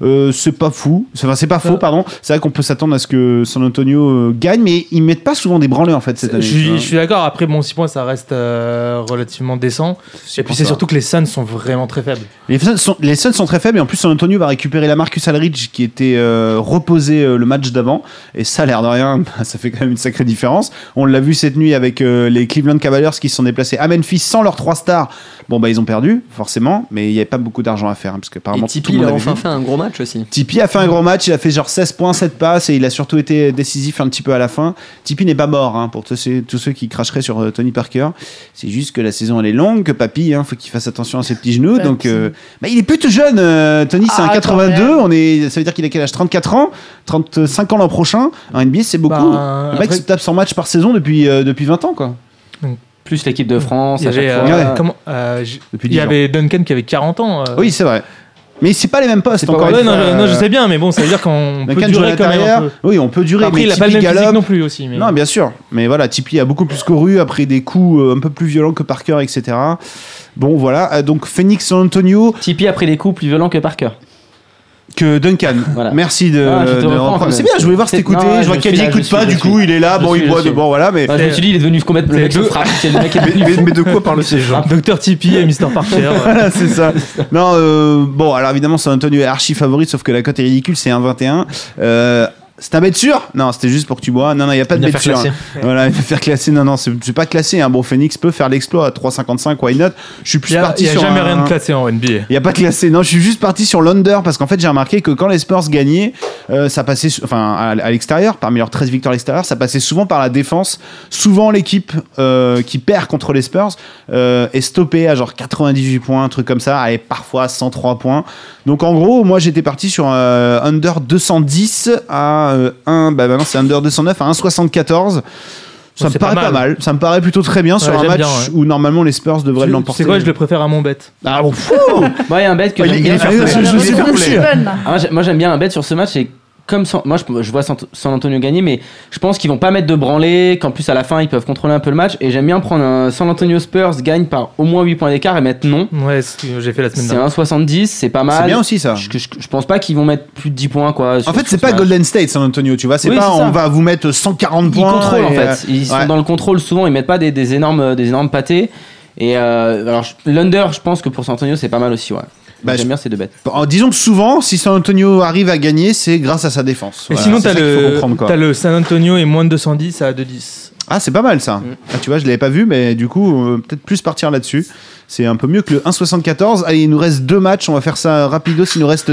A: Euh, c'est pas fou. C'est- Enfin, c'est pas faux,
E: Ça-
A: pardon. C'est vrai qu'on peut s'attendre à ce que San Antonio euh, gagne, mais ils mettent pas souvent des branleurs, en fait, cette
E: Je
A: année. tu
E: suis,
A: vois.
E: je suis d'accord, après bon 6 points ça reste euh, relativement décent. Et puis
A: pour
E: c'est
A: ça.
E: surtout que les Suns sont vraiment très faibles.
A: Les Suns sont, les Suns sont très faibles, et en plus, San Antonio va récupérer la Marcus Alridge qui était euh, reposé euh, le match d'avant. Et ça, l'air de rien, bah, ça fait quand même une sacrée différence. On l'a vu cette nuit avec euh, les Cleveland Cavaliers qui se sont déplacés à Memphis sans leurs 3 stars. Bon, bah, ils ont perdu, forcément, mais il n'y avait pas beaucoup d'argent à faire, hein, parce que
G: Et
A: apparemment, tout
G: Tipeee,
A: le
G: il
A: monde
G: a
A: avait
G: enfin
A: vu.
G: fait un gros match aussi.
A: Tipeee a fait un grand match, il a fait genre 16 points, 7 passes et il a surtout été décisif un petit peu à la fin. Tipeee n'est pas mort hein, pour tous ceux, tous ceux qui cracheraient sur euh, Tony Parker. C'est juste que la saison elle est longue, que papy, hein, faut qu'il fasse attention à ses petits genoux.
C: Papy.
A: Donc, euh, bah, il est plutôt jeune, euh, Tony, c'est
C: Ah,
A: un
C: quand
A: 82,
C: même.
A: on est, ça veut dire qu'il a quel âge 34 ans 35 ans l'an prochain Un NBA c'est beaucoup.
E: Ben,
A: le mec
E: après-
A: se tape 100 matchs par saison depuis, euh, depuis 20 ans, quoi.
D: Plus l'équipe de France,
E: Il y
D: à
E: avait,
D: chaque
E: euh,
D: fois.
A: Ouais.
E: comment- euh, j-
A: Depuis
E: il y
A: 10 ans.
E: avait Duncan qui avait 40 ans. euh.
A: Oui, c'est vrai. Mais c'est pas les mêmes postes,
D: C'est pas
A: encore
E: Ouais,
A: une
E: non,
A: fois,
E: je- non, je
A: euh,
E: sais bien, mais bon, ça veut dire qu'on peut
A: Duncan joue à
E: durer quand même. un
A: l'intérieur.
E: peu.
A: Oui, on peut durer,
E: Après,
A: mais
E: il a pas le
A: Tipeee
E: même
A: galope.
E: physique non plus aussi. Mais...
A: Non, bien sûr. Mais voilà, Tipeee a beaucoup plus couru après des coups euh, un peu plus violents que Parker, etc. Bon, voilà. Euh, Donc, Phoenix San Antonio
D: Tipeee a pris des coups plus violents que Parker.
A: que Duncan.
D: Voilà.
A: Merci de,
D: Ah, je te
A: de
D: reprends,
A: reprendre.
D: mais-
A: C'est bien, je voulais voir si
D: C'est-
A: t'écoutais.
D: Non, ouais,
A: Je vois
D: je
A: qu'Ali
D: suis là,
A: n'écoute
D: je suis
A: pas,
D: là,
A: du
D: je
A: coup,
D: suis.
A: il est là.
D: Je
A: Bon,
D: suis,
A: il
D: je
A: boit de.
D: suis.
A: Bon, voilà, mais.
D: Ouais, je me suis dit, il est devenu complètement le
E: C'est
D: mec se
E: deux-
D: frappe. C'est le mec qui est
A: Mais,
D: devenu-
A: mais- mais de quoi parlent ces gens
E: Ah, Docteur Tipeee et Mr. Parker. ouais.
A: Voilà, c'est ça. Non, euh, bon, alors évidemment, San Antonio est archi favori, sauf que la cote est ridicule, c'est 1,21. Euh, c'est un bet sûr Non, c'était juste pour que tu bois. Non, non, il n'y a pas de
E: Bien
A: bet
E: faire
A: sûr.
E: classer.
A: Voilà, il va faire classer. Non, non, c'est c'est pas classé. Hein. Bon, Phoenix peut faire l'exploit à 3,55, why not Je suis
E: Il
A: plus
E: n'y a,
A: parti
E: il y a
A: sur
E: jamais
A: un-
E: rien de classé en NBA.
A: Il n'y a pas de classé. Non, je suis juste parti sur l'under parce qu'en fait, j'ai remarqué que quand les Spurs gagnaient, euh, ça passait, sou- enfin, à, à l'extérieur, parmi leurs 13 victoires à l'extérieur, ça passait souvent par la défense. Souvent, l'équipe euh, qui perd contre les Spurs euh, est stoppée à genre 98 points, un truc comme ça, et parfois 103 points. Donc, en gros, moi, j'étais parti sur euh, under 210 à euh, 1, bah maintenant c'est under 209 à 1,74. Ça me
E: C'est
A: paraît pas
E: pas
A: mal.
E: mal.
A: Ça me paraît plutôt très bien sur
E: Ouais,
A: un
E: j'aime
A: match
E: bien, ouais.
A: où normalement les Spurs devraient
E: Tu-
A: l'emporter.
E: C'est quoi, je le préfère à mon bête.
A: Ah bon, fou
D: Moi, il y a un bet que
A: Oh, Il-
D: j'aime
A: il
D: bien
A: est
D: sur
A: fait-
D: ce
A: je-
D: match.
A: je- je- je- je-
D: Ah, moi, j'ai- moi, j'aime bien un bet sur ce match et comme San- moi je, je vois San, San Antonio gagner mais je pense qu'ils vont pas mettre de branlée qu'en plus à la fin ils peuvent contrôler un peu le match et j'aime bien prendre un San Antonio Spurs gagne par au moins 8 points d'écart et mettre non
E: Ouais, c'est ce que j'ai fait la semaine
D: c'est
E: dernière.
D: 1,70 c'est pas mal
A: C'est bien aussi ça.
D: je, je, je pense pas qu'ils vont mettre plus de 10 points quoi
A: En
D: sur-
A: fait,
D: sur
A: c'est
D: ce
A: pas
D: match.
A: Golden State, San Antonio, tu vois. C'est
D: Oui,
A: pas
D: c'est ça.
A: on va vous mettre 140
D: ils
A: points.
D: contrôlent en
A: et, euh,
D: fait ils sont
A: ouais.
D: dans le contrôle souvent ils mettent pas des, des énormes des énormes pâtés et euh, alors je- l'under je pense que pour San Antonio c'est pas mal aussi ouais
A: Bah,
D: j'aime
A: je-
D: bien ces deux bêtes
A: En- Disons que souvent, si San Antonio arrive à gagner, c'est grâce à sa défense.
E: Et
A: Voilà,
E: sinon,
A: c'est
E: t'as
A: ça qu'il faut
E: le,
A: comprendre, quoi.
E: t'as le San Antonio et moins de 210 à 210.
A: Ah, c'est pas mal ça. Ah, tu vois, je l'avais pas vu, mais du coup, euh, peut-être plus partir là-dessus. C'est un peu mieux que le 1,74. Allez, il nous reste deux matchs. On va faire ça rapido. Il nous reste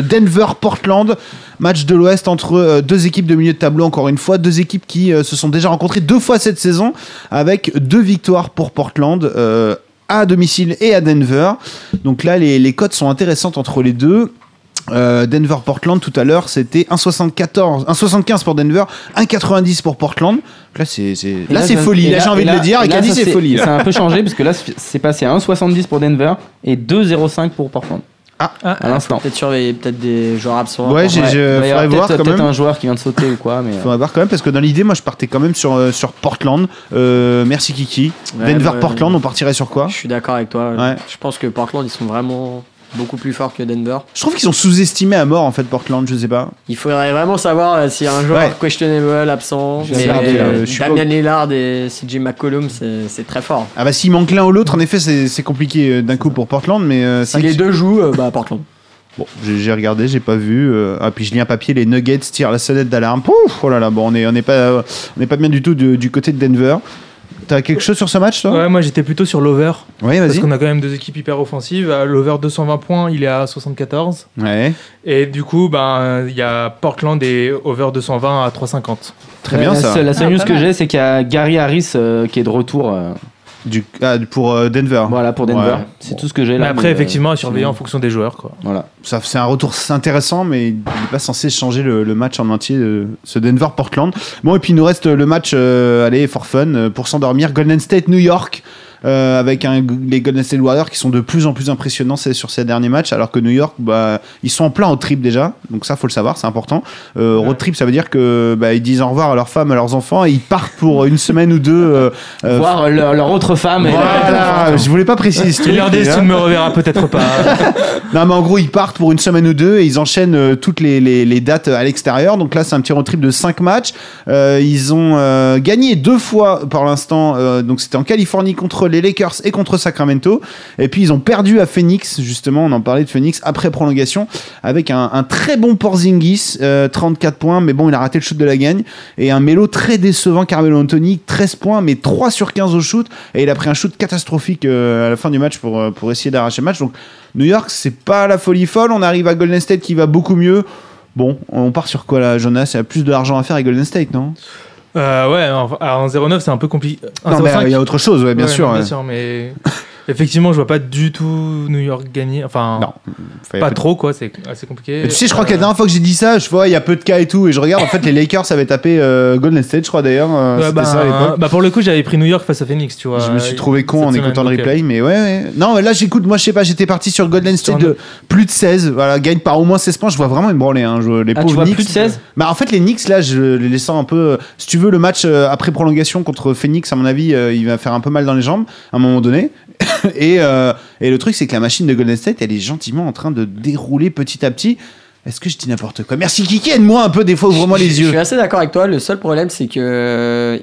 A: Denver-Portland. Match de l'Ouest entre euh, deux équipes de milieu de tableau, encore une fois. Deux équipes qui euh, se sont déjà rencontrées deux fois cette saison avec deux victoires pour Portland. euh, à domicile et à Denver. Donc là, les, les cotes sont intéressantes entre les deux. Euh, Denver-Portland tout à l'heure c'était 1,74 1,75 pour Denver 1,90 pour Portland Donc là c'est c'est-
D: Et
A: là, c'est
D: ça-
A: folie
D: et
A: là, j'ai envie
D: et
A: de
D: là-
A: le dire
D: et
A: et
D: là,
A: Caddy
D: ça,
A: c'est folie là.
D: Ça a un peu changé parce que là c'est passé à 1,70 pour Denver et 2,05 pour Portland.
E: Ah,
D: À l'instant.
G: Peut-être surveiller peut-être des joueurs absents.
A: Ouais, j'ai- je-
D: Il va y
A: faudrait
D: avoir
A: voir
D: peut-être
A: quand
D: peut-être
A: même.
D: un joueur qui vient de sauter ou quoi, mais. euh,
A: faudrait voir quand même parce que dans l'idée moi je partais quand même sur, euh, sur Portland Euh, merci Kiki
G: Ouais,
A: Denver
G: ouais,
A: Portland
G: ouais.
A: on partirait sur quoi
G: Je suis d'accord avec toi.
A: Ouais.
G: Je pense que Portland, ils sont vraiment beaucoup plus forts que Denver.
A: je trouve qu'ils sont sous-estimés à mort en fait Portland je sais pas
G: Il faudrait vraiment savoir euh, s'il y a un joueur
A: Ouais.
G: questionable absent.
A: Je
G: Mais
A: suis pas- euh, je suis pas-
G: Damien Lillard et CJ McCollum, c'est c'est très fort.
A: ah bah s'il manque l'un ou l'autre en effet c'est c'est compliqué euh, d'un coup pour Portland mais euh,
G: Si
A: c'est vrai
G: les
A: que-
G: deux jouent, euh, bah Portland.
A: Bon, j'ai j'ai regardé, j'ai pas vu. euh, ah, puis je lis un papier, les Nuggets tirent la sonnette d'alarme. Pouf Oh là là, bon, on est, on est, pas, on est pas bien du tout du, du côté de Denver. T'as quelque chose sur ce match, toi
E: Ouais, moi j'étais plutôt sur l'over.
A: Oui,
E: Parce
A: Ah. vas-y.
E: qu'on a quand même deux équipes hyper offensives. Euh, L'over 220 points, il est à 74.
A: Ouais,
E: Et du coup, ben, il y a Portland et over 220 à 350.
A: très
D: la-
A: bien
D: la
A: ça.
D: seule- La seule
C: Ah,
D: news
C: pas
D: que
C: mal.
D: j'ai, c'est qu'il y a Gary Harris euh, qui est de retour euh,
A: Du, ah, pour euh, Denver.
D: voilà, pour Denver.
A: Ouais.
D: C'est tout ce que j'ai
E: Mais
D: là.
E: après,
D: mais, euh,
E: effectivement, à surveiller
D: sinon,
E: en fonction des joueurs. Quoi.
D: Voilà.
A: Ça, c'est un retour intéressant, mais il n'est pas censé changer le, le match en entier, euh, ce Denver-Portland. Bon, et puis il nous reste le match, euh, allez, for fun, euh, pour s'endormir, Golden State-New York, euh, avec un- les Golden State Warriors qui sont de plus en plus impressionnants ces- sur ces derniers matchs, alors que New York, bah, ils sont en plein au trip déjà, donc ça, faut le savoir, c'est important. Euh, road trip, ça veut dire que bah, ils disent au revoir à leurs femmes, à leurs enfants, et ils partent pour une semaine ou deux. euh, euh,
D: Voir leur, leur autre femme. et-
A: voilà, je voulais pas préciser ce truc,
E: Il leur dit,
A: déjà.
E: tu ne me reverras peut-être pas.
A: Non, mais en gros, ils partent pour une semaine ou deux et ils enchaînent euh, toutes les, les- les dates euh, à l'extérieur. Donc là, c'est un petit road trip de 5 matchs. Euh, ils ont euh, gagné deux fois pour l'instant. Euh, donc c'était en Californie contre les Lakers et contre Sacramento. Et puis ils ont perdu à Phoenix, justement. On en parlait de Phoenix après prolongation avec un, un très bon Porzingis, euh, 34 points. Mais bon, il a raté le shoot de la gagne. Et un mélo très décevant, Carmelo Anthony, 13 points, mais 3 sur 15 au shoot. Et il a pris un shoot catastrophique euh, à la fin du match pour, euh, pour essayer d'arracher le match. Donc New York, c'est pas la folie folle. On arrive à Golden State qui va beaucoup mieux. Bon, on part sur quoi là, Jonas Il y a plus de l'argent à faire à Golden State, non
E: Euh, ouais, en- à 1,09, c'est un peu compliqué.
A: Non, mais euh,
E: 1,05,
A: il y a autre chose, ouais, bien
E: ouais,
A: sûr.
E: non,
A: ouais.
E: Bien sûr, mais effectivement, je vois pas du tout New York gagner. Enfin,
A: Non, Fallait
E: pas
A: peut-
E: trop, quoi. C'est assez compliqué.
A: Mais tu sais, je crois
E: Euh,
A: que la dernière fois que j'ai dit ça, je vois, il y a peu de cas et tout, et je regarde, en fait, les Lakers avaient tapé euh, Golden State, je crois d'ailleurs. euh,
E: Ouais,
A: c'était
E: bah,
A: ça à l'époque.
E: bah, pour le coup, j'avais pris New York face à Phoenix, tu vois. euh,
A: je me suis trouvé con
E: cette
A: en écoutant le
E: semaine, donc,
A: replay, mais ouais, ouais. Non, là, j'écoute, moi, je sais pas, j'étais parti sur Golden State
E: en-
A: de plus de 16, voilà, gagne par au moins 16 points, je vois vraiment une branlée, hein, je- les
D: Ah,
A: pauvres
D: tu vois
A: Knicks.
D: plus de 16
A: Bah en fait les Knicks là je les sens un peu si tu veux le match euh, après prolongation contre Phoenix à mon avis euh, il va faire un peu mal dans les jambes à un moment donné et, euh, et le truc c'est que la machine de Golden State elle est gentiment en train de dérouler petit à petit est-ce que je dis n'importe quoi merci Kiki aide-moi un peu des fois ouvre-moi
G: Je-
A: les
G: Je suis
A: yeux
G: assez d'accord avec toi. Le seul problème, c'est que euh,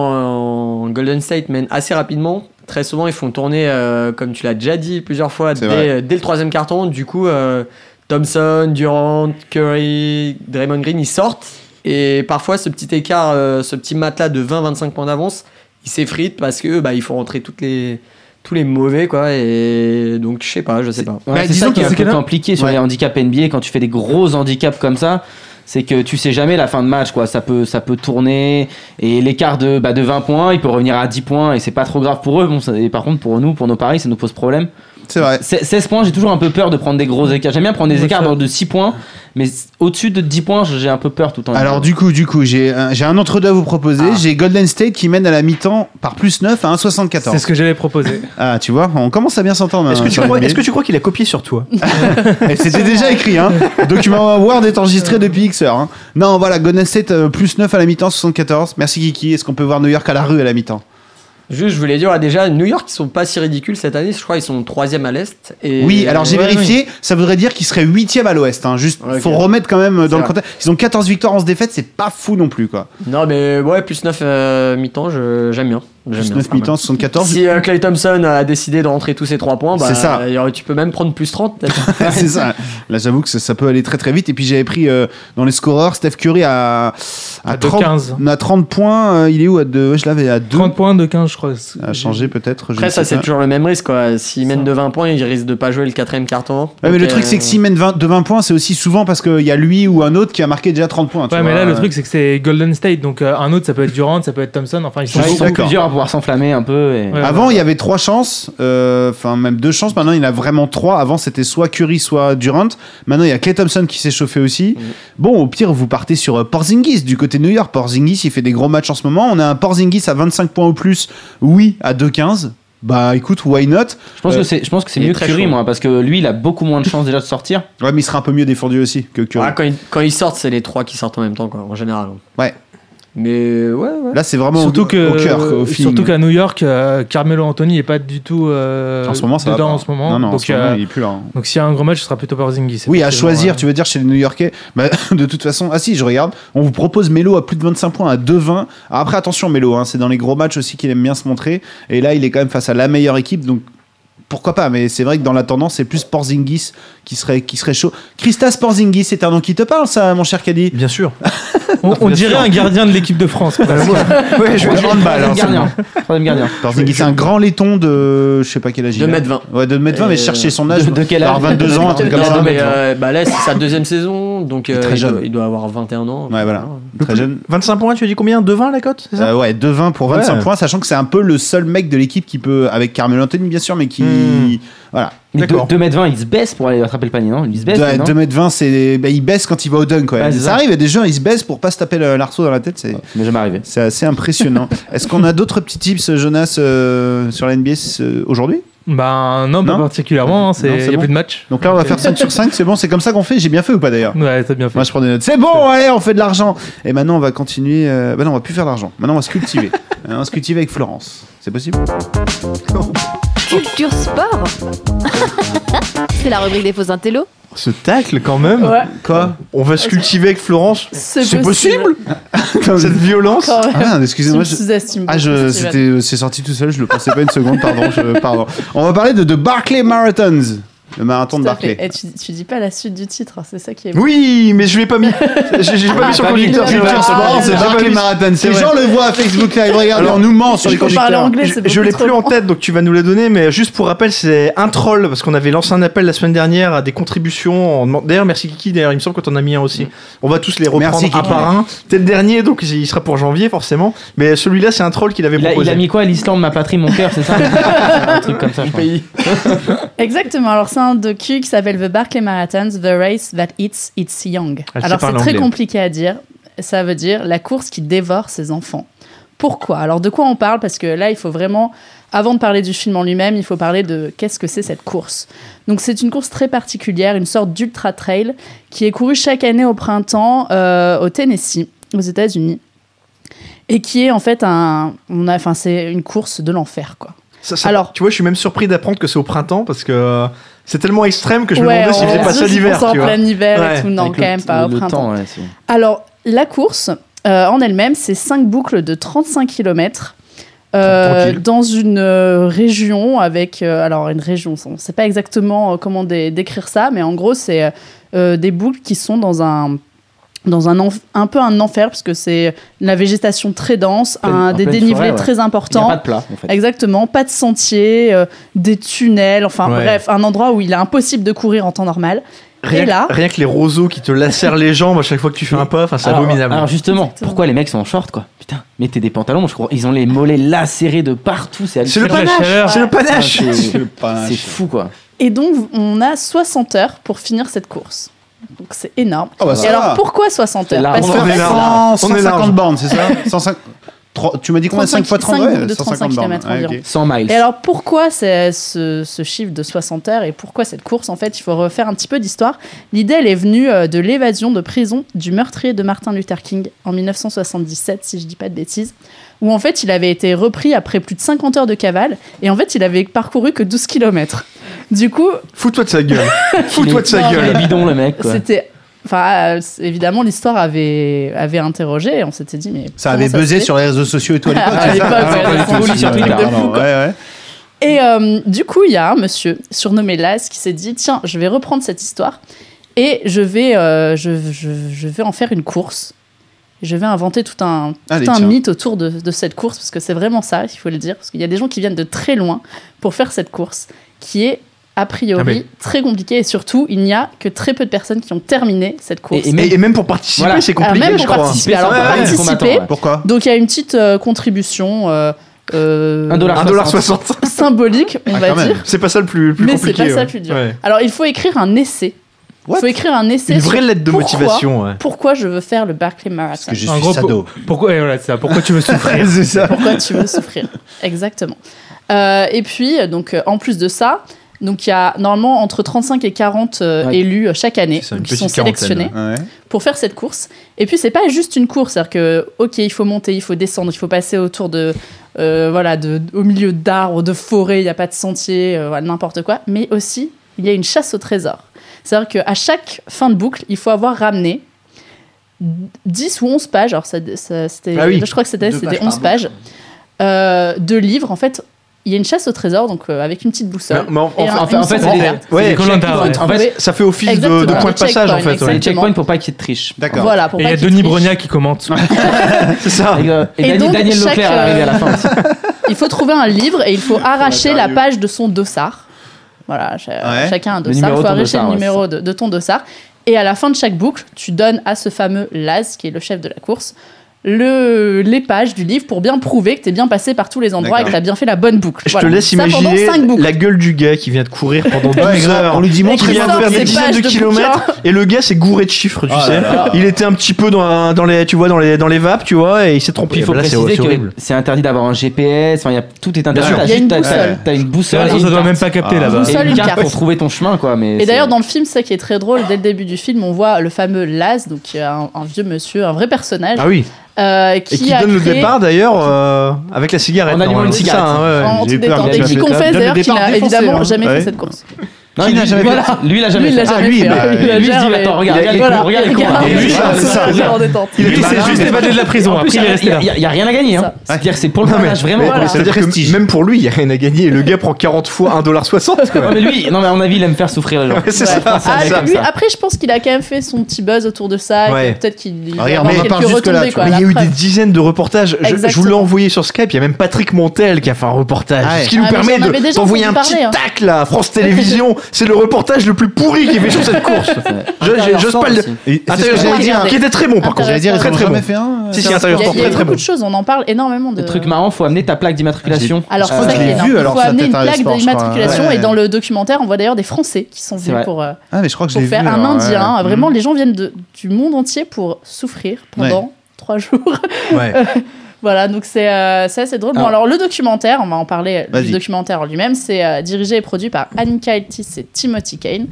G: quand Golden State mène assez rapidement, très souvent, ils font tourner, euh, comme tu l'as déjà dit plusieurs fois,
A: C'est
G: dès, euh,
A: vrai.
G: dès le troisième carton. Du coup, euh, Thompson, Durant, Curry, Draymond Green, ils sortent. Et parfois, ce petit écart, euh, ce petit matelas de 20-25 points d'avance, il s'effrite parce que bah, il faut rentrer toutes les, tous les mauvais. quoi. Et donc, je sais pas, je sais pas.
A: Bah,
D: Ouais, c'est
A: disons
D: ça qui est
A: que
D: un
A: c'est
D: peu
A: que là-
D: compliqué sur
A: Ouais.
D: les handicaps NBA quand tu fais des gros handicaps comme ça. C'est que tu sais jamais la fin de match, quoi. Ça peut, ça peut tourner et l'écart de, bah, de 20 points, il peut revenir à 10 points et c'est pas trop grave pour eux. Bon, ça- et par contre, pour nous, pour nos paris, ça nous pose problème.
A: c'est vrai.
D: 16 points, j'ai toujours un peu peur de prendre des gros écarts. J'aime bien prendre des
A: Moi,
D: écarts
A: ça-
D: dans de 6 points, mais au-dessus de 10 points, j'ai un peu peur tout le temps.
A: Alors du coup, du coup, j'ai un, j'ai un entre-deux à vous proposer. J'ai Golden State qui mène à la mi-temps par plus 9 à 1,74.
E: euh, C'est ce que j'allais proposer.
A: Ah, tu vois, on commence à bien s'entendre.
B: Est-ce que,
A: hein,
B: tu
A: sur
B: crois,
A: NBA.
B: est-ce que tu crois qu'il a copié sur toi
A: Eh, C'était déjà écrit, hein. Document Word est enregistré depuis Xer. hein. Non, voilà, Golden State euh, plus 9 à la mi-temps, 74. Merci Kiki. Est-ce qu'on peut voir New York à la rue à la mi-temps
G: Juste, je voulais dire, ah, déjà, New York, ils sont pas si ridicules cette année. Je crois qu'ils sont troisième à l'Est. Et...
A: Oui, alors j'ai
G: Ouais,
A: vérifié, ça voudrait dire qu'ils seraient 8 à l'ouest. Hein. Juste,
G: Ouais, ok.
A: faut remettre quand même euh, dans
G: C'est
A: le
G: vrai.
A: contexte. Ils ont 14 victoires, 11 défaites, c'est pas fou non plus, quoi.
G: oui. Non, mais ouais, plus 9 mi-temps, je- j'aime bien. J'aime
A: Plus
G: bien.
A: 9 mi-temps, 74.
G: Si euh, Clay Thompson a décidé de rentrer tous ses 3 points, bah,
A: C'est ça.
G: il y aurait- tu peux même prendre plus 30. peut-être.
A: c'est ça. Là, j'avoue que ça, ça peut aller très très vite. Et puis j'avais pris euh, dans les scoreurs Steph Curry à, à,
E: À
A: 30,
E: 2,15.
A: à 30 points. euh, il est où à deux Ouais, Je l'avais à 2.
E: 30 points de 15, je crois.
A: À changer peut-être. je
G: Après,
A: ne
G: ça,
A: sais
G: c'est
A: pas.
G: toujours le même risque. quoi. S'il mène de 20 points, il risque de pas jouer le quatrième carton.
A: Ouais, mais
G: Donc,
A: le
G: euh,
A: truc, c'est que s'il mène 20 de 20 points, c'est aussi souvent parce qu'il y a lui ou un autre qui a marqué déjà 30 points. tu
E: Ouais, mais
A: vois. euh,
E: là, le truc, c'est que c'est Golden State. Donc, euh, un autre, ça peut être Durant, ça peut être Thompson. Enfin, ils sont
A: Ouais,
D: ils
E: beaucoup.
D: sont
A: d'accord.
D: plusieurs à pouvoir s'enflammer un peu. Et...
E: Ouais,
A: Avant, il y avait trois chances, euh, enfin même deux chances. Maintenant, il y en a vraiment trois. Avant, c'était soit Curry, soit Durant. Maintenant, il y a Clay Thompson qui s'est chauffé aussi.
E: Mm.
A: Bon, au pire, vous partez sur euh, Porzingis du côté de New York. Porzingis, il fait des gros matchs en ce moment. On a un Porzingis à 25 points ou plus. Oui, à 2,15. Bah écoute, why not
D: Je pense
A: Euh,
D: que c'est, je pense que c'est
G: il est
D: mieux que
G: très
D: Curry,
G: chaud.
D: moi, parce que lui, il a beaucoup moins de chances déjà de sortir.
A: Ouais, mais il sera un peu mieux défendu aussi que Curry.
G: ah, quand, ils, quand ils sortent, c'est les 3 qui sortent en même temps, quoi, en général.
A: Ouais.
G: Mais ouais, ouais.
A: Là, c'est vraiment
E: surtout
A: au,
E: que,
A: au cœur, au feeling.
E: surtout qu'à New York, euh, Carmelo Anthony est pas du tout euh,
A: en ce moment, ça va
E: dedans
A: pas.
E: en ce moment.
A: Non, non, en
E: donc,
A: ce moment,
E: euh,
A: il est plus là. hein.
E: donc s'il y a un gros match, ce sera plutôt Porzingis.
A: Oui, à
E: euh,
A: choisir, tu veux dire, chez les New Yorkais. Bah, de toute façon, ah si, je regarde. On vous propose Melo à plus de 25 points, à 2,20. Ah, Après, attention, Melo, hein, c'est dans les gros matchs aussi qu'il aime bien se montrer. Et là, il est quand même face à la meilleure équipe, donc pourquoi pas. Mais c'est vrai que dans la tendance, c'est plus Porzingis qui serait, qui serait chaud. Christas Porzingis, c'est un nom qui te parle, ça, mon cher Caddy
B: Bien sûr.
E: On, on
B: Bien
E: dirait
B: sûr. Bah,
E: un gardien de l'équipe de France. presque.
A: Ouais, je vais prendre balle.
D: Troisième
A: hein, c'est
D: gardien.
A: bon.
D: Troisième gardien.
A: Porzingis, c'est un grand laiton de. Je sais pas quel âge il a.
G: 2m20.
A: Ouais, de 2m20, mais
G: Euh,
A: je cherchais son âge.
D: de- de quel âge
A: Alors, 22 ans, un truc comme
G: Non,
A: ça.
G: mais
A: Ouais,
G: euh, bah là, c'est sa deuxième saison, donc euh,
A: est
G: il,
A: très jeune.
G: Doit, il doit avoir 21 ans. hein.
A: voilà. Très jeune.
B: 25 points, tu as dit combien 2-20 la cote c'est ça
A: Euh, ouais, 2-20 pour 25
B: Ouais.
A: points, sachant que c'est un peu le seul mec de l'équipe qui peut, avec Carmelo Anthony bien sûr, mais qui.
B: Hmm.
A: Voilà.
D: Mais
B: D'accord.
D: 2m20, il se baisse pour aller attraper le panier, non Il se baisse,
A: De-
D: non
A: 2m20, c'est. bah, il baisse quand il va au dunk, quoi.
D: Ouais, c'est
A: ça,
D: ça.
A: arrive, il y a des gens, ils se baissent pour pas se taper le- l'arceau dans la tête, c'est.
D: Ça m'est jamais arrivé.
A: C'est assez impressionnant. Est-ce qu'on a d'autres petits tips, Jonas, euh, sur la NBA ce- aujourd'hui
E: ben non, pas
A: Non.
E: particulièrement. hein, c'est-
A: Non,
E: Il
A: c'est
E: n'y a
A: bon.
E: plus de match.
A: Donc là, on va faire 5 sur 5, c'est bon, c'est comme ça qu'on fait, j'ai bien fait ou pas d'ailleurs
E: Ouais, t'as bien fait.
A: Moi, je prends des notes. C'est bon, allez, on fait de l'argent Et maintenant, on va continuer. euh, Bah non, on va plus faire d'argent. Maintenant, on va se cultiver. Hein, on va se cultiver avec Florence. C'est possible
F: Culture sport C'est la rubrique des faux intellos.
B: Ce tacle quand même.
C: Ouais.
B: Quoi On va se cultiver avec Florence.
C: C'est
B: C'est
C: possible.
B: possible Cette violence
C: Quand
A: Ah
C: même.
A: merde, excusez-moi. je-
C: sous-estime
A: Ah,
C: beaucoup
A: je,
C: ce festival.
A: c'était, c'est sorti tout seul, je le pensais pas une seconde, pardon, je- pardon. On va parler de The Barclay Marathons. Le marathon de
C: Tout à fait.
A: Barclay.
C: Et tu, tu dis pas la suite du titre, hein, c'est ça qui est.
B: Oui, mais je l'ai pas mis. J'ai j'ai pas mis sur
C: Pas mis.
B: conducteur.
C: Culture
B: j'ai pas-
C: sport,
B: j'ai
A: c'est
B: pas
A: Barclay
B: mis.
A: Marathon.
B: C'est
A: Les
B: vrai.
A: gens le voient à Facebook Live, regardez, on nous ment sur les
C: Il faut parler
A: conducteurs.
C: anglais,
B: Je-
C: c'est
B: Je l'ai
C: beaucoup trop
B: plus en
C: long.
B: tête, donc tu vas nous la donner, mais juste pour rappel, c'est un troll, parce qu'on avait lancé un appel la semaine dernière à des contributions. en demandant- D'ailleurs, merci Kiki, d'ailleurs, il me semble que t'en as mis un aussi. On va tous les reprendre
A: Merci,
B: un
A: Kiki.
B: par un. T'es le dernier, donc il sera pour janvier, forcément. Mais celui-là, c'est un troll qu'il avait
D: Il a, il
B: proposé.
D: a mis quoi L'Islande, ma patrie, mon cœur, c'est ça Un truc comme ça, je crois.
C: Exactement. Alors, c'est un docu qui s'appelle The Barclay Marathons, The Race That Eats Its Young.
B: Ah, je sais
C: Alors,
B: pas
C: c'est
B: l'anglais.
C: très compliqué à dire. Ça veut dire la course qui dévore ses enfants. Pourquoi Alors, de quoi on parle Parce que là, il faut vraiment, avant de parler du film en lui-même, il faut parler de qu'est-ce que c'est cette course. Donc, c'est une course très particulière, une sorte d'ultra trail qui est courue chaque année au printemps euh, au Tennessee, aux États-Unis. Et qui est en fait un. on a- Enfin, c'est une course de l'enfer, quoi.
B: Ça- ça-
C: Alors-
B: tu vois, je suis même surpris d'apprendre que c'est au printemps, parce que euh, c'est tellement extrême que je me
C: Ouais,
B: demandais s'il
C: on-
B: faisait pas ça
C: on se
B: l'hiver,
C: sent en
B: tu vois.
C: plein hiver
B: Ouais,
C: et tout. Non,
D: Avec
C: quand
D: le-
C: même pas au
D: le
C: printemps.
D: temps, ouais, c'est-
C: Alors, la course euh, en elle-même, c'est cinq boucles de 35 km.
B: Tranquille.
C: dans une euh, région avec euh, alors une région on ne sait pas exactement euh, comment dé- décrire ça mais en gros c'est euh, des boucles qui sont dans un dans un enf- un peu un enfer parce que c'est la végétation très dense
D: Pleine-
C: un,
D: en
C: des
D: pleine
C: dénivelés
D: forêt, ouais.
C: très
D: Il n'y a
C: importants
D: pas de plat, en fait.
C: Exactement, pas de sentier, euh, des tunnels, enfin
B: Ouais.
C: bref, un endroit où il est impossible de courir en temps normal.
B: Rien,
C: Et là
B: rien que les roseaux qui te lacèrent les jambes à chaque fois que tu fais un pas, enfin, c'est
D: Alors-
B: abominable.
D: Alors justement,
C: Exactement.
D: pourquoi les mecs sont en short quoi Putain, mettez des pantalons, je crois. Ils ont les mollets lacérés de partout, c'est
B: c'est le
D: hallucinant.
E: la
B: panache
E: chaleur.
B: C'est le panache
D: Ah, c'est-
A: panache.
D: C'est fou quoi.
C: Et donc, on a 60 heures pour finir cette course. Donc, c'est énorme.
A: Oh, bah,
C: Et
A: ça va.
C: alors, pourquoi 60 heures
D: C'est
C: Parce
D: large.
C: qu'en
A: On
D: On
A: est
C: fait,
D: large.
A: là.
B: On est
A: 150
B: large.
A: bornes, c'est ça 105 Trois- Tu m'as dit combien 5
C: 35,
A: fois 30
C: cinq
A: ouais,
C: de 35
A: bornes.
C: kilomètres
A: Ouais,
C: environ.
A: ok.
D: 100 miles.
C: Et alors pourquoi c'est ce, ce chiffre de 60 heures et pourquoi cette course En fait, il faut refaire un petit peu d'histoire. L'idée, elle est venue euh, de l'évasion de prison du meurtrier de Martin Luther King en 1977, si je dis pas de bêtises, où en fait il avait été repris après plus de 50 heures de cavale et en fait il avait parcouru que 12 kilomètres. Du coup,
B: Fous-toi de sa gueule
D: Il
B: Fous-toi
D: est-
B: de sa
C: Non,
D: Il est
B: gueule
D: bidon le mec quoi.
C: c'était... Enfin, euh, c'est- évidemment, l'histoire avait, avait interrogé et on s'était dit, mais...
A: Ça avait
C: comment
A: buzzé
C: se fait
A: sur les réseaux sociaux et tout à l'époque.
C: À
A: c'est ça
C: l'époque,
A: Ah,
C: ouais,
A: pas
C: c'est
A: du tout,
C: cool,
A: c'est
C: sur
A: bien,
C: Twitter de
A: pardon.
C: fou, quoi.
A: Ouais, ouais.
C: Et euh, du coup, il y a un monsieur surnommé Laz qui s'est dit tiens, je vais reprendre cette histoire et je vais, euh, je, je- je vais en faire une course. Je vais inventer tout un,
A: Allez,
C: tout un
A: tiens.
C: mythe autour de, de cette course parce que c'est vraiment ça, il faut le dire, parce qu'il y a des gens qui viennent de très loin pour faire cette course qui est a priori
B: Ah, mais-
C: très compliquée et surtout il n'y a que très peu de personnes qui ont terminé cette course.
D: Et- et
B: Et, et même pour participer,
D: Voilà.
B: c'est
C: Alors,
B: compliqué,
C: Ah, même
B: je
C: pour
B: crois.
C: participer, alors
B: Ouais,
C: pour
B: ouais.
C: participer,
D: Combattant, ouais.
A: Pourquoi
C: donc il y a une petite euh, contribution euh, euh,
D: Un dollar.
B: 1,60$.
C: symbolique, on
A: Ah,
C: va
A: quand même.
C: dire.
B: C'est pas ça le plus, le plus
C: Mais c'est
B: compliqué.
C: pas ça
B: ouais.
C: le plus dur.
B: Ouais.
C: Alors, il faut écrire un essai. Il
A: What
C: faut écrire un essai
B: Une
C: sur
B: vraie lettre de
C: pourquoi-
B: motivation. ouais.
C: pourquoi je veux faire le Barclay Marathon.
A: Parce que je
E: En
A: suis
E: gros,
A: sado.
E: Pourquoi, eh, voilà, c'est ça. Pourquoi tu veux souffrir
A: C'est ça.
C: Pourquoi tu veux souffrir Exactement. Euh, et puis, donc, euh, en plus de ça, donc il y a normalement entre 35 et 40 euh,
D: Ouais.
C: élus euh, chaque année
B: C'est ça, une
C: qui sont
B: petite quarantaine,
C: sélectionnés
A: Ouais.
C: pour faire cette course. Et puis c'est pas juste une course, c'est-à-dire que ok, il faut monter, il faut descendre, il faut passer autour de euh, voilà, de, au milieu d'arbres, de forêts, il n'y a pas de sentier, euh, voilà, n'importe quoi. Mais aussi, il y a une chasse au trésor. C'est-à-dire qu'à chaque fin de boucle, il faut avoir ramené 10 ou 11 pages, alors ça, ça- c'était,
B: Ah oui.
C: je crois que c'était,
G: Deux
C: c'était
G: pages,
C: 11 pages, euh, de livres. En fait, il y a une chasse au trésor, donc euh, avec une petite boussole.
B: Mais- mais en-
C: Et
B: en-
C: un-
D: en fait-
C: une
D: en fait,
C: sonde
D: c'est des-
C: verte.
B: ouais, Ah,
E: C'est Koh-Lanta,
C: Faut
E: ouais.
C: trouver-
B: en fait, ça fait office de, de
C: Exactement.
B: point de passage, en fait. ouais.
C: Checkpoint,
D: C'est les
C: exactement.
D: checkpoints pour pas qu'il y ait de triche.
A: D'accord.
C: Voilà, pour
E: Et il
C: pas
E: y a
C: qu'il
E: Denis
C: triche.
E: Brogna qui commente.
B: C'est ça.
D: Et, euh, et
C: Et
D: Daniel,
C: donc,
D: Daniel
C: chaque, euh,
D: Leclerc à l'arrivée à la fin. aussi.
C: Il faut trouver un livre et il faut arracher la
A: sérieux.
C: page de son dossard. Voilà, cha-
A: Ouais.
C: chacun un
D: Le
C: dossard.
D: numéro
C: Il faut
D: de ton
C: arracher
D: dossard,
C: le
D: ouais,
C: numéro de, de ton dossard. Et à la fin de chaque boucle, tu donnes à ce fameux Laz, qui est le chef de la course, le, les pages du livre pour bien prouver que t'es bien passé par tous les endroits et que
A: D'accord.
C: t'as bien fait la bonne boucle.
B: Je te
C: Voilà.
B: laisse
C: Ça pendant
B: imaginer
C: cinq boucles.
B: la gueule du gars qui vient de courir pendant 12
A: grave,
B: heures.
A: on lui dit
C: Et
A: monte,
B: Qui
C: qu'il
B: vient de
C: sort
B: faire
C: ses
B: des dizaines
C: pages
B: de
C: de
B: kilomètres
C: bouquin.
B: et le gars s'est gouré de chiffres, tu
A: Oh là
B: sais.
A: là.
B: Il était un petit peu dans, dans les, tu vois, dans les, dans les vapes, tu vois, et il s'est trompé.
D: Puis il faut
B: Bah là, c'est
D: préciser
B: c'est horrible.
D: que c'est interdit d'avoir un GPS, enfin, il y a, tout est interdit.
B: sûr.
D: T'as
C: Il y a
D: juste-
C: une
D: t'as-
C: boussole.
D: t'as- T'as une boussole.
E: Ça,
D: et une
E: ça doit
D: carte.
E: même pas capter
A: Ah.
E: là-bas.
C: Boussole,
D: Et une
C: une
D: carte
C: carte.
D: pour trouver ton chemin, quoi. Mais
C: Et
D: c'est-
C: d'ailleurs, dans le film, ça qui est très drôle, dès le début du film, on voit le fameux Laz, donc qui est un, un vieux monsieur, un vrai personnage,
B: Ah oui.
C: euh,
B: Et
C: qui,
B: qui
C: a
B: donne le
C: créé-
B: départ d'ailleurs euh, avec la cigarette.
D: En allumant
B: normalement.
D: une
B: C'est
D: cigarette.
B: ça, hein, ouais, ouais.
C: en
A: j'ai
C: tout
A: eu peur
C: détente,
D: qu'il
C: et
D: y ait
C: qui
D: un
C: confesse
A: départ
C: d'ailleurs qu'il n'a
A: défoncé,
C: évidemment
A: hein.
C: jamais
A: Ouais.
C: fait cette course.
D: Non,
A: Qui
D: lui,
A: n'a jamais
D: voilà.
A: fait
D: Lui, il a
C: Lui,
D: jamais
C: il l'a
D: fait. Ah
C: jamais
B: lui,
C: fait.
B: bah,
C: hein.
B: lui,
C: il l'a
D: lui, il se dit,
C: jamais-
D: attends, regarde, regarde,
C: Voilà,
D: regarde, il court.
C: regarde,
D: Et
B: lui,
C: regarde,
B: ça, c'est ça,
C: regarde,
B: regarde.
C: en détente.
E: Il
B: Il
E: était
B: est
E: juste évadé de la prison.
B: hein.
E: Après, il est resté là.
D: Il n'y a rien à gagner. hein.
C: Ça.
D: C'est-à-dire que c'est pour le
B: Non, mais-
D: panache, vraiment.
B: mais
C: Voilà.
B: C'est-à-dire que même pour lui, il n'y a rien à gagner. Et le gars prend 40 fois 1,60$. quoi.
D: Ouais, mais lui, non, mais à mon avis, il aime faire souffrir les gens.
B: Ouais, c'est
C: Ouais.
B: ça.
C: Ah,
B: c'est
C: lui,
B: ça.
D: comme ça.
C: après, je pense qu'il a quand même fait son petit buzz autour de ça. et
B: Ouais.
C: que Peut-être qu'il il va
A: Regarde,
C: avoir
A: mais-
C: quelques
A: part jusque là,
C: retombées,
A: tu vois.
C: quoi, la
B: Mais il y a eu des
C: preuve.
B: dizaines de reportages. Je, je vous l'ai
C: Exactement.
B: envoyé sur Skype. Il y a même Patrick Montel qui a fait un reportage.
A: Ah ouais.
B: Ce qui nous
C: Ah, mais
B: permet
C: j'en avais
B: de
C: déjà
B: t'envoyer un
C: entendu
B: petit
C: parler, hein.
B: tac là à France Télévisions. C'est le reportage le plus pourri qui est fait sur cette course. Je- je- J'ose pas le.
A: Et Ah, c'est ce
B: Intérieur
A: que j'allais
B: Sport,
A: dire.
B: Qui était très bon par contre.
A: J'allais dire, ils
B: Très,
A: ont
B: très
A: jamais
B: bon.
A: fait un. euh,
B: Si, si,
A: ça
B: intérieur
C: Il y a,
B: sport,
C: il y a
B: très très
C: beaucoup
B: bon.
C: de choses, on en parle énormément. De...
D: Le truc marrant, faut amener ta plaque d'immatriculation.
B: Ah,
C: Alors,
A: Je crois
C: c'est
A: que
C: ça
A: je
C: qui
A: l'ai
C: est
A: vu,
C: énorme. Il
A: alors,
C: faut
A: ça
C: amener une
A: peut-être un
C: plaque
A: sport, je crois.
C: d'immatriculation.
A: Ouais.
C: Et dans le documentaire, on voit d'ailleurs des Français qui sont
D: C'est
C: venus
D: vrai. Mhm.
C: pour, euh,
A: Ah, mais je crois que je
C: pour
A: l'ai vu.
C: faire un
A: alors, ouais.
C: Indien. Vraiment, les gens viennent de- du monde entier pour souffrir pendant trois jours.
B: Ouais.
C: Voilà, donc c'est euh, c'est assez drôle. Bon,
D: Ah.
C: alors le documentaire, on va en parler,
A: Vas-y.
C: le documentaire en lui-même, c'est euh, dirigé et produit par Annika Eltis et Timothy Kane.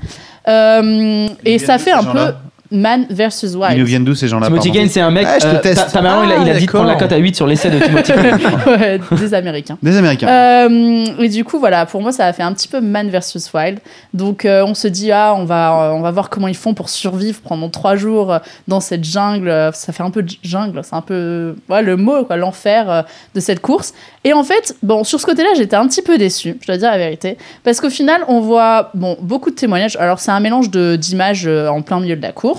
C: Euh, et
A: viennent
C: ça
A: d'où,
C: fait
A: ces
C: un peu
A: gens-là
C: Man versus
A: Ils nous
C: Wild.
A: viennent d'où ces gens-là
D: Timothy
A: pardon
D: Gaines, c'est un
B: Eh,
D: mec.
A: Ah, je te
D: euh, ta-
A: teste.
D: Ta maman, il a- il a
B: Ah,
D: dit de prendre la
A: d'accord.
D: cote à 8 sur l'essai de Timothy Gaines.
C: Ouais, des Américains.
A: Des Américains.
C: Euh, et du coup, voilà, pour moi, ça a fait un petit peu Man versus Wild. Donc, euh, on se dit, ah, on va, euh, on va voir comment ils font pour survivre pendant trois jours euh, dans cette jungle. Euh, Ça fait un peu de jungle, c'est un peu ouais, le mot, quoi, l'enfer euh, de cette course. Et en fait, bon, sur ce côté-là, j'étais un petit peu déçue, je dois dire la vérité. Parce qu'au final, on voit bon, beaucoup de témoignages. Alors, c'est un mélange de- d'images euh, en plein milieu de la course,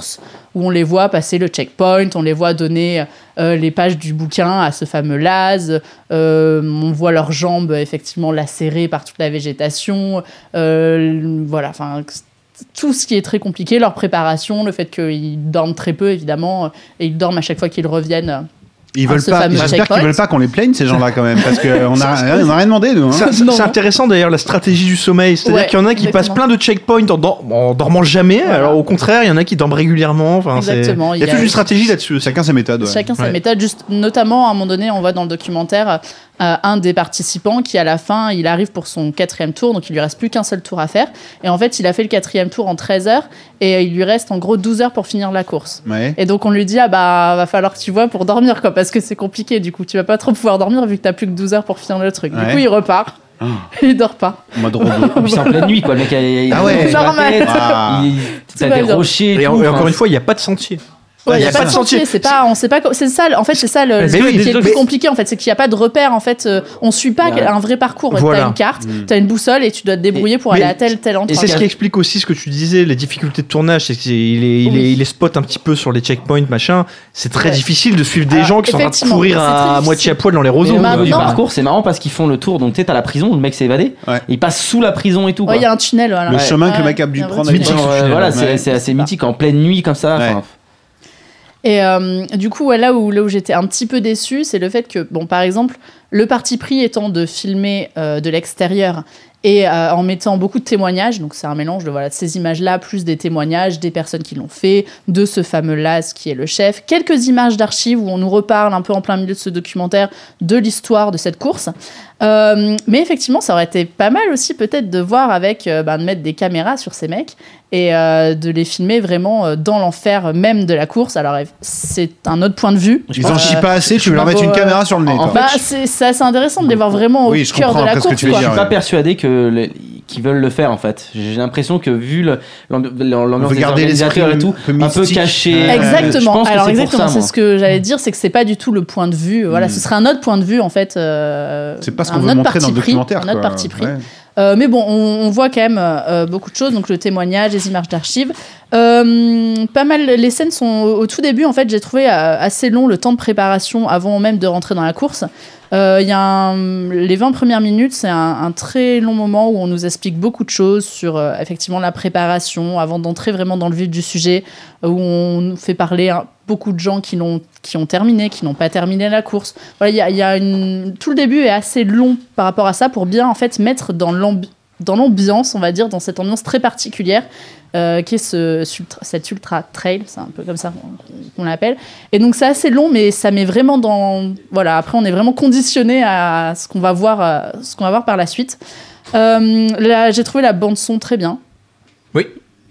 C: où on les voit passer le checkpoint, on les voit donner euh, les pages du bouquin à ce fameux Laz, euh, on voit leurs jambes euh, effectivement lacérées par toute la végétation. Euh, voilà, enfin, tout ce qui est très compliqué, leur préparation, le fait qu'ils dorment très peu évidemment, euh, et ils dorment à chaque fois qu'ils reviennent. euh,
A: Ils
C: à
A: veulent
C: ce
A: pas.
C: fameux
A: J'espère qu'ils
C: checkpoint.
A: veulent pas qu'on les plaigne ces gens-là quand même, parce qu'on n'a on a rien demandé nous. hein.
B: Ça- ça-
C: Non,
B: C'est
C: non.
B: intéressant d'ailleurs la stratégie du sommeil. C'est-à-dire
C: Ouais,
B: qu'il y en a qui passent
C: exactement.
B: plein de checkpoints en, dor- en dormant jamais. Alors au contraire, il y en a qui dorment régulièrement. Enfin, c'est-
C: Exactement,
B: Il y a
C: il y
B: toute
C: a-
B: une stratégie là-dessus. aussi.
A: Chacun ses méthodes. ouais.
C: Chacun sa
B: Ouais.
C: méthode, juste notamment à un moment donné, on voit dans le documentaire euh, un des participants qui à la fin, il arrive pour son quatrième tour, donc il lui reste plus qu'un seul tour à faire. Et en fait, il a fait le quatrième tour en 13 heures et euh, il lui reste en gros 12 heures pour finir la course.
A: Ouais.
C: Et donc on lui dit ah bah va falloir que tu vois pour dormir quoi parce que c'est compliqué du coup tu vas pas trop pouvoir dormir vu que t'as plus que 12 heures pour finir le truc.
A: Ouais.
C: Du coup il repart. Il dort pas.
A: En Mode robot.
D: Puis c'est en pleine nuit, quoi. Le mec, il- il- il-
A: Ah ouais.
D: il-
C: Normal.
D: il-
A: Ah.
D: il- T'as
C: pas
D: des
C: grave.
D: rochers.
B: Et,
D: tout,
B: en- et
D: enfin,
B: encore une fois, il n'y a pas de sentier.
C: Ouais,
B: Il
C: y
B: y a pas de sentier.
C: C'est pas, on sait pas. co- C'est ça. le- En fait, c'est ça le,
E: Mais
C: ce
E: oui,
C: qui est le plus
E: mais-
C: compliqué. En fait, c'est qu'il n'y a pas de repère. En fait, euh, on suit pas
D: Ouais.
C: un vrai parcours.
B: Voilà.
C: T'as une carte, t'as une boussole et tu dois te débrouiller pour
B: mais-
C: aller à tel tel endroit.
B: Et c'est ce qui explique aussi ce que tu disais, les difficultés de tournage, c'est qu'il est, il est,
C: Oui.
B: il est spot un petit peu sur les checkpoints, machin. C'est très
C: Ouais.
B: difficile de suivre des
C: Alors,
B: gens qui sont en train de
C: effectivement,
B: courir
C: c'est très
B: à, à
C: difficile.
B: moitié à poil dans les
D: Mais
B: roseaux. euh,
D: au
C: Maintenant-
D: niveau du parcours, c'est marrant parce qu'ils font le tour. Donc, tu sais, t'as la prison, le mec s'est évadé.
A: Ouais.
D: Il passe sous la prison et tout.
C: Ouais,
D: quoi.
C: il y a un tunnel. voilà.
A: Le
C: Ouais.
A: chemin que le
C: Ouais,
A: mec a dû
C: il y un vrai
A: prendre
C: tunnel.
A: avec-
D: Genre, euh,
A: Ouais.
D: voilà, c'est- c'est assez mythique en pleine nuit comme ça.
A: Ouais.
D: enfin,
C: Et euh, du coup, ouais, là où, là où j'étais un petit peu déçue, c'est le fait que, bon, par exemple, le parti pris étant de filmer euh, de l'extérieur et euh, en mettant beaucoup de témoignages, donc c'est un mélange de voilà, de ces images-là, plus des témoignages des personnes qui l'ont fait, de ce fameux Las qui est le chef, quelques images d'archives où on nous reparle un peu en plein milieu de ce documentaire de l'histoire de cette course. Euh, mais effectivement, ça aurait été pas mal aussi peut-être de voir avec, euh, ben, de mettre des caméras sur ces mecs et euh, de les filmer vraiment euh, dans l'enfer même de la course. Alors euh, c'est un autre point de vue.
A: Ils en
C: Euh,
A: chient pas assez, tu veux leur mettre une
C: bravo, euh,
A: caméra sur le nez.
D: en-
A: toi.
D: en
C: bah, c'est c'est assez intéressant de les voir vraiment au
A: Oui, je
C: cœur de
A: comprends
C: la
A: après ce que
C: course.
A: tu veux
C: quoi.
D: Je suis
A: dire,
D: pas
A: ouais.
D: persuadé que le- qu'ils veulent le faire en fait. J'ai l'impression que vu le- l'ambi-
A: On
D: l'ambiance
A: veut
D: des
A: garder l'esprit
D: organisateurs et tout,
A: un peu
D: un peu
A: mystique.
D: caché.
A: Euh,
D: je
C: Exactement.
D: pense que
C: Alors
D: c'est pour
C: exactement,
D: ça,
C: c'est
D: moi.
C: ce que j'allais dire, c'est que c'est pas du tout le point de vue. Voilà, ce serait un autre point de vue en fait. euh,
A: Hmm. C'est pas ce
C: un
A: qu'on veut
C: autre
A: montrer dans
C: parti
A: le
C: pris,
A: documentaire.
C: Un autre
A: quoi.
C: parti pris.
A: Ouais.
C: Euh, mais bon, on, on voit quand même euh, beaucoup de choses, donc le témoignage, les images d'archives. Euh, pas mal, les scènes sont au, au tout début, en fait, j'ai trouvé euh, assez long le temps de préparation avant même de rentrer dans la course. Euh, Il y a un- les 20 premières minutes, c'est un, un très long moment où on nous explique beaucoup de choses sur euh, effectivement la préparation avant d'entrer vraiment dans le vif du sujet, euh, où on nous fait parler hein, beaucoup de gens qui, l'ont, qui ont terminé, qui n'ont pas terminé la course. Voilà, il y a, il y a une... tout le début est assez long par rapport à ça pour bien en fait mettre dans l'ambi- dans l'ambiance, on va dire, dans cette ambiance très particulière euh, qui est ce, ce ultra- cet ultra trail, c'est un peu comme ça qu'on- qu'on l'appelle. Et donc c'est assez long, mais ça met vraiment dans voilà. Après, on est vraiment conditionné à ce qu'on va voir, euh, ce qu'on va voir par la suite. Euh, là, j'ai trouvé la bande son très bien.
B: Oui.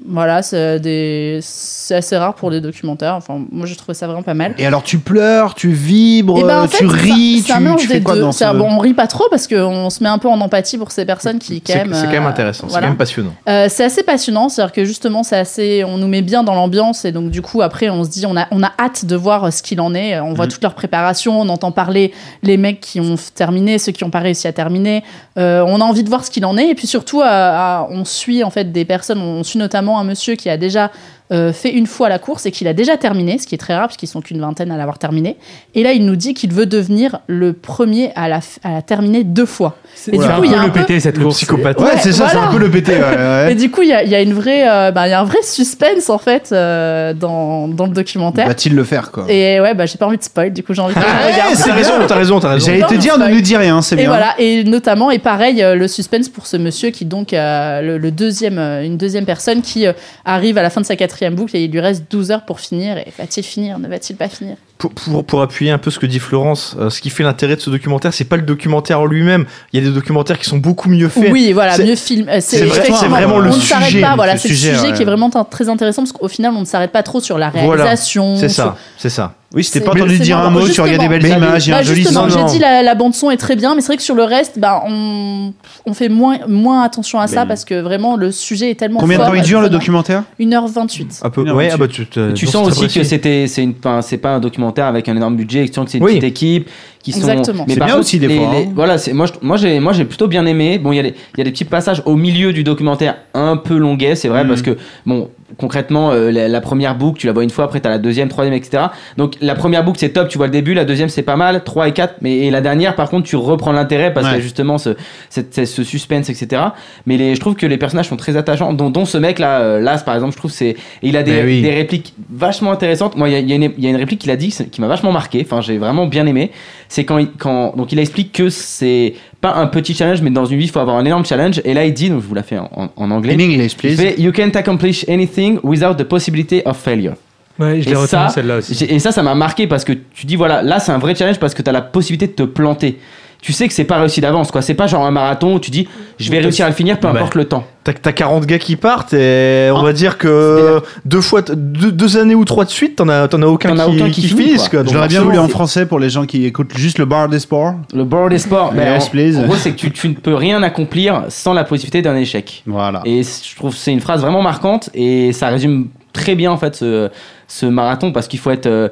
C: Voilà, c'est des- c'est assez rare pour des documentaires. Enfin, moi, j'ai trouvé ça vraiment pas mal.
A: Et alors tu pleures, tu vibres,
C: Eh ben, en fait,
A: euh, tu
C: c'est un-
A: ris,
C: c'est un
A: tu,
C: mélange
A: tu fais
C: des
A: quoi
C: deux.
A: dans
C: C'est
A: ce...
C: un- Bon, on rit pas trop parce qu'on se met un peu en empathie pour ces personnes qui, quand
B: C'est c'est
C: même.
B: quand même
C: euh,
B: intéressant, c'est
C: voilà.
B: quand même passionnant.
C: Euh, c'est assez passionnant, c'est-à-dire que justement, c'est assez, on nous met bien dans l'ambiance et donc du coup après on se dit on a on a hâte de voir euh, ce qu'il en est. On voit toute leur préparation, on entend parler les mecs qui ont f- terminé, ceux qui n'ont pas réussi à terminer. Euh, on a envie de voir ce qu'il en est et puis surtout euh, euh, on suit en fait des personnes, on suit notamment un monsieur qui a déjà euh, fait une fois la course et qu'il a déjà terminé, ce qui est très rare puisqu'ils sont qu'une vingtaine à l'avoir terminé. Et là il nous dit qu'il veut devenir le premier à la f- à la terminer deux fois.
E: C'est
C: du
E: un
C: coup, il y a
E: peu
C: un
E: le
C: peu-
E: pété cette
B: Le
E: course.
B: psychopathe.
A: Ouais,
C: Ouais,
A: c'est ça, c'est
C: voilà.
A: un peu le pété. ouais, ouais.
C: Et du coup, il y a, il y a une vraie, euh, bah, il y a un vrai suspense en fait euh, dans, dans le documentaire.
A: Va-t-il le faire quoi
C: Et ouais, bah, j'ai pas envie de spoil, du coup j'ai envie de dire, regarde.
B: T'as raison, t'as raison, t'as raison.
A: J'allais te
C: Non,
A: dire, ne
C: c'est-
A: nous dis rien, c'est
C: Et
A: bien.
C: voilà, et notamment, et pareil, euh, le suspense pour ce monsieur qui donc euh, le, le deuxième, euh, une deuxième personne qui euh, arrive à la fin de sa quatrième boucle et il lui reste 12 heures pour finir. Et va-t-il finir Ne va-t-il pas finir
B: pour, pour, pour appuyer un peu ce que dit Florence, euh, ce qui fait l'intérêt de ce documentaire, c'est pas le documentaire en lui-même. Il y a des documentaires qui sont beaucoup mieux faits.
C: Oui, voilà,
B: c'est-
C: mieux film. euh,
B: c'est vrai-
C: effectivement,
B: c'est vraiment le
C: On ne s'arrête
B: sujet,
C: pas,
B: le
C: voilà, c'est le
B: sujet,
C: sujet
B: ouais.
C: qui est vraiment t- très intéressant parce qu'au final, on ne s'arrête pas trop sur la
B: Voilà,
C: réalisation.
B: C'est
C: sur-
B: ça, c'est ça.
A: Oui, si t'es
C: c'est-
A: pas entendu
C: c'est
A: dire un
C: marrant.
A: mot, tu regardes des belles
B: Justement.
A: images, il y a un
C: Bah,
A: joli
C: justement,
A: son.
C: j'ai
B: non.
C: dit la, la bande son est très bien, mais c'est vrai que sur le reste, bah, on, on fait moins, moins attention à ça parce que vraiment le sujet est tellement
A: Combien de temps
C: fort,
A: il dure le
C: étonnant.
A: documentaire
C: 1h28.
B: Un peu.
A: Non,
B: Ouais,
A: tu-
B: ah bah, tu, te-
D: Tu
B: non,
D: sens
B: c'est
D: aussi
B: très
D: que
B: précis.
D: c'était c'est une enfin, c'est pas un documentaire avec un énorme budget, tu sens que c'est une
B: Oui.
D: petite équipe qui sont
C: Exactement.
D: mais
A: C'est
D: par
A: bien
D: contre,
A: aussi, des
D: les-
A: fois,
D: les-
A: hein.
D: Voilà, c'est moi je- moi j'ai moi j'ai plutôt
A: Mm.
D: bien aimé. Bon, il y a des il y a des petits passages au milieu du documentaire un peu longuets, c'est vrai parce que bon concrètement, euh, la, la première boucle, tu la vois une fois, après t'as la deuxième, troisième, etc. Donc la première boucle c'est top, tu vois le début, la deuxième c'est pas mal, 3 et 4, mais et la dernière par contre tu reprends l'intérêt parce que
A: Ouais.
D: justement ce, cette- cette- ce suspense, etc. Mais les, je trouve que les personnages sont très attachants, dont, dont ce mec là, euh, Las par exemple, je trouve c'est. Il a des,
B: Mais oui.
D: des répliques vachement intéressantes. Moi il y a, il y a une- il y a une réplique qu'il a dit qui m'a vachement marqué, enfin j'ai vraiment bien aimé. C'est quand, il- quand. Donc il explique que c'est pas un petit challenge, mais dans une vie il faut avoir un énorme challenge. Et là il dit, donc je vous la fais en, en- en anglais.
A: In English,
D: Il
A: please.
D: fait, You can't accomplish anything without the possibility of failure.
E: Ouais, je
D: Et
E: l'ai
D: ça,
E: retenu celle-là aussi.
D: J'ai- Et ça, ça m'a marqué parce que tu dis, voilà, là, c'est un vrai challenge parce que tu as la possibilité de te planter. Tu sais que c'est pas réussi d'avance, quoi. C'est pas genre un marathon où tu dis, je vais réussir à le finir, peu
E: Ouais.
D: importe le temps.
B: T'as, t'as 40 gars qui partent et on
D: Ah.
B: va dire que deux, fois, deux, deux années ou trois de suite, t'en as, t'en as aucun,
D: T'en as
B: qui,
D: aucun
B: qui
D: qui finit,
B: finisse.
D: quoi.
B: quoi.
A: Je
B: Donc
A: l'aurais bien
B: forcément,
A: voulu en
D: c'est-
A: français pour les gens qui écoutent juste le bar des sports.
D: Le board des sports, ben,
A: Yes,
D: en-
A: please.
D: en, gros, c'est que tu, tu ne peux rien accomplir sans la possibilité d'un échec.
A: Voilà.
D: Et c- je trouve que c'est une phrase vraiment marquante et ça résume très bien en fait ce, ce marathon parce qu'il faut être euh,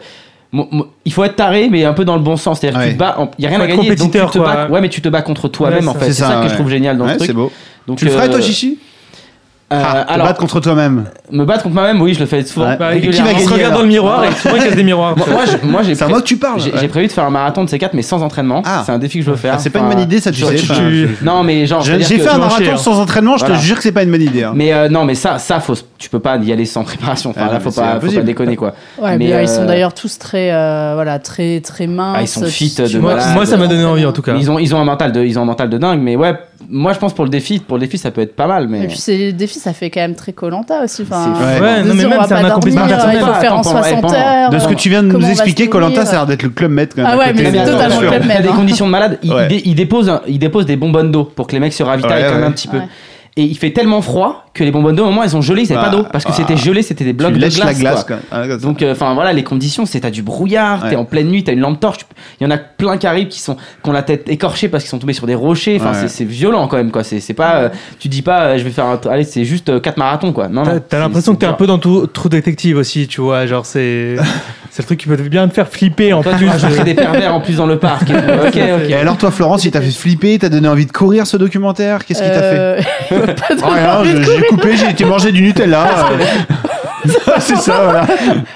D: mo- mo- il faut être taré mais un peu dans le bon sens, c'est-à-dire que
A: Ouais.
D: tu te bats, en- il y a rien
E: Faut
D: à
E: être
D: gagner, donc tu
E: compétiteur,
D: te
E: quoi.
D: bats, ouais mais tu te bats contre toi-même
E: Ouais,
D: en
E: ça-
D: fait,
A: c'est
D: c'est ça,
A: ça,
D: que je
A: ouais.
D: trouve génial dans
A: Ouais,
D: le
A: c'est
D: truc.
A: beau.
D: Donc,
A: tu le ferais
D: euh,
A: toi, Chichi
D: euh,
A: Ah, te
D: Alors
A: battre contre toi-même.
D: me battre contre moi-même, oui je le fais souvent.
A: Ouais.
E: Bah, et
D: régulièrement.
A: Qui va
E: on se
A: gagner,
E: regarde
A: alors
E: dans le miroir et souvent il casse des miroirs.
D: Moi, moi, je- moi, j'ai
A: C'est à
D: pré-
A: moi que tu parles.
D: j'ai-
A: Ouais.
D: j'ai prévu de faire un marathon de ces quatre mais sans entraînement,
A: Ah.
D: c'est un défi que je veux faire.
A: Ah, C'est pas une
D: Enfin,
A: bonne idée, ça, tu
D: je-
A: sais.
D: je-
A: enfin,
E: tu-
D: Non mais genre
A: J'ai
D: c'est-à-dire
A: j'ai
D: que-
A: fait un
E: je vais en chier,
A: marathon
E: hein.
A: sans entraînement, je te
D: Voilà.
A: jure que c'est pas une bonne idée. hein.
D: Mais euh, non, mais ça, ça, faut, tu peux pas y aller sans préparation. Enfin,
A: Ah,
D: là,
A: mais
D: faut
A: c'est
D: pas, faut
A: impossible.
D: pas déconner quoi.
A: Ah.
C: Ouais,
D: Mais,
C: mais, euh, ils sont
D: euh,
C: d'ailleurs tous très, euh, voilà, très, très minces.
D: Ah, ils sont
C: Tu-
D: fit de
C: tu vois
E: Moi,
C: qu'ils
D: malade.
E: moi,
C: sont
E: ça m'a
C: très
E: donné envie en tout cas.
D: Mais Ils ont, ils ont un mental de, ils ont un mental de dingue. Mais ouais, moi je pense pour le défi, pour le défi, ça peut être pas mal.
C: Et
D: Mais
C: puis ces défis, ça fait quand même très Colanta aussi. Enfin,
D: C'est-
A: Ouais.
E: Ouais,
C: de
E: Ah, non, mais
C: dire,
E: même,
C: on va
E: c'est
C: pas
E: un
C: dormir, euh,
D: accomplissement
C: il faut
D: personnel.
C: faire en
D: Attends, pendant-
C: 60
D: pendant-
C: heures. euh,
A: De ce que tu viens de
C: Comment
A: nous
C: on va se
A: expliquer,
C: nourrir
A: Colanta, ça a l'air d'être le club maître quand même.
C: Ah
A: à
C: ouais,
A: côté.
C: mais c'est
D: attends,
C: totalement
D: t'as
C: le club
D: des
C: maître, hein.
D: conditions de malade. Il,
A: Ouais.
D: il dé- il dépose, un- il dépose des bonbonnes d'eau pour que les mecs se ravitaillent
A: Ouais,
D: quand même
A: ouais.
D: un petit peu.
C: Ouais.
D: Et il fait tellement froid que les bonbonnes d'eau, au moment, elles ont gelé, ils avaient
A: Ah,
D: pas d'eau parce que
A: ah.
D: c'était gelé, c'était des blocs
A: Tu
D: de
A: lèches
D: glace.
A: la
D: quoi.
A: glace. quoi. Ah, comme ça.
D: Donc, euh, enfin voilà, les conditions, c'est t'as du brouillard,
A: Ouais.
D: t'es en pleine nuit, t'as une lampe torche. tu- Il y en a plein qui arrivent qui sont, qui ont la tête écorchée parce qu'ils sont tombés sur des rochers. Enfin,
A: Ouais.
D: c'est- c'est violent quand même, quoi. C'est c'est pas, euh, tu dis pas, euh, je vais faire, un, allez, c'est juste euh, quatre marathons, quoi. Non,
E: T'as-
D: non,
E: T'as
D: c'est-
E: l'impression
D: c'est
E: que t'es un
D: dur.
E: peu dans tout Trou Détective aussi, tu vois. Genre, c'est c'est le truc qui peut bien te faire flipper en
D: Toi,
E: plus. euh.
D: tu rajouterais des pervers en plus dans le parc. et tout. ok,
A: Et
D: ok.
A: alors, toi, Florence, il t'a fait flipper, t'as donné envie de courir ce documentaire Qu'est-ce qui t'a fait
C: Euh, pas de-
A: Rien, Oh, je- j'ai coupé, j'ai été manger du Nutella. euh. C'est ça, voilà.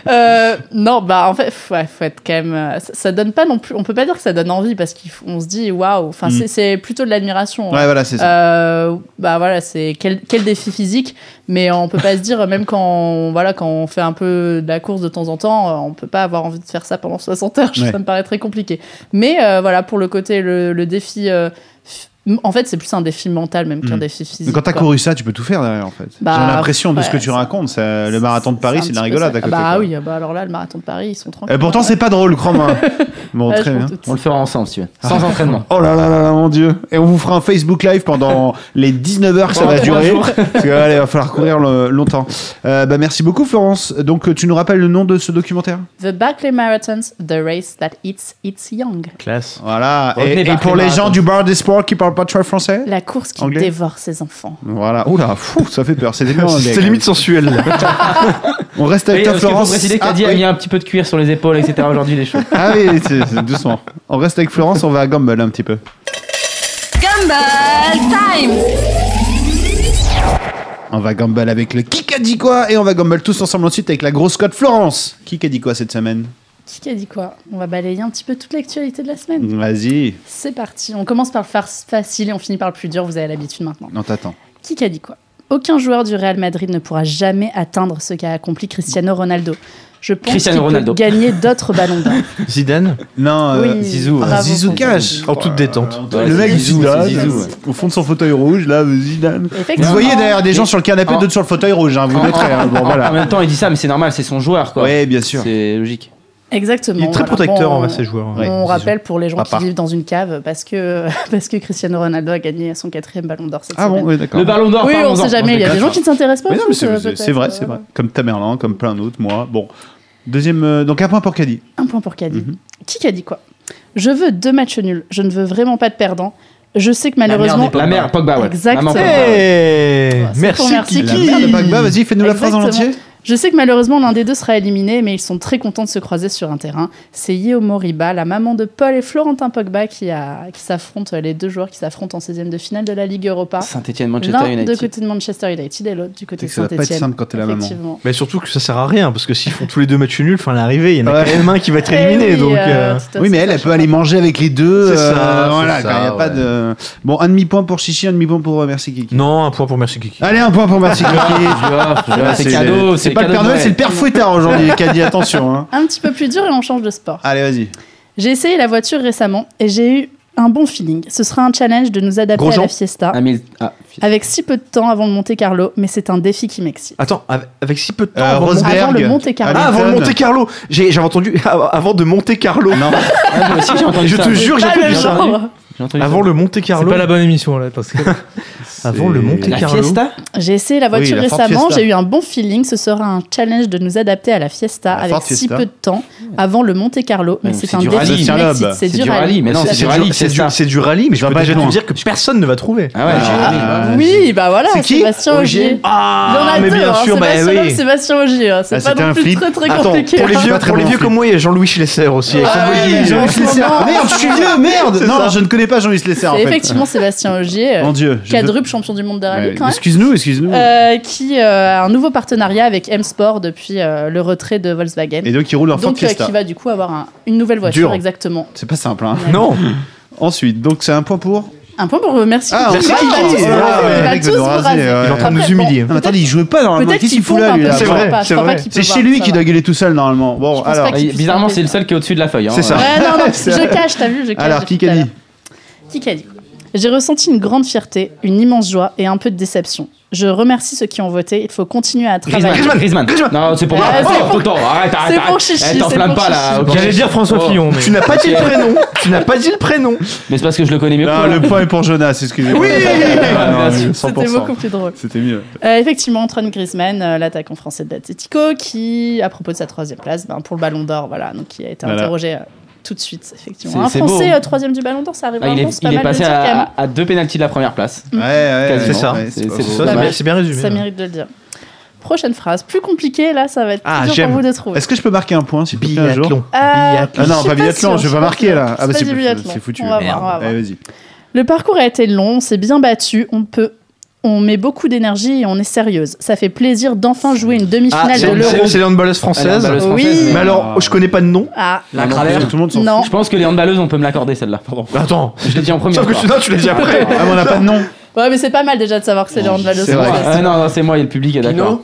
C: Euh, non, bah en fait, f- ouais, faut être quand même. euh, Ça, ça donne pas non plus. On peut pas dire que ça donne envie parce qu'on se dit waouh. Enfin,
A: Mm.
C: c'est- c'est plutôt de l'admiration. hein.
A: Ouais, voilà, c'est ça.
C: Euh, bah voilà, c'est quel, quel défi physique, mais on peut pas se dire, même quand on, voilà, quand on fait un peu de la course de temps en temps, euh, on peut pas avoir envie de faire ça pendant 60 heures,
A: Ouais.
C: ça me paraît très compliqué. Mais euh, voilà, pour le côté, le, le défi, euh, f- en fait, c'est plus un défi mental même qu'un
A: Mm.
C: défi
A: Mais
C: physique.
A: quand t'as
C: quoi.
A: couru ça, tu peux tout faire derrière, en fait.
C: Bah,
A: J'ai l'impression de ce que
C: ouais,
A: tu
C: ça-
A: racontes. ça- le marathon de Paris,
C: un
A: c'est de la
C: petit peu
A: rigolade
C: ça.
A: à côté.
C: Bah
A: quoi.
C: oui, bah alors là, le marathon de Paris, ils sont tranquilles.
A: Et pourtant, c'est pas drôle, crois-moi. hein. Bon,
C: Ouais, je
A: très
C: m'en
A: bien.
C: doute.
D: On le fera ensemble, si tu veux.
E: Ah.
D: Sans entraînement.
A: Oh là là là là, mon dieu. Et on vous fera un Facebook Live pendant les 19 heures que ça
D: Pendant
A: va
D: trois
A: durer.
D: jours.
A: Parce que, allez, va falloir courir le- longtemps. Euh, bah, merci beaucoup, Florence. Donc, euh, tu nous rappelles le nom de ce documentaire
C: The Barclay Marathons, the race that eats its young.
E: Classe.
A: Voilà.
D: Retenez
A: Et, et
D: par
A: pour
D: les
A: les
D: marathons.
A: gens du bar des sports qui parlent pas très français
C: La course qui
A: Anglais
C: dévore ses enfants.
A: Voilà. Oula, fou, ça fait peur. C'est tellement anglais,
B: C'est
A: quand même.
B: limite sensuel. là.
A: On reste
D: Oui,
A: avec toi,
D: parce qu'il faut
A: Florence.
D: préciser que
A: Ah,
D: Caddy a
A: oui.
D: mis un petit peu de cuir sur les épaules, etc. aujourd'hui, les choses.
A: Ah oui, c'est- c'est doucement. On reste avec Florence, on va à Gumball un petit peu.
K: Gumball Time
A: On va Gumball avec le qui a dit quoi et on va Gumball tous ensemble ensuite avec la grosse cote Florence. Qui a dit quoi cette semaine
C: Qui a dit quoi On va balayer un petit peu toute l'actualité de la semaine.
A: Mm. Vas-y,
C: C'est parti. On commence par le fa- facile et on finit par le plus dur. Vous avez l'habitude maintenant.
A: on t'attend.
C: Qui a dit quoi Aucun joueur du Real Madrid ne pourra jamais atteindre ce qu'a accompli Cristiano Ronaldo. Je pense
D: Cristiano
C: qu'il
D: Ronaldo.
C: peut gagner d'autres ballons d'or.
B: Zidane,
A: Non, euh,
C: Oui,
D: Zizou,
A: ah,
C: bravo,
A: Zizou
C: François.
A: Cash.
B: en toute détente.
D: Ouais,
A: le
D: c'est
A: mec
D: Zizou,
A: Zidane,
D: c'est Zizou, ouais.
A: au fond de son fauteuil rouge, là, euh, Zidane. Vous
C: Effectivement.
A: voyez derrière des gens
D: Mais-
A: sur le canapé,
D: en-
A: d'autres sur le fauteuil rouge, hein, vous
D: En-
A: noterez. hein, bon,
D: en- En
A: voilà.
D: même temps, il dit ça, Ah. mais c'est normal, c'est son joueur, quoi.
A: Oui, bien sûr.
D: C'est logique.
C: Exactement.
B: il est très
C: voilà.
B: protecteur
C: Bon,
B: envers ses joueurs.
A: Ouais,
C: on
A: Zizou.
C: rappelle pour les gens
A: Papa.
C: qui vivent dans une cave parce que, parce que Cristiano Ronaldo a gagné son quatrième ballon d'or cette
A: Ah
C: semaine.
A: bon, oui, d'accord.
D: Le ballon d'or,
C: Oui, on
D: parlons-en.
C: sait jamais.
D: Non, je
C: Il y a
D: déconne.
C: des gens qui ne s'intéressent pas.
A: Mais
C: au
A: non, mais
C: foot, euh,
A: c'est c'est
C: peut-être,
A: vrai,
C: euh,
A: c'est vrai.
C: voilà.
A: Comme Tamerlan, comme plein d'autres, moi. Bon. Deuxième, euh, donc un point pour Caddy.
C: Un point pour Caddy.
A: Mhm.
C: Qui a dit quoi Je veux deux matchs nuls. Je ne veux vraiment pas de perdants. Je sais que
D: La mère
C: malheureusement.
D: des- La mère, Pogba, ouais.
C: Exactement.
D: Maman Pogba, ouais.
B: Hey,
C: Voilà, c'est pour
B: merci
C: merci,
B: Kiki.
C: Kiki.
A: Merde, Pogba, vas-y, fais-nous la phrase en
C: Exactement.
A: entier.
C: Je sais que malheureusement l'un des deux sera éliminé, mais ils sont très contents de se croiser sur un terrain. C'est Yeo Moriba, la maman de Paul et Florentin Pogba, qui, a- qui s'affrontent, les deux joueurs qui s'affrontent en 16e de finale de la Ligue Europa.
D: Saint-Etienne,
C: L'un
D: Manchester
C: de
D: United.
C: côté de Manchester United et l'autre du
A: C'est
C: côté de
A: que ça va pas
C: Saint-Etienne.
A: être simple quand t'es la maman.
C: Effectivement.
B: Mais surtout que ça sert à rien, parce que s'ils font tous les deux matchs nuls, enfin, à l'arrivée, il y en a
A: Ouais.
B: quand même un qui va être
C: Eh
B: éliminé.
C: oui,
B: donc, euh,
C: euh, tout à
A: Oui,
C: fait,
A: mais elle,
C: ça
A: elle peut aller manger avec les deux.
B: C'est ça,
A: euh,
B: c'est
A: voilà,
B: ça,
A: quand il n'y a pas
B: ouais.
A: de. Bon, un demi-point pour Chichi, un demi-point pour euh, Merci Kiki.
B: Non, un point pour Merci Kiki.
A: Allez, un point pour Merci Kiki.
D: Ah, C'est
A: C'est-
D: cadeau,
A: C'est pas le
D: cadeau
A: Père
D: de
A: Noël, c'est le Père Fouettard aujourd'hui, Caddy, attention. hein.
C: Un petit peu plus dur et on change de sport.
A: Allez, vas-y.
C: J'ai essayé la voiture récemment et j'ai eu un bon feeling. Ce sera un challenge de nous adapter
B: Grosjean.
C: à la fiesta.
D: Ah, mais- ah, fi-
C: Avec si peu de temps avant le Monte Carlo, mais c'est un défi qui m'excite.
B: Attends, av- avec si peu de temps.
A: Euh,
B: avant de-
A: Rosberg.
C: Ah, Avant le Monte Carlo.
B: Ah, avant
A: Hamilton.
B: le Monte Carlo J'ai j'avais entendu avant de Monte Carlo.
A: Non,
D: Ah, moi aussi, j'ai entendu
B: Je
D: ça.
B: te jure, j'ai
C: Pas
B: entendu
C: le
B: ça.
C: genre.
D: J'ai entendu
B: Avant
D: ça.
B: le Monte
E: C'est
B: Carlo.
E: pas la bonne émission là, parce que
B: Avant le Monte
D: La
B: Carlo.
D: fiesta
C: J'ai essayé la voiture
A: Oui, la Ford
C: récemment,
A: Fiesta.
C: j'ai eu un bon feeling. Ce sera un challenge de nous adapter à la fiesta
A: La
C: avec
A: Ford
C: si
A: Fiesta.
C: peu de temps avant le Monte Carlo, mais
D: Ouais,
C: c'est
D: c'est
C: un
D: du
C: défi
D: rallye.
C: qui
A: C'est un
C: m'excite.
A: lob.
C: C'est
D: C'est
C: du
D: du
C: rallye.
D: rallye, mais non, c'est du ralley,
B: C'est
D: c'est
B: du,
D: ça.
B: c'est du rallye, mais je
A: Ça
B: peux
A: va pas
B: déjà
A: être
B: te
A: loin.
B: dire que personne ne va trouver.
D: Ah ouais, j'ai
A: Ah,
D: rallye.
C: Oui, bah voilà,
B: C'est qui
C: Sébastien
B: Ogier
C: Ogier.
B: Ah,
C: Il y en a
B: mais
C: deux,
B: bien
C: hein,
B: sûr, bah
C: Sébastien Loeb,
B: oui.
C: Sébastien Ogier. hein.
A: eh Ah,
C: C'est
A: c'était
C: pas
A: un
C: non plus
A: flip.
C: très très
B: Attends,
C: compliqué.
B: pour les
C: hein.
B: vieux,
A: très
B: pour les
A: bon
B: vieux
A: film.
B: comme moi, il y a Jean-Louis Schlesser aussi. avec son
C: Ah ouais,
B: bouillie.
A: Jean-Louis Lesser.
C: non.
A: Merde, je suis vieux, merde
B: C'est
A: Non,
B: ça.
A: je ne connais pas Jean-Louis Lesser en
C: C'est
A: fait.
C: Bah, effectivement Sébastien Ogier, euh,
A: Mon dieu. je-
C: quadruple champion du monde de rallye
A: Ouais,
C: quand même.
A: Excuse-nous, excuse-nous.
C: euh, qui euh, a un nouveau partenariat avec M Sport depuis euh, le retrait de Volkswagen.
A: Et donc, il roule en Ford
C: Donc, euh,
A: Fiesta.
C: qui va du coup avoir un- une nouvelle voiture,
A: Dur.
C: exactement.
A: C'est pas simple, hein.
B: Non,
A: Ensuite, donc c'est un point pour.
C: Un point pour euh, merci.
A: Ah,
C: Kiki.
A: merci,
C: Il va
A: Kiki.
C: tous vous
A: Ah,
C: raser,
A: ouais,
C: il va
A: mec,
C: tous
A: de euh, nous
C: vous
A: raser,
C: raser.
A: ouais.
B: il est en train de
C: Après,
B: nous
C: bon,
B: humilier.
A: Non, mais attendez, il jouait pas normalement.
C: Peut-être
A: Qu'est-ce qu'il
C: qu'il
A: fout là,
C: pompe
A: lui
C: un
A: là
C: peu, je crois
B: vrai,
C: pas, je
B: c'est
C: crois
B: vrai.
C: pas qu'il
A: C'est
C: pompe,
A: chez lui
C: ça
A: qui
C: va.
A: doit gueuler tout seul normalement. Bon,
C: Je pense
A: alors.
C: pas
D: Ah, il- Bizarrement, c'est le seul qui est au-dessus de la feuille. hein.
A: C'est ça.
C: Ouais, non, non,
A: C'est
C: je
A: vrai.
C: cache, t'as vu, je cache.
A: Alors,
C: depuis
A: qui
C: tout
A: qu'a
C: à
A: dit
C: l'heure. Qui qu'a dit J'ai ressenti une grande fierté, une immense joie et un peu de déception. Je remercie ceux qui ont voté. Il faut continuer à
D: Griezmann,
C: travailler.
D: Griezmann, Griezmann. Non, c'est pour moi.
C: Ouais, c'est
D: Oh, tonton, arrête, arrête.
C: pour
D: arrête.
C: Chichi,
D: Eh,
C: c'est
D: T'enflamme
C: pour
D: pas là.
C: Chichi.
D: ok.
E: j'allais dire François
D: Oh.
E: Fillon, mais
B: Tu n'as pas dit le prénom. Tu n'as pas dit le prénom.
D: Mais c'est parce que je le connais mieux. que
A: Non,
D: toi.
A: le point est pour Jonas, excusez-moi.
B: Oui
A: Ah, non,
D: Bien
A: mais 100%.
D: sûr.
C: C'était beaucoup plus drôle.
A: C'était mieux.
C: Euh, effectivement, Antoine Griezmann, euh, l'attaquant français de l'Atlético, qui, à propos de sa troisième place, ben, pour le Ballon d'Or, voilà, donc qui a été
A: Voilà.
C: interrogé euh, tout de suite, effectivement. Un
D: C'est- c'est beau,
C: Français
D: hein.
C: euh, troisième du Ballon d'Or, ça arrive
D: Ah,
C: en
D: il
C: France,
D: est,
C: pas
D: il est
C: mal de hein.
D: passé
C: dire quand même.
D: à, Ah, à deux pénalties de la première place.
A: Ouais, ouais,
D: Quasiment.
A: ouais,
B: C'est ça.
A: ouais, c'est
D: C'est-
A: pas
D: c'est
A: faux.
B: Ça,
C: Pas
B: c'est
C: mal.
B: bien- c'est bien résumé.
C: Ça
D: hein.
C: mérite de le dire. Prochaine phrase, plus compliquée, là, ça va être
B: Ah,
C: plus dur
B: j'aime.
C: pour vous de trouver.
A: Est-ce que je peux marquer un point si possible un jour
B: Biathlon.
C: Euh,
A: Ah non,
C: je suis
A: pas biathlon,
C: sûre,
A: je vais
C: suis
A: pas marquer
C: sûre.
A: là. Ah bah
C: C'est
A: c'est
C: pas du
A: foutu.
C: biathlon.
A: C'est foutu.
C: On va
A: Merde. Eh
C: voir, on va voir.
A: Allez, vas-y.
C: Le parcours a été long, on s'est bien battu, on peut. On met beaucoup d'énergie et on est sérieuse. Ça fait plaisir d'enfin jouer une
B: Ah,
C: demi-finale
B: c'est
C: de l'Euro.
B: c'est Léon Ballas
D: Elle est en
B: française.
D: balleuse
C: Oui.
D: française, mais-
B: Mais alors, je connais pas de nom.
C: Ah,
D: La
A: Non,
D: Cralère.
A: Tout le monde s'en fout.
C: non.
D: Je pense que les handballeuses, on peut me l'accorder celle-là. Pardon.
B: Attends.
D: Je l'ai dit en premier.
B: Sauf que
D: encore.
B: tu, non, tu l'as dit après.
A: Ah, mais on n'a pas de nom.
C: Ouais, mais c'est pas mal déjà de savoir que c'est Léon de Valo.
A: C'est vrai.
D: Ah, non, non, c'est moi et le public est d'accord.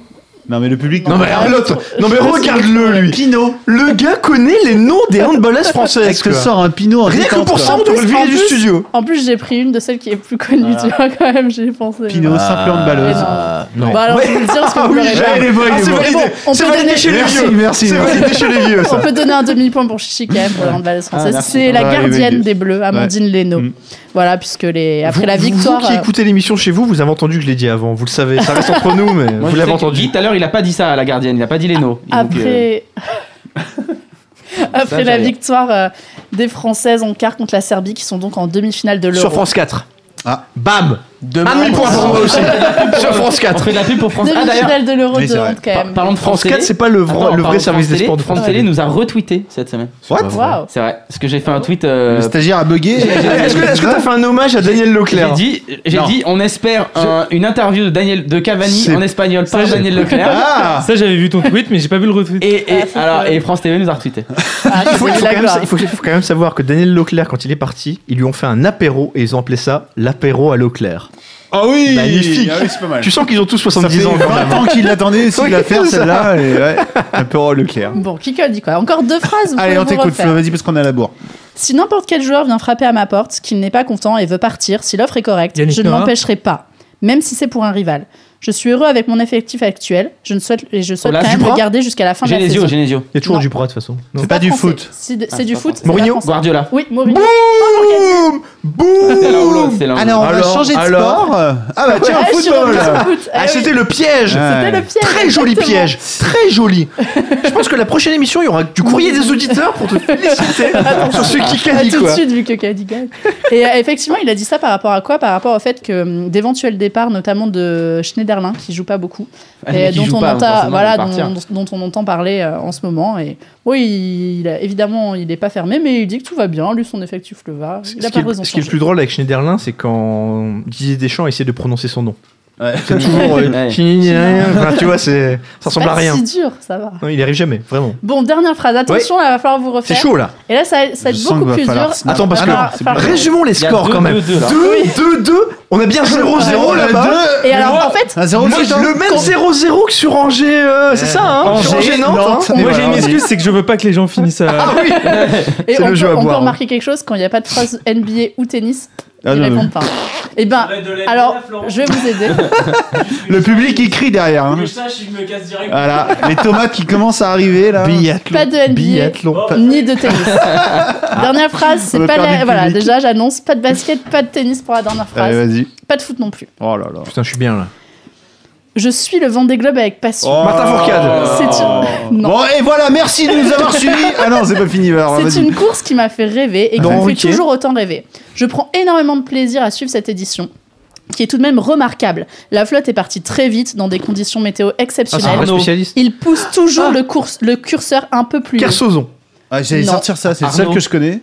A: Non, mais le public.
B: Non mais
C: Ah,
B: l'autre. Non mais
C: je-
B: regarde-le lui.
A: Pinot.
B: Le gars connaît les noms des handballeuses françaises.
A: Est-ce que
B: quoi.
A: sort un Pinot en
B: Rien que
A: détente,
B: pour ça,
A: là
B: on devrait le
C: En
B: virer du
C: plus-
B: studio.
C: En plus, j'ai pris une de celles qui est plus connue, tu vois, quand même, j'ai pensé.
A: Pinot, simple handballeuse.
C: Ah,
B: non.
C: Bah alors,
B: Ouais.
C: je vais le dire parce que
B: Ah
C: vous
B: oui,
C: l'aurez
B: j'ai-
C: pas.
A: il est bon, il
B: Ah,
A: est
B: c'est
A: bon.
B: validé.
C: Bon, on
B: C'est
C: peut
B: validé
C: donner-
B: chez les
A: Merci,
B: vieux.
A: merci,
B: C'est
A: merci.
B: validé chez les vieux,
C: On
B: ça.
C: peut donner un demi-point pour Chichi quand même pour la handballeuse française.
D: merci.
C: c'est la
A: On va arriver
C: gardienne
A: vite.
C: des Bleus, Amandine Leno.
A: Mm.
C: Voilà, puisque les... après
B: Vous-
C: la
B: vous-
C: victoire.
B: Vous qui
C: euh,
B: écoutez l'émission chez vous, vous avez entendu que je l'ai dit avant. Vous le savez, ça reste entre nous, mais vous
D: Moi, je
B: l'avez
D: sais que Guy,
B: entendu.
D: tout à l'heure, il a pas dit ça à la gardienne, il a pas dit les noms. Donc, euh,
C: Ah, Après. Après
D: Ça,
C: la
D: j'ai-
C: victoire euh, des Françaises en quart contre la Serbie, qui sont donc en demi-finale de
B: Sur
C: l'Euro.
B: France 4.
A: Ah.
B: Bam
G: Demain,
B: Un demi-point pour moi aussi. Sur France
D: On
B: 4.
D: fait de la pub pour France. Ah d'ailleurs,
C: Demi-finale de l'Euro
A: Oui,
C: de
A: c'est vrai.
C: honte quand
D: par-
C: même.
D: parlons de France
B: France 4,
D: Télé.
B: c'est pas le
D: Attends,
B: vrai, le
D: parlons
B: vrai
D: de
B: service des
D: Télé.
B: sports de France Télé.
D: nous a retweeté cette semaine.
A: What
C: Waouh!
D: C'est vrai. Parce que j'ai fait un tweet. euh,
A: Le stagiaire a bugué.
B: Est-ce que est-ce que t'as fait un hommage à Daniel
D: J'ai
B: Leclerc
D: dit, j'ai
A: Non.
D: dit, on espère un- une interview de Daniel de Cavani
A: C'est-
D: en espagnol par
E: j'ai-
D: Daniel Leclerc.
A: Ah
E: ça j'avais vu ton tweet, mais j'ai pas vu le retweet.
D: Et, et-
C: Ah, c'est
D: alors,
C: vrai.
D: et France TV nous a retweeté.
C: Ah,
B: il faut,
C: c'est
B: il faut
C: la
B: quand même,
C: gloire.
B: sa- il faut- il faut quand même savoir que Daniel Leclerc, quand il est parti, ils lui ont fait un apéro et ils ont appelé ça l'apéro à Leclerc.
A: Ah oui
B: Magnifique.
A: Ah oui, c'est pas mal.
B: Tu sens qu'ils ont tous
A: Ça
B: 70
A: fait
B: ans quand
A: 20
B: même.
A: ans hein. qu'il l'attendait, s'il la faire
B: C'est ça.
A: celle-là. et ouais, Un peu rôle Leclerc.
C: Bon, qui code dit quoi? Encore deux phrases? vous
A: Allez,
C: pouvez
A: on
C: vous
A: t'écoute,
C: refaire.
A: Flo, vas-y, parce qu'on est à la bourre.
C: Si n'importe quel joueur vient frapper à ma porte, qu'il n'est pas content et veut partir, si l'offre est correcte,
E: Yannick
C: je ne
E: Noah.
C: l'empêcherai pas, même si c'est pour un rival. Je suis heureux avec mon effectif actuel, je ne souhaite, et je souhaite
D: Olas,
C: quand même
D: Duprat
C: le garder jusqu'à la fin de la
D: Genesio,
C: saison.
D: Genesio.
B: Il y a toujours
C: Non.
B: du bras de toute façon. Non.
A: C'est pas du
C: français.
A: foot.
C: C'est de-
D: Ah,
C: c'est du
D: pas
C: foot.
D: français.
C: c'est pas
B: Mourinho,
C: français.
D: Guardiola.
C: Oui, Mourinho.
B: Boum
D: C'est l'un ou l'autre,
B: Boum
D: c'est l'un
C: Ah,
D: ou
A: Alors, on va
B: Alors,
A: changer de
B: alors
A: sport. Ah bah tiens,
C: Ouais, je suis revenue
A: football
C: sur le foot. Eh
B: Ah,
C: oui,
B: c'était le piège
A: Ouais.
C: c'était le piège.
B: Très joli
C: exactement.
B: piège, très joli. Je pense que la prochaine émission, il y aura du courrier des auditeurs pour te féliciter sur ce qui
C: Ah,
B: a dit
C: tout de
B: quoi.
C: suite, vu que Caddy gagne. Et euh, effectivement, il a dit ça par rapport à quoi Par rapport au fait que hum, d'éventuels départs, notamment de Derlin qui joue pas beaucoup
D: Mais
C: et
D: qui
C: dont
D: joue
C: on
D: pas,
C: entend
D: forcément,
C: voilà
D: il va
C: dont,
D: partir.
C: dont on entend parler euh, en ce moment et oui il, il a- évidemment il est pas fermé mais il dit que tout va bien lui son effectif le va il
B: Ce qui,
C: a pas
B: est,
C: raison de
B: ce qui est le
C: changer.
B: plus drôle avec Schneiderlin, c'est quand Didier Deschamps essaie de prononcer son nom.
D: Ouais.
B: C'est toujours. euh,
D: Ouais.
B: Enfin, tu vois, c'est- ça
C: C'est
B: ressemble à
C: pas
B: rien.
C: si dur ça va
B: Non, il n'y arrive jamais, vraiment.
C: bon dernière phrase attention là va falloir vous
B: C'est
C: refaire
B: chaud là.
C: et là ça, ça va
A: Je
C: être
A: sens que
C: beaucoup
A: va
C: plus
A: falloir
C: dur
A: se
B: Attends, parce
C: Va
B: que.
C: falloir- falloir-
B: Résumons les
D: Il y a
B: scores
D: deux,
B: quand même.
D: deux, deux, là.
B: 2-2-2. On a bien 0-0 là-bas.
C: et alors en fait
A: Un zéro,
B: Moi,
A: putain.
B: le même 0-0 que sur Angers, euh,
A: Ah,
B: c'est ça, hein
E: Angers,
B: Sur Angers, Nantes. hein.
E: Moi j'ai
B: Voilà,
E: une
A: ben,
B: on dit-
E: excuse, c'est que je veux pas que les gens finissent euh, à.
B: Ah oui
C: Et
B: C'est
C: on,
B: le
C: peut,
B: jeu à
C: on peut
B: boire, hein.
C: remarquer quelque chose quand il n'y a pas de phrase NBA ou tennis,
A: Ah,
C: ils
A: non,
C: répondent pas. Eh ben, alors, je vais vous aider.
A: Le public il crie derrière. hein. Voilà, les tomates qui commencent à arriver là.
B: hein.
C: Pas de NBA.
A: Biathlon.
C: Ni de tennis. dernière phrase,
A: On
C: c'est
A: va
C: pas
A: faire
C: la-
A: du
C: Voilà,
A: public.
C: déjà, j'annonce pas de basket, pas de tennis pour la dernière phrase.
A: Allez, vas-y.
C: Pas de foot non plus.
A: Oh là là.
B: Putain, je suis bien là.
C: Je suis le Vendée Globe avec passion.
B: Martin Fourcade.
C: C'est une... non.
A: Oh. Bon, et voilà, merci de nous avoir suivis. Ah non, c'est pas fini, alors,
C: C'est
A: vas-y.
C: une course qui m'a fait rêver et qui
B: Bon,
C: me fait
B: ok.
C: toujours autant rêver. Je prends énormément de plaisir à suivre cette édition qui est tout de même remarquable. La flotte est partie très vite dans des conditions météo
B: Ah, c'est un
C: exceptionnelles.
B: vrai spécialiste.
C: Il pousse toujours le, course- le curseur un peu
B: Mmh.
C: plus haut.
B: Kersozon.
A: Ah, J'allais
C: Non.
A: sortir ça, c'est le seul
D: Arnaud.
A: que je connais.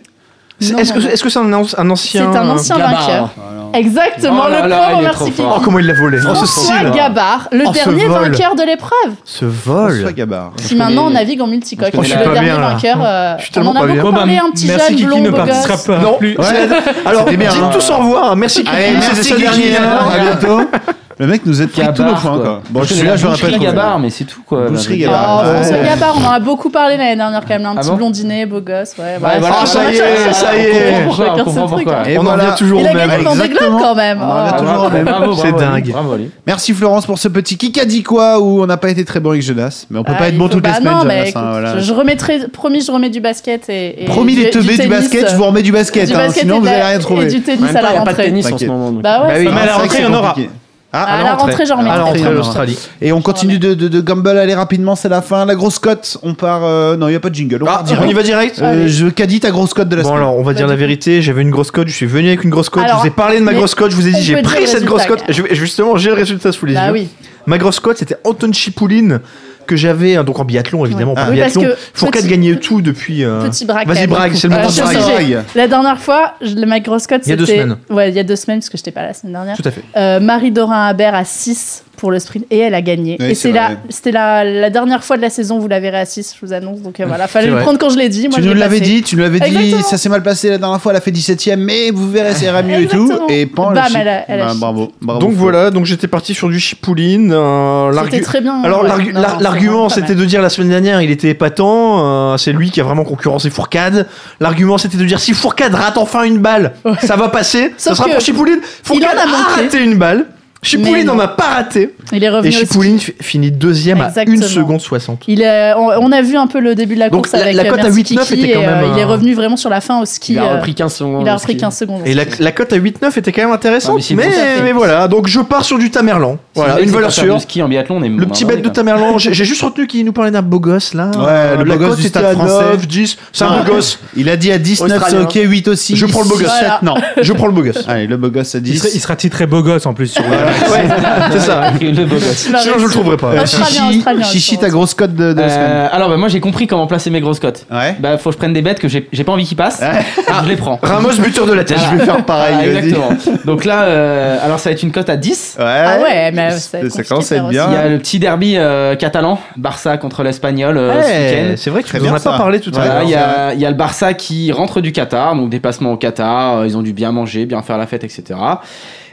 B: C'est-
C: Non,
B: Est-ce que
C: non, non.
B: est-ce que c'est un anci- un
C: C'est
B: ancien. euh,
C: un ancien
D: Gabard.
C: vainqueur. Exactement,
D: Oh là
C: le
D: là,
C: pauvre
D: il est
C: merci
D: trop
C: qui-
D: fort.
B: Oh, comment il l'a volé Oh, ce
C: François
B: style
C: Gabard, le
B: Oh, ce
C: dernier
B: vol.
C: vainqueur de l'épreuve,
B: Ce
A: François
B: vol
A: Gabard.
C: qui maintenant navigue en multicoque.
B: Oh, je suis
C: le
B: pas
C: dernier
B: bien, là.
C: vainqueur. euh,
B: Je suis
C: on
B: tellement
C: en a
B: pas bien.
C: beaucoup
E: Bon, bah,
C: parlé, un petit
E: merci
C: jeune
E: Kiki
C: blond
E: ne
C: beau
E: participera
C: gosse.
E: pas.
B: Non,
E: plus.
B: c'est- alors
A: C'était bien,
B: dites
A: hein.
B: tous au revoir. hein. Merci.
A: Allez,
B: Kiki.
A: merci
B: C'était
A: Kiki,
B: génial.
A: à bientôt. Le mec nous aide pris tous nos
D: Gabard,
A: points,
D: quoi.
A: quoi. Bon,
D: Je
A: je suis là, je le
D: boucherie
A: répète.
D: Gabard, mais c'est tout quoi.
A: Boucherie
C: Oh,
A: Gabard. Ouais.
C: François Gabard, on en a beaucoup parlé l'année dernière quand même, un
D: Ah
C: petit
D: bon
C: blondinet, beau gosse. Ouais,
D: Ouais,
C: bref.
D: voilà,
C: Ah,
B: ça
C: on
B: y est,
C: comprend
B: ça y est.
C: pourquoi,
D: On
C: chacun
D: comprend
C: ses trucs,
D: pourquoi.
C: hein.
A: Et
B: On en
A: voilà.
B: revient toujours
C: Il
B: au
C: a gagné
B: même.
C: le Vendée Globe
A: Exactement.
C: quand même.
A: On en revient
C: Oh.
A: toujours au même.
D: Bravo, bravo,
B: C'est
D: bravo,
B: dingue.
D: Bravo, lui.
A: Merci Florence pour ce petit Kikadi quoi où on n'a pas été très bon avec Jonas, mais on peut
C: Ah,
A: pas être
C: il
A: bon
C: faut-
A: toutes les
C: bah
A: semaines.
C: non,
A: Jonas,
C: mais
A: hein,
C: écoute,
A: voilà.
C: je- Je remettrai, promis, je remets du basket et. et
A: Promis les teubés du
C: tennis,
A: basket, je vous remets du basket,
C: du
A: hein,
C: basket et
A: sinon
C: de
A: vous
C: la-
A: allez rien
C: Et
A: trouver.
C: du
D: En
C: tennis
D: même
C: à
D: temps, il n'y
C: la
D: a pas de
C: rentrée.
D: tennis en ce
A: T'inquiète.
D: moment. donc.
C: Bah ouais,
B: Bah oui,
C: c'est
B: mais
C: vrai.
A: Ah,
E: à la
A: c'est vrai
E: rentrée,
A: que
E: il y en
A: c'est
E: aura.
A: compliqué. Ah,
C: À
A: à
C: la rentrée, j'en
A: À la
C: remettrai.
A: rentrée, il y en aura.
B: Australie.
A: Et on continue de, de, de gamble, aller rapidement, c'est la fin. La grosse cote, on part. euh, Non, il n'y a pas de jingle. On part direct.
B: Ah, on y va direct
A: Euh, je Caddy ta grosse cote de la
B: Bon
A: semaine.
B: alors on va dire la vérité, j'avais une grosse cote, je suis venu avec une grosse cote, je
C: Alors,
B: vous ai parlé de ma
C: mais
B: grosse cote, je vous ai
C: on
B: dit j'ai
C: peut dire
B: pris
C: le
B: cette
C: résultat,
B: grosse cote,
C: quand même.
B: Je vais- justement j'ai le résultat sous les
C: Bah
B: yeux.
C: oui.
B: Ma grosse cote, c'était Anton Chipouline que j'avais, hein, donc en biathlon évidemment,
A: Ouais.
B: pas en
C: Ah Oui, parce
B: biathlon.
C: que
B: Fourcade
C: petit-
B: gagnait tout depuis. euh,
C: Petit braque.
B: Vas-y, brague, c'est le
C: Alors,
B: moment de
C: je suis
B: brague.
C: obligée. La dernière fois, je- ma grosse cote,
B: Il y a
C: c'était.
B: deux semaines.
C: Ouais, il y a deux semaines, parce que j'étais pas là la semaine dernière.
B: Tout à fait.
C: Euh, Marie Dorin Habert à 6 pour le sprint et elle a gagné.
A: Oui,
C: et
A: c'est
C: c'est la,
A: vrai.
C: c'était la, la dernière fois de la saison, vous la verrez à 6, je vous annonce. Donc euh, voilà, fallait
B: C'est
C: le
B: vrai.
C: prendre quand je l'ai dit. Moi,
A: tu
C: je
A: nous
C: l'ai
A: l'avais
C: passé.
A: dit, tu nous l'avais dit,
C: Exactement.
A: ça s'est mal passé la dernière fois, elle a fait 17ème, mais vous verrez, ça ira mieux et tout.
C: Exactement.
A: Et pan,
C: Bam,
A: le chip.
C: elle a- elle a
A: Bah,
C: chip.
A: bravo, bravo.
B: Donc
A: Flo.
B: voilà, donc j'étais parti sur du Chipouline. euh, l'argu-
C: C'était très bien.
B: Alors
C: Ouais,
B: l'argu-
C: non,
B: l'ar-
C: non,
B: l'argument
C: c'est vraiment pas
B: c'était
C: mal.
B: de dire la semaine dernière il était épatant, euh, c'est lui qui a vraiment concurrencé Fourcade. L'argument c'était de dire si Fourcade rate enfin une balle, ça va passer, ça
C: Sauf
B: sera
C: que
B: pour Chipouline. Fourcade
C: en a
B: a
C: manqué.
B: raté une balle. Chipouline
C: Mais
B: n'en
C: non.
B: a pas raté.
C: Il est
B: Et
C: revenu. aussi.
B: Chipouline fi- finit deuxième à 1
C: Exactement.
B: seconde 60.
C: Il est- on, on a vu un peu le début de la
B: Donc,
C: course
B: la-
C: avec
B: la
C: euh,
B: cote à
C: Merci
B: 8-9
C: Kiki,
B: était quand
C: et, euh,
B: même,
C: il est
B: euh,
C: revenu vraiment sur la fin au ski.
D: Il a
C: euh,
D: repris 15 secondes.
C: il a
D: au
C: repris
D: ski.
C: 15 secondes.
B: Et la, la cote à 8-9 était quand même
D: Ah,
B: intéressante,
D: mais c'est
B: mais,
D: tout
C: à fait.
B: mais voilà, donc je pars sur du Tamerlan.
D: Si
B: Voilà,
D: le mec
B: une
D: sait
B: valeur
D: pas faire
B: sûre.
D: de ski en biathlon, bah, on est
B: Le petit bête de Tamerlan, j'ai j'ai juste retenu qu'il nous parlait d'un beau gosse là.
A: Ouais, le
B: la
A: beau gosse
B: cote
A: du
B: était
A: Stade
B: à
A: français.
B: 9, 10, c'est un
A: Non.
B: beau gosse.
A: Il a dit à 19, c'est
D: Australien.
A: ok, 8 aussi.
B: Je prends le beau gosse.
A: 7, non.
B: Je prends le beau gosse.
A: Allez, le beau gosse à
E: Il
A: 10.
E: sera, il sera titré beau gosse en plus sur le-
B: Ouais, c'est ça.
D: Le beau gosse.
C: Tu
B: Sinon,
C: l'as
B: je le
C: réussi.
B: trouverai pas.
A: Euh,
C: Australien,
A: Chichi,
C: Australien,
A: Chichi,
C: Australien.
A: ta grosse cote de, de la semaine.
D: Euh, Alors bah, moi j'ai compris comment placer mes grosses cotes.
A: Ouais.
D: Bah faut que je prenne des bêtes que j'ai j'ai pas envie qu'ils passent.
A: Ouais.
D: Ah, je les prends.
B: Ramos, buteur de la tête.
D: Voilà.
A: Je vais faire pareil,
D: Ah,
A: vas-y.
D: exactement. Donc là, euh, alors ça va être une cote à 10.
C: Ah ouais, mais ça va être
A: ça
C: compliqué
A: commence
C: de
A: à
C: faire
A: être bien.
D: Il y a le petit derby euh, catalan, Barça contre l'Espagnol euh, ce week-end.
B: C'est vrai que tu
A: Très
B: nous en
A: bien,
B: as
A: ça.
B: pas parlé tout
A: Ouais,
B: à
D: Voilà,
B: l'heure.
D: il y, a, il y a le Barça qui rentre du Qatar, donc déplacement au Qatar, euh, ils ont dû bien manger, bien faire la fête, etc.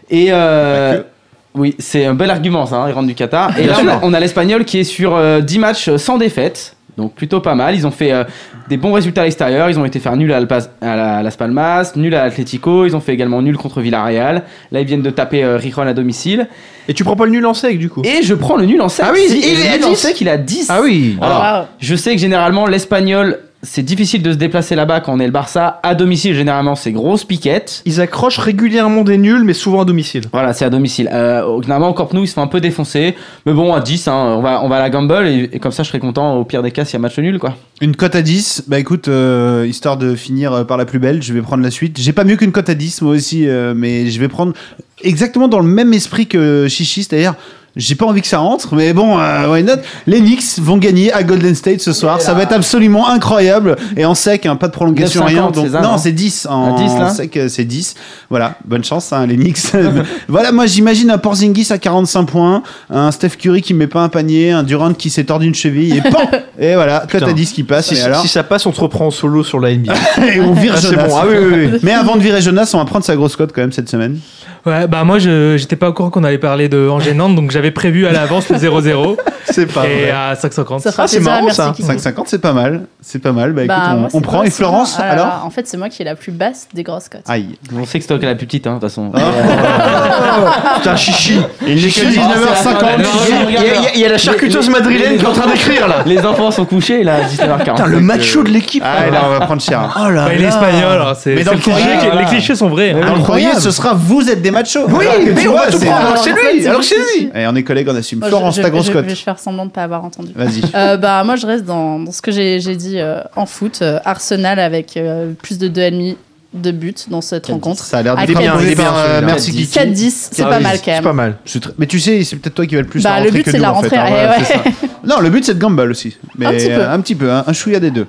D: Et euh, oui, c'est un bel argument ça, hein, ils rentrent du Qatar. Et
B: Bien
D: là, on
B: sûr.
D: a, on a l'Espagnol qui est sur euh, 10 matchs sans défaite, donc plutôt pas mal. Ils ont fait euh, des bons résultats à l'extérieur, ils ont été faire nul à, Alpas- à la- à Las Palmas, nul à Atlético, ils ont fait également nul contre Villarreal. Là, ils viennent de taper euh, Rijon à domicile.
B: Et tu prends pas le nul en sec du coup
D: Et je prends le nul en sec.
B: Ah oui,
D: Si,
B: il
D: et
B: est
D: le
B: à
D: nul en
B: 10.
D: sec, il est à 10.
B: Ah oui
D: Alors,
C: Wow.
D: je sais que généralement, l'espagnol, c'est difficile de se déplacer là-bas quand on est le Barça. À domicile, généralement, c'est grosse piquette.
B: Ils accrochent régulièrement des nuls, mais souvent à domicile.
D: Voilà, c'est à domicile. Euh, généralement, au Camp Nou, ils se font un peu défoncer. Mais bon, à 10, hein, on, va, on va à la gamble et, et comme ça, je serai content. Au pire des cas, s'il y a match nul, quoi.
A: Une cote à 10, bah écoute, euh, histoire de finir euh, par la plus belle, je vais prendre la suite. J'ai pas mieux qu'une cote à 10, moi aussi, euh, mais je vais prendre exactement dans le même esprit que Chichi, c'est-à-dire J'ai pas envie que ça rentre, mais bon, euh, why not Les Knicks vont gagner à Golden State ce soir. Ça va être absolument incroyable. Et en sec, hein, pas de prolongation,
D: 9,50,
A: rien. Donc,
D: c'est ça,
A: non,
D: non
A: c'est 10. En
D: Ah, 10, là
A: sec, euh, c'est 10. Voilà, bonne chance, hein, les Knicks. voilà, moi j'imagine un Porzingis à 45 points, un Steph Curry qui met pas un panier, un Durant qui s'est tordu une cheville, et pan Et voilà, toi
B: Putain.
A: t'as 10 qui passe,
B: Si,
A: et Bah, alors
B: si ça passe, on te reprend en solo sur la NBA.
A: Et on vire
B: Ah, c'est
A: Jonas.
B: bon. Ah oui, oui, oui.
A: Mais avant de virer Jonas, on va prendre sa grosse cote quand même cette semaine.
E: Ouais, bah moi, je j'étais pas au courant qu'on allait parler de Angers Nantes, donc j'avais prévu à l'avance le 0-0
A: C'est pas
E: et
A: vrai.
E: à 5,50.
C: Ça fera
A: Ah, c'est
C: plaisir,
A: marrant,
C: euh, merci,
A: ça.
C: Kiki.
A: 5,50, c'est pas mal. C'est pas mal. Bah, écoute,
C: Bah,
A: on,
C: moi,
A: on
C: c'est
A: prend.
C: pas
A: Et
C: si
A: Florence,
C: bien. Ah là là,
A: alors Ah,
C: En fait, c'est moi qui ai la plus basse des grosses cotes.
A: Aïe.
D: On sait que c'est toi qui as la plus petite, hein, de toute façon.
B: Ah. Putain, chichi.
A: Il est que
B: Chichi,
D: regarde,
B: Il y, a- il y a- il y a la charcuteuse madrilène qui est en train d'écrire là.
D: Les enfants sont couchés, là, à 19h40.
B: Putain, le macho de l'équipe.
A: Ah, et là, on va prendre cher.
B: Oh là
E: Bah, il est
B: là.
E: espagnol, alors c'est
A: Mais dans
E: c'est
A: le courrier,
E: cliché,
D: voilà.
E: les clichés sont vrais. hein.
A: Dans le courrier,
B: Incroyable.
A: ce sera vous êtes des machos.
B: Oui,
A: Alors que tu
B: mais on
A: vois,
B: va tout
C: Oh,
A: c'est-
B: prendre. Alors c'est lui. Alors c'est lui.
A: Et on est collègues, on assume.
C: Moi, Oh, je-
A: Florence,
C: je,
A: ta grosse
C: je-
A: cote.
C: Je vais faire semblant de pas avoir entendu.
A: Vas-y.
C: Euh, bah, moi, je reste dans, dans ce que j'ai j'ai dit euh, en foot. euh, Arsenal avec euh, plus de 2,5 de buts dans cette rencontre.
A: Ça a l'air
C: Ah,
A: d'être
C: il est
A: bien.
C: bien,
A: il est
C: il est
A: bien,
B: bien,
A: euh,
B: celui-là.
A: Merci Guy.
C: 4-10, c'est
B: Ah
C: pas
B: oui,
C: mal quand
B: C'est
C: même.
B: pas mal.
A: Je suis tr- Mais tu sais, c'est peut-être toi qui va le plus
C: Bah,
A: la
C: le
A: rentrée
C: but,
A: que
C: c'est
A: nous,
C: la
A: en fait, hein.
C: rentrée,
A: Voilà,
C: ouais,
A: c'est
C: ouais.
A: ça. Non, le but c'est de gamble aussi. Mais
C: petit peu.
A: euh, un petit peu, hein, un chouïa des deux.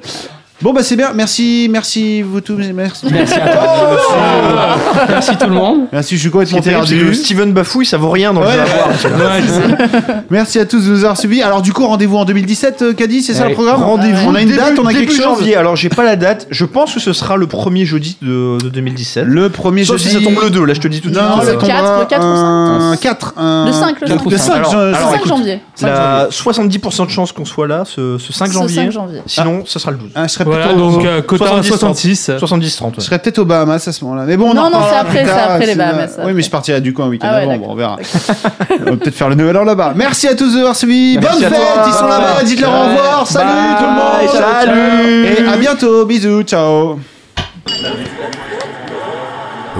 A: Bon bah c'est bien, merci, merci vous tous, merci. Oh
D: Merci à toi. Merci tout le monde.
A: Merci, je suis
B: Ce qui
A: complètement
B: est terrible, c'est
A: perdu.
B: que Steven Bafouille, ça vaut rien dans le
A: Ouais.
B: jeu à voir.
A: Merci à tous de nous avoir suivis. Alors du coup, rendez-vous en 2017, euh, Caddy, c'est ça
B: Allez,
A: le programme
B: Rendez-vous.
A: On a une
B: début-
A: date, on a
B: début
A: quelque chose.
B: janvier. Alors j'ai pas la date. Je pense que ce sera le premier jeudi de, de 2017.
A: Le premier
B: Sauf si
A: jeudi.
B: ça tombe le 2, là je te dis tout de
A: Non,
B: suite.
A: ça
C: le
A: tombe
C: quatre, le
A: un-
C: quatre ou
A: un
C: cinq
A: 4, un-
C: Le cinq, le
A: quatre
C: cinq.
A: ou
D: Le
A: cinq.
B: cinq,
A: Alors,
B: je-
A: alors,
C: 5
A: écoute,
C: janvier.
B: La 70% de chance qu'on soit là ce, ce 5
C: Ce
B: janvier.
C: 5 janvier.
B: Sinon, ce sera le 12.
A: ah, je serais
E: Voilà,
A: plutôt au-
E: donc euh, quota
B: 70,
E: 66.
B: Ah. 70-30.
A: Je
B: ouais.
A: serais peut-être aux Bahamas à ce moment-là. Mais bon, on
C: Non,
A: en
C: non,
A: reparlera
C: c'est
A: plus
C: après,
A: tard,
C: c'est après les
A: sinon-
C: Bahamas,
A: Oui,
C: après.
A: mais je partirai du coup un week-end
C: Ah ouais,
A: avant, bon,
C: d'accord.
A: on verra. on va peut-être faire le nouvel an là-bas. Merci à tous de nous avoir suivis. Bonne
B: Merci à
A: fête,
B: toi.
A: ils sont là-bas. Dites-leur au revoir. Salut
D: Bye.
A: tout le monde.
B: Salut.
A: Et à bientôt. Bisous. Ciao.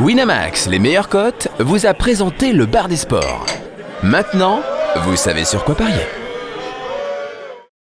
H: Winamax, les meilleures cotes, vous a présenté le bar des sports. Maintenant, vous savez sur quoi parier.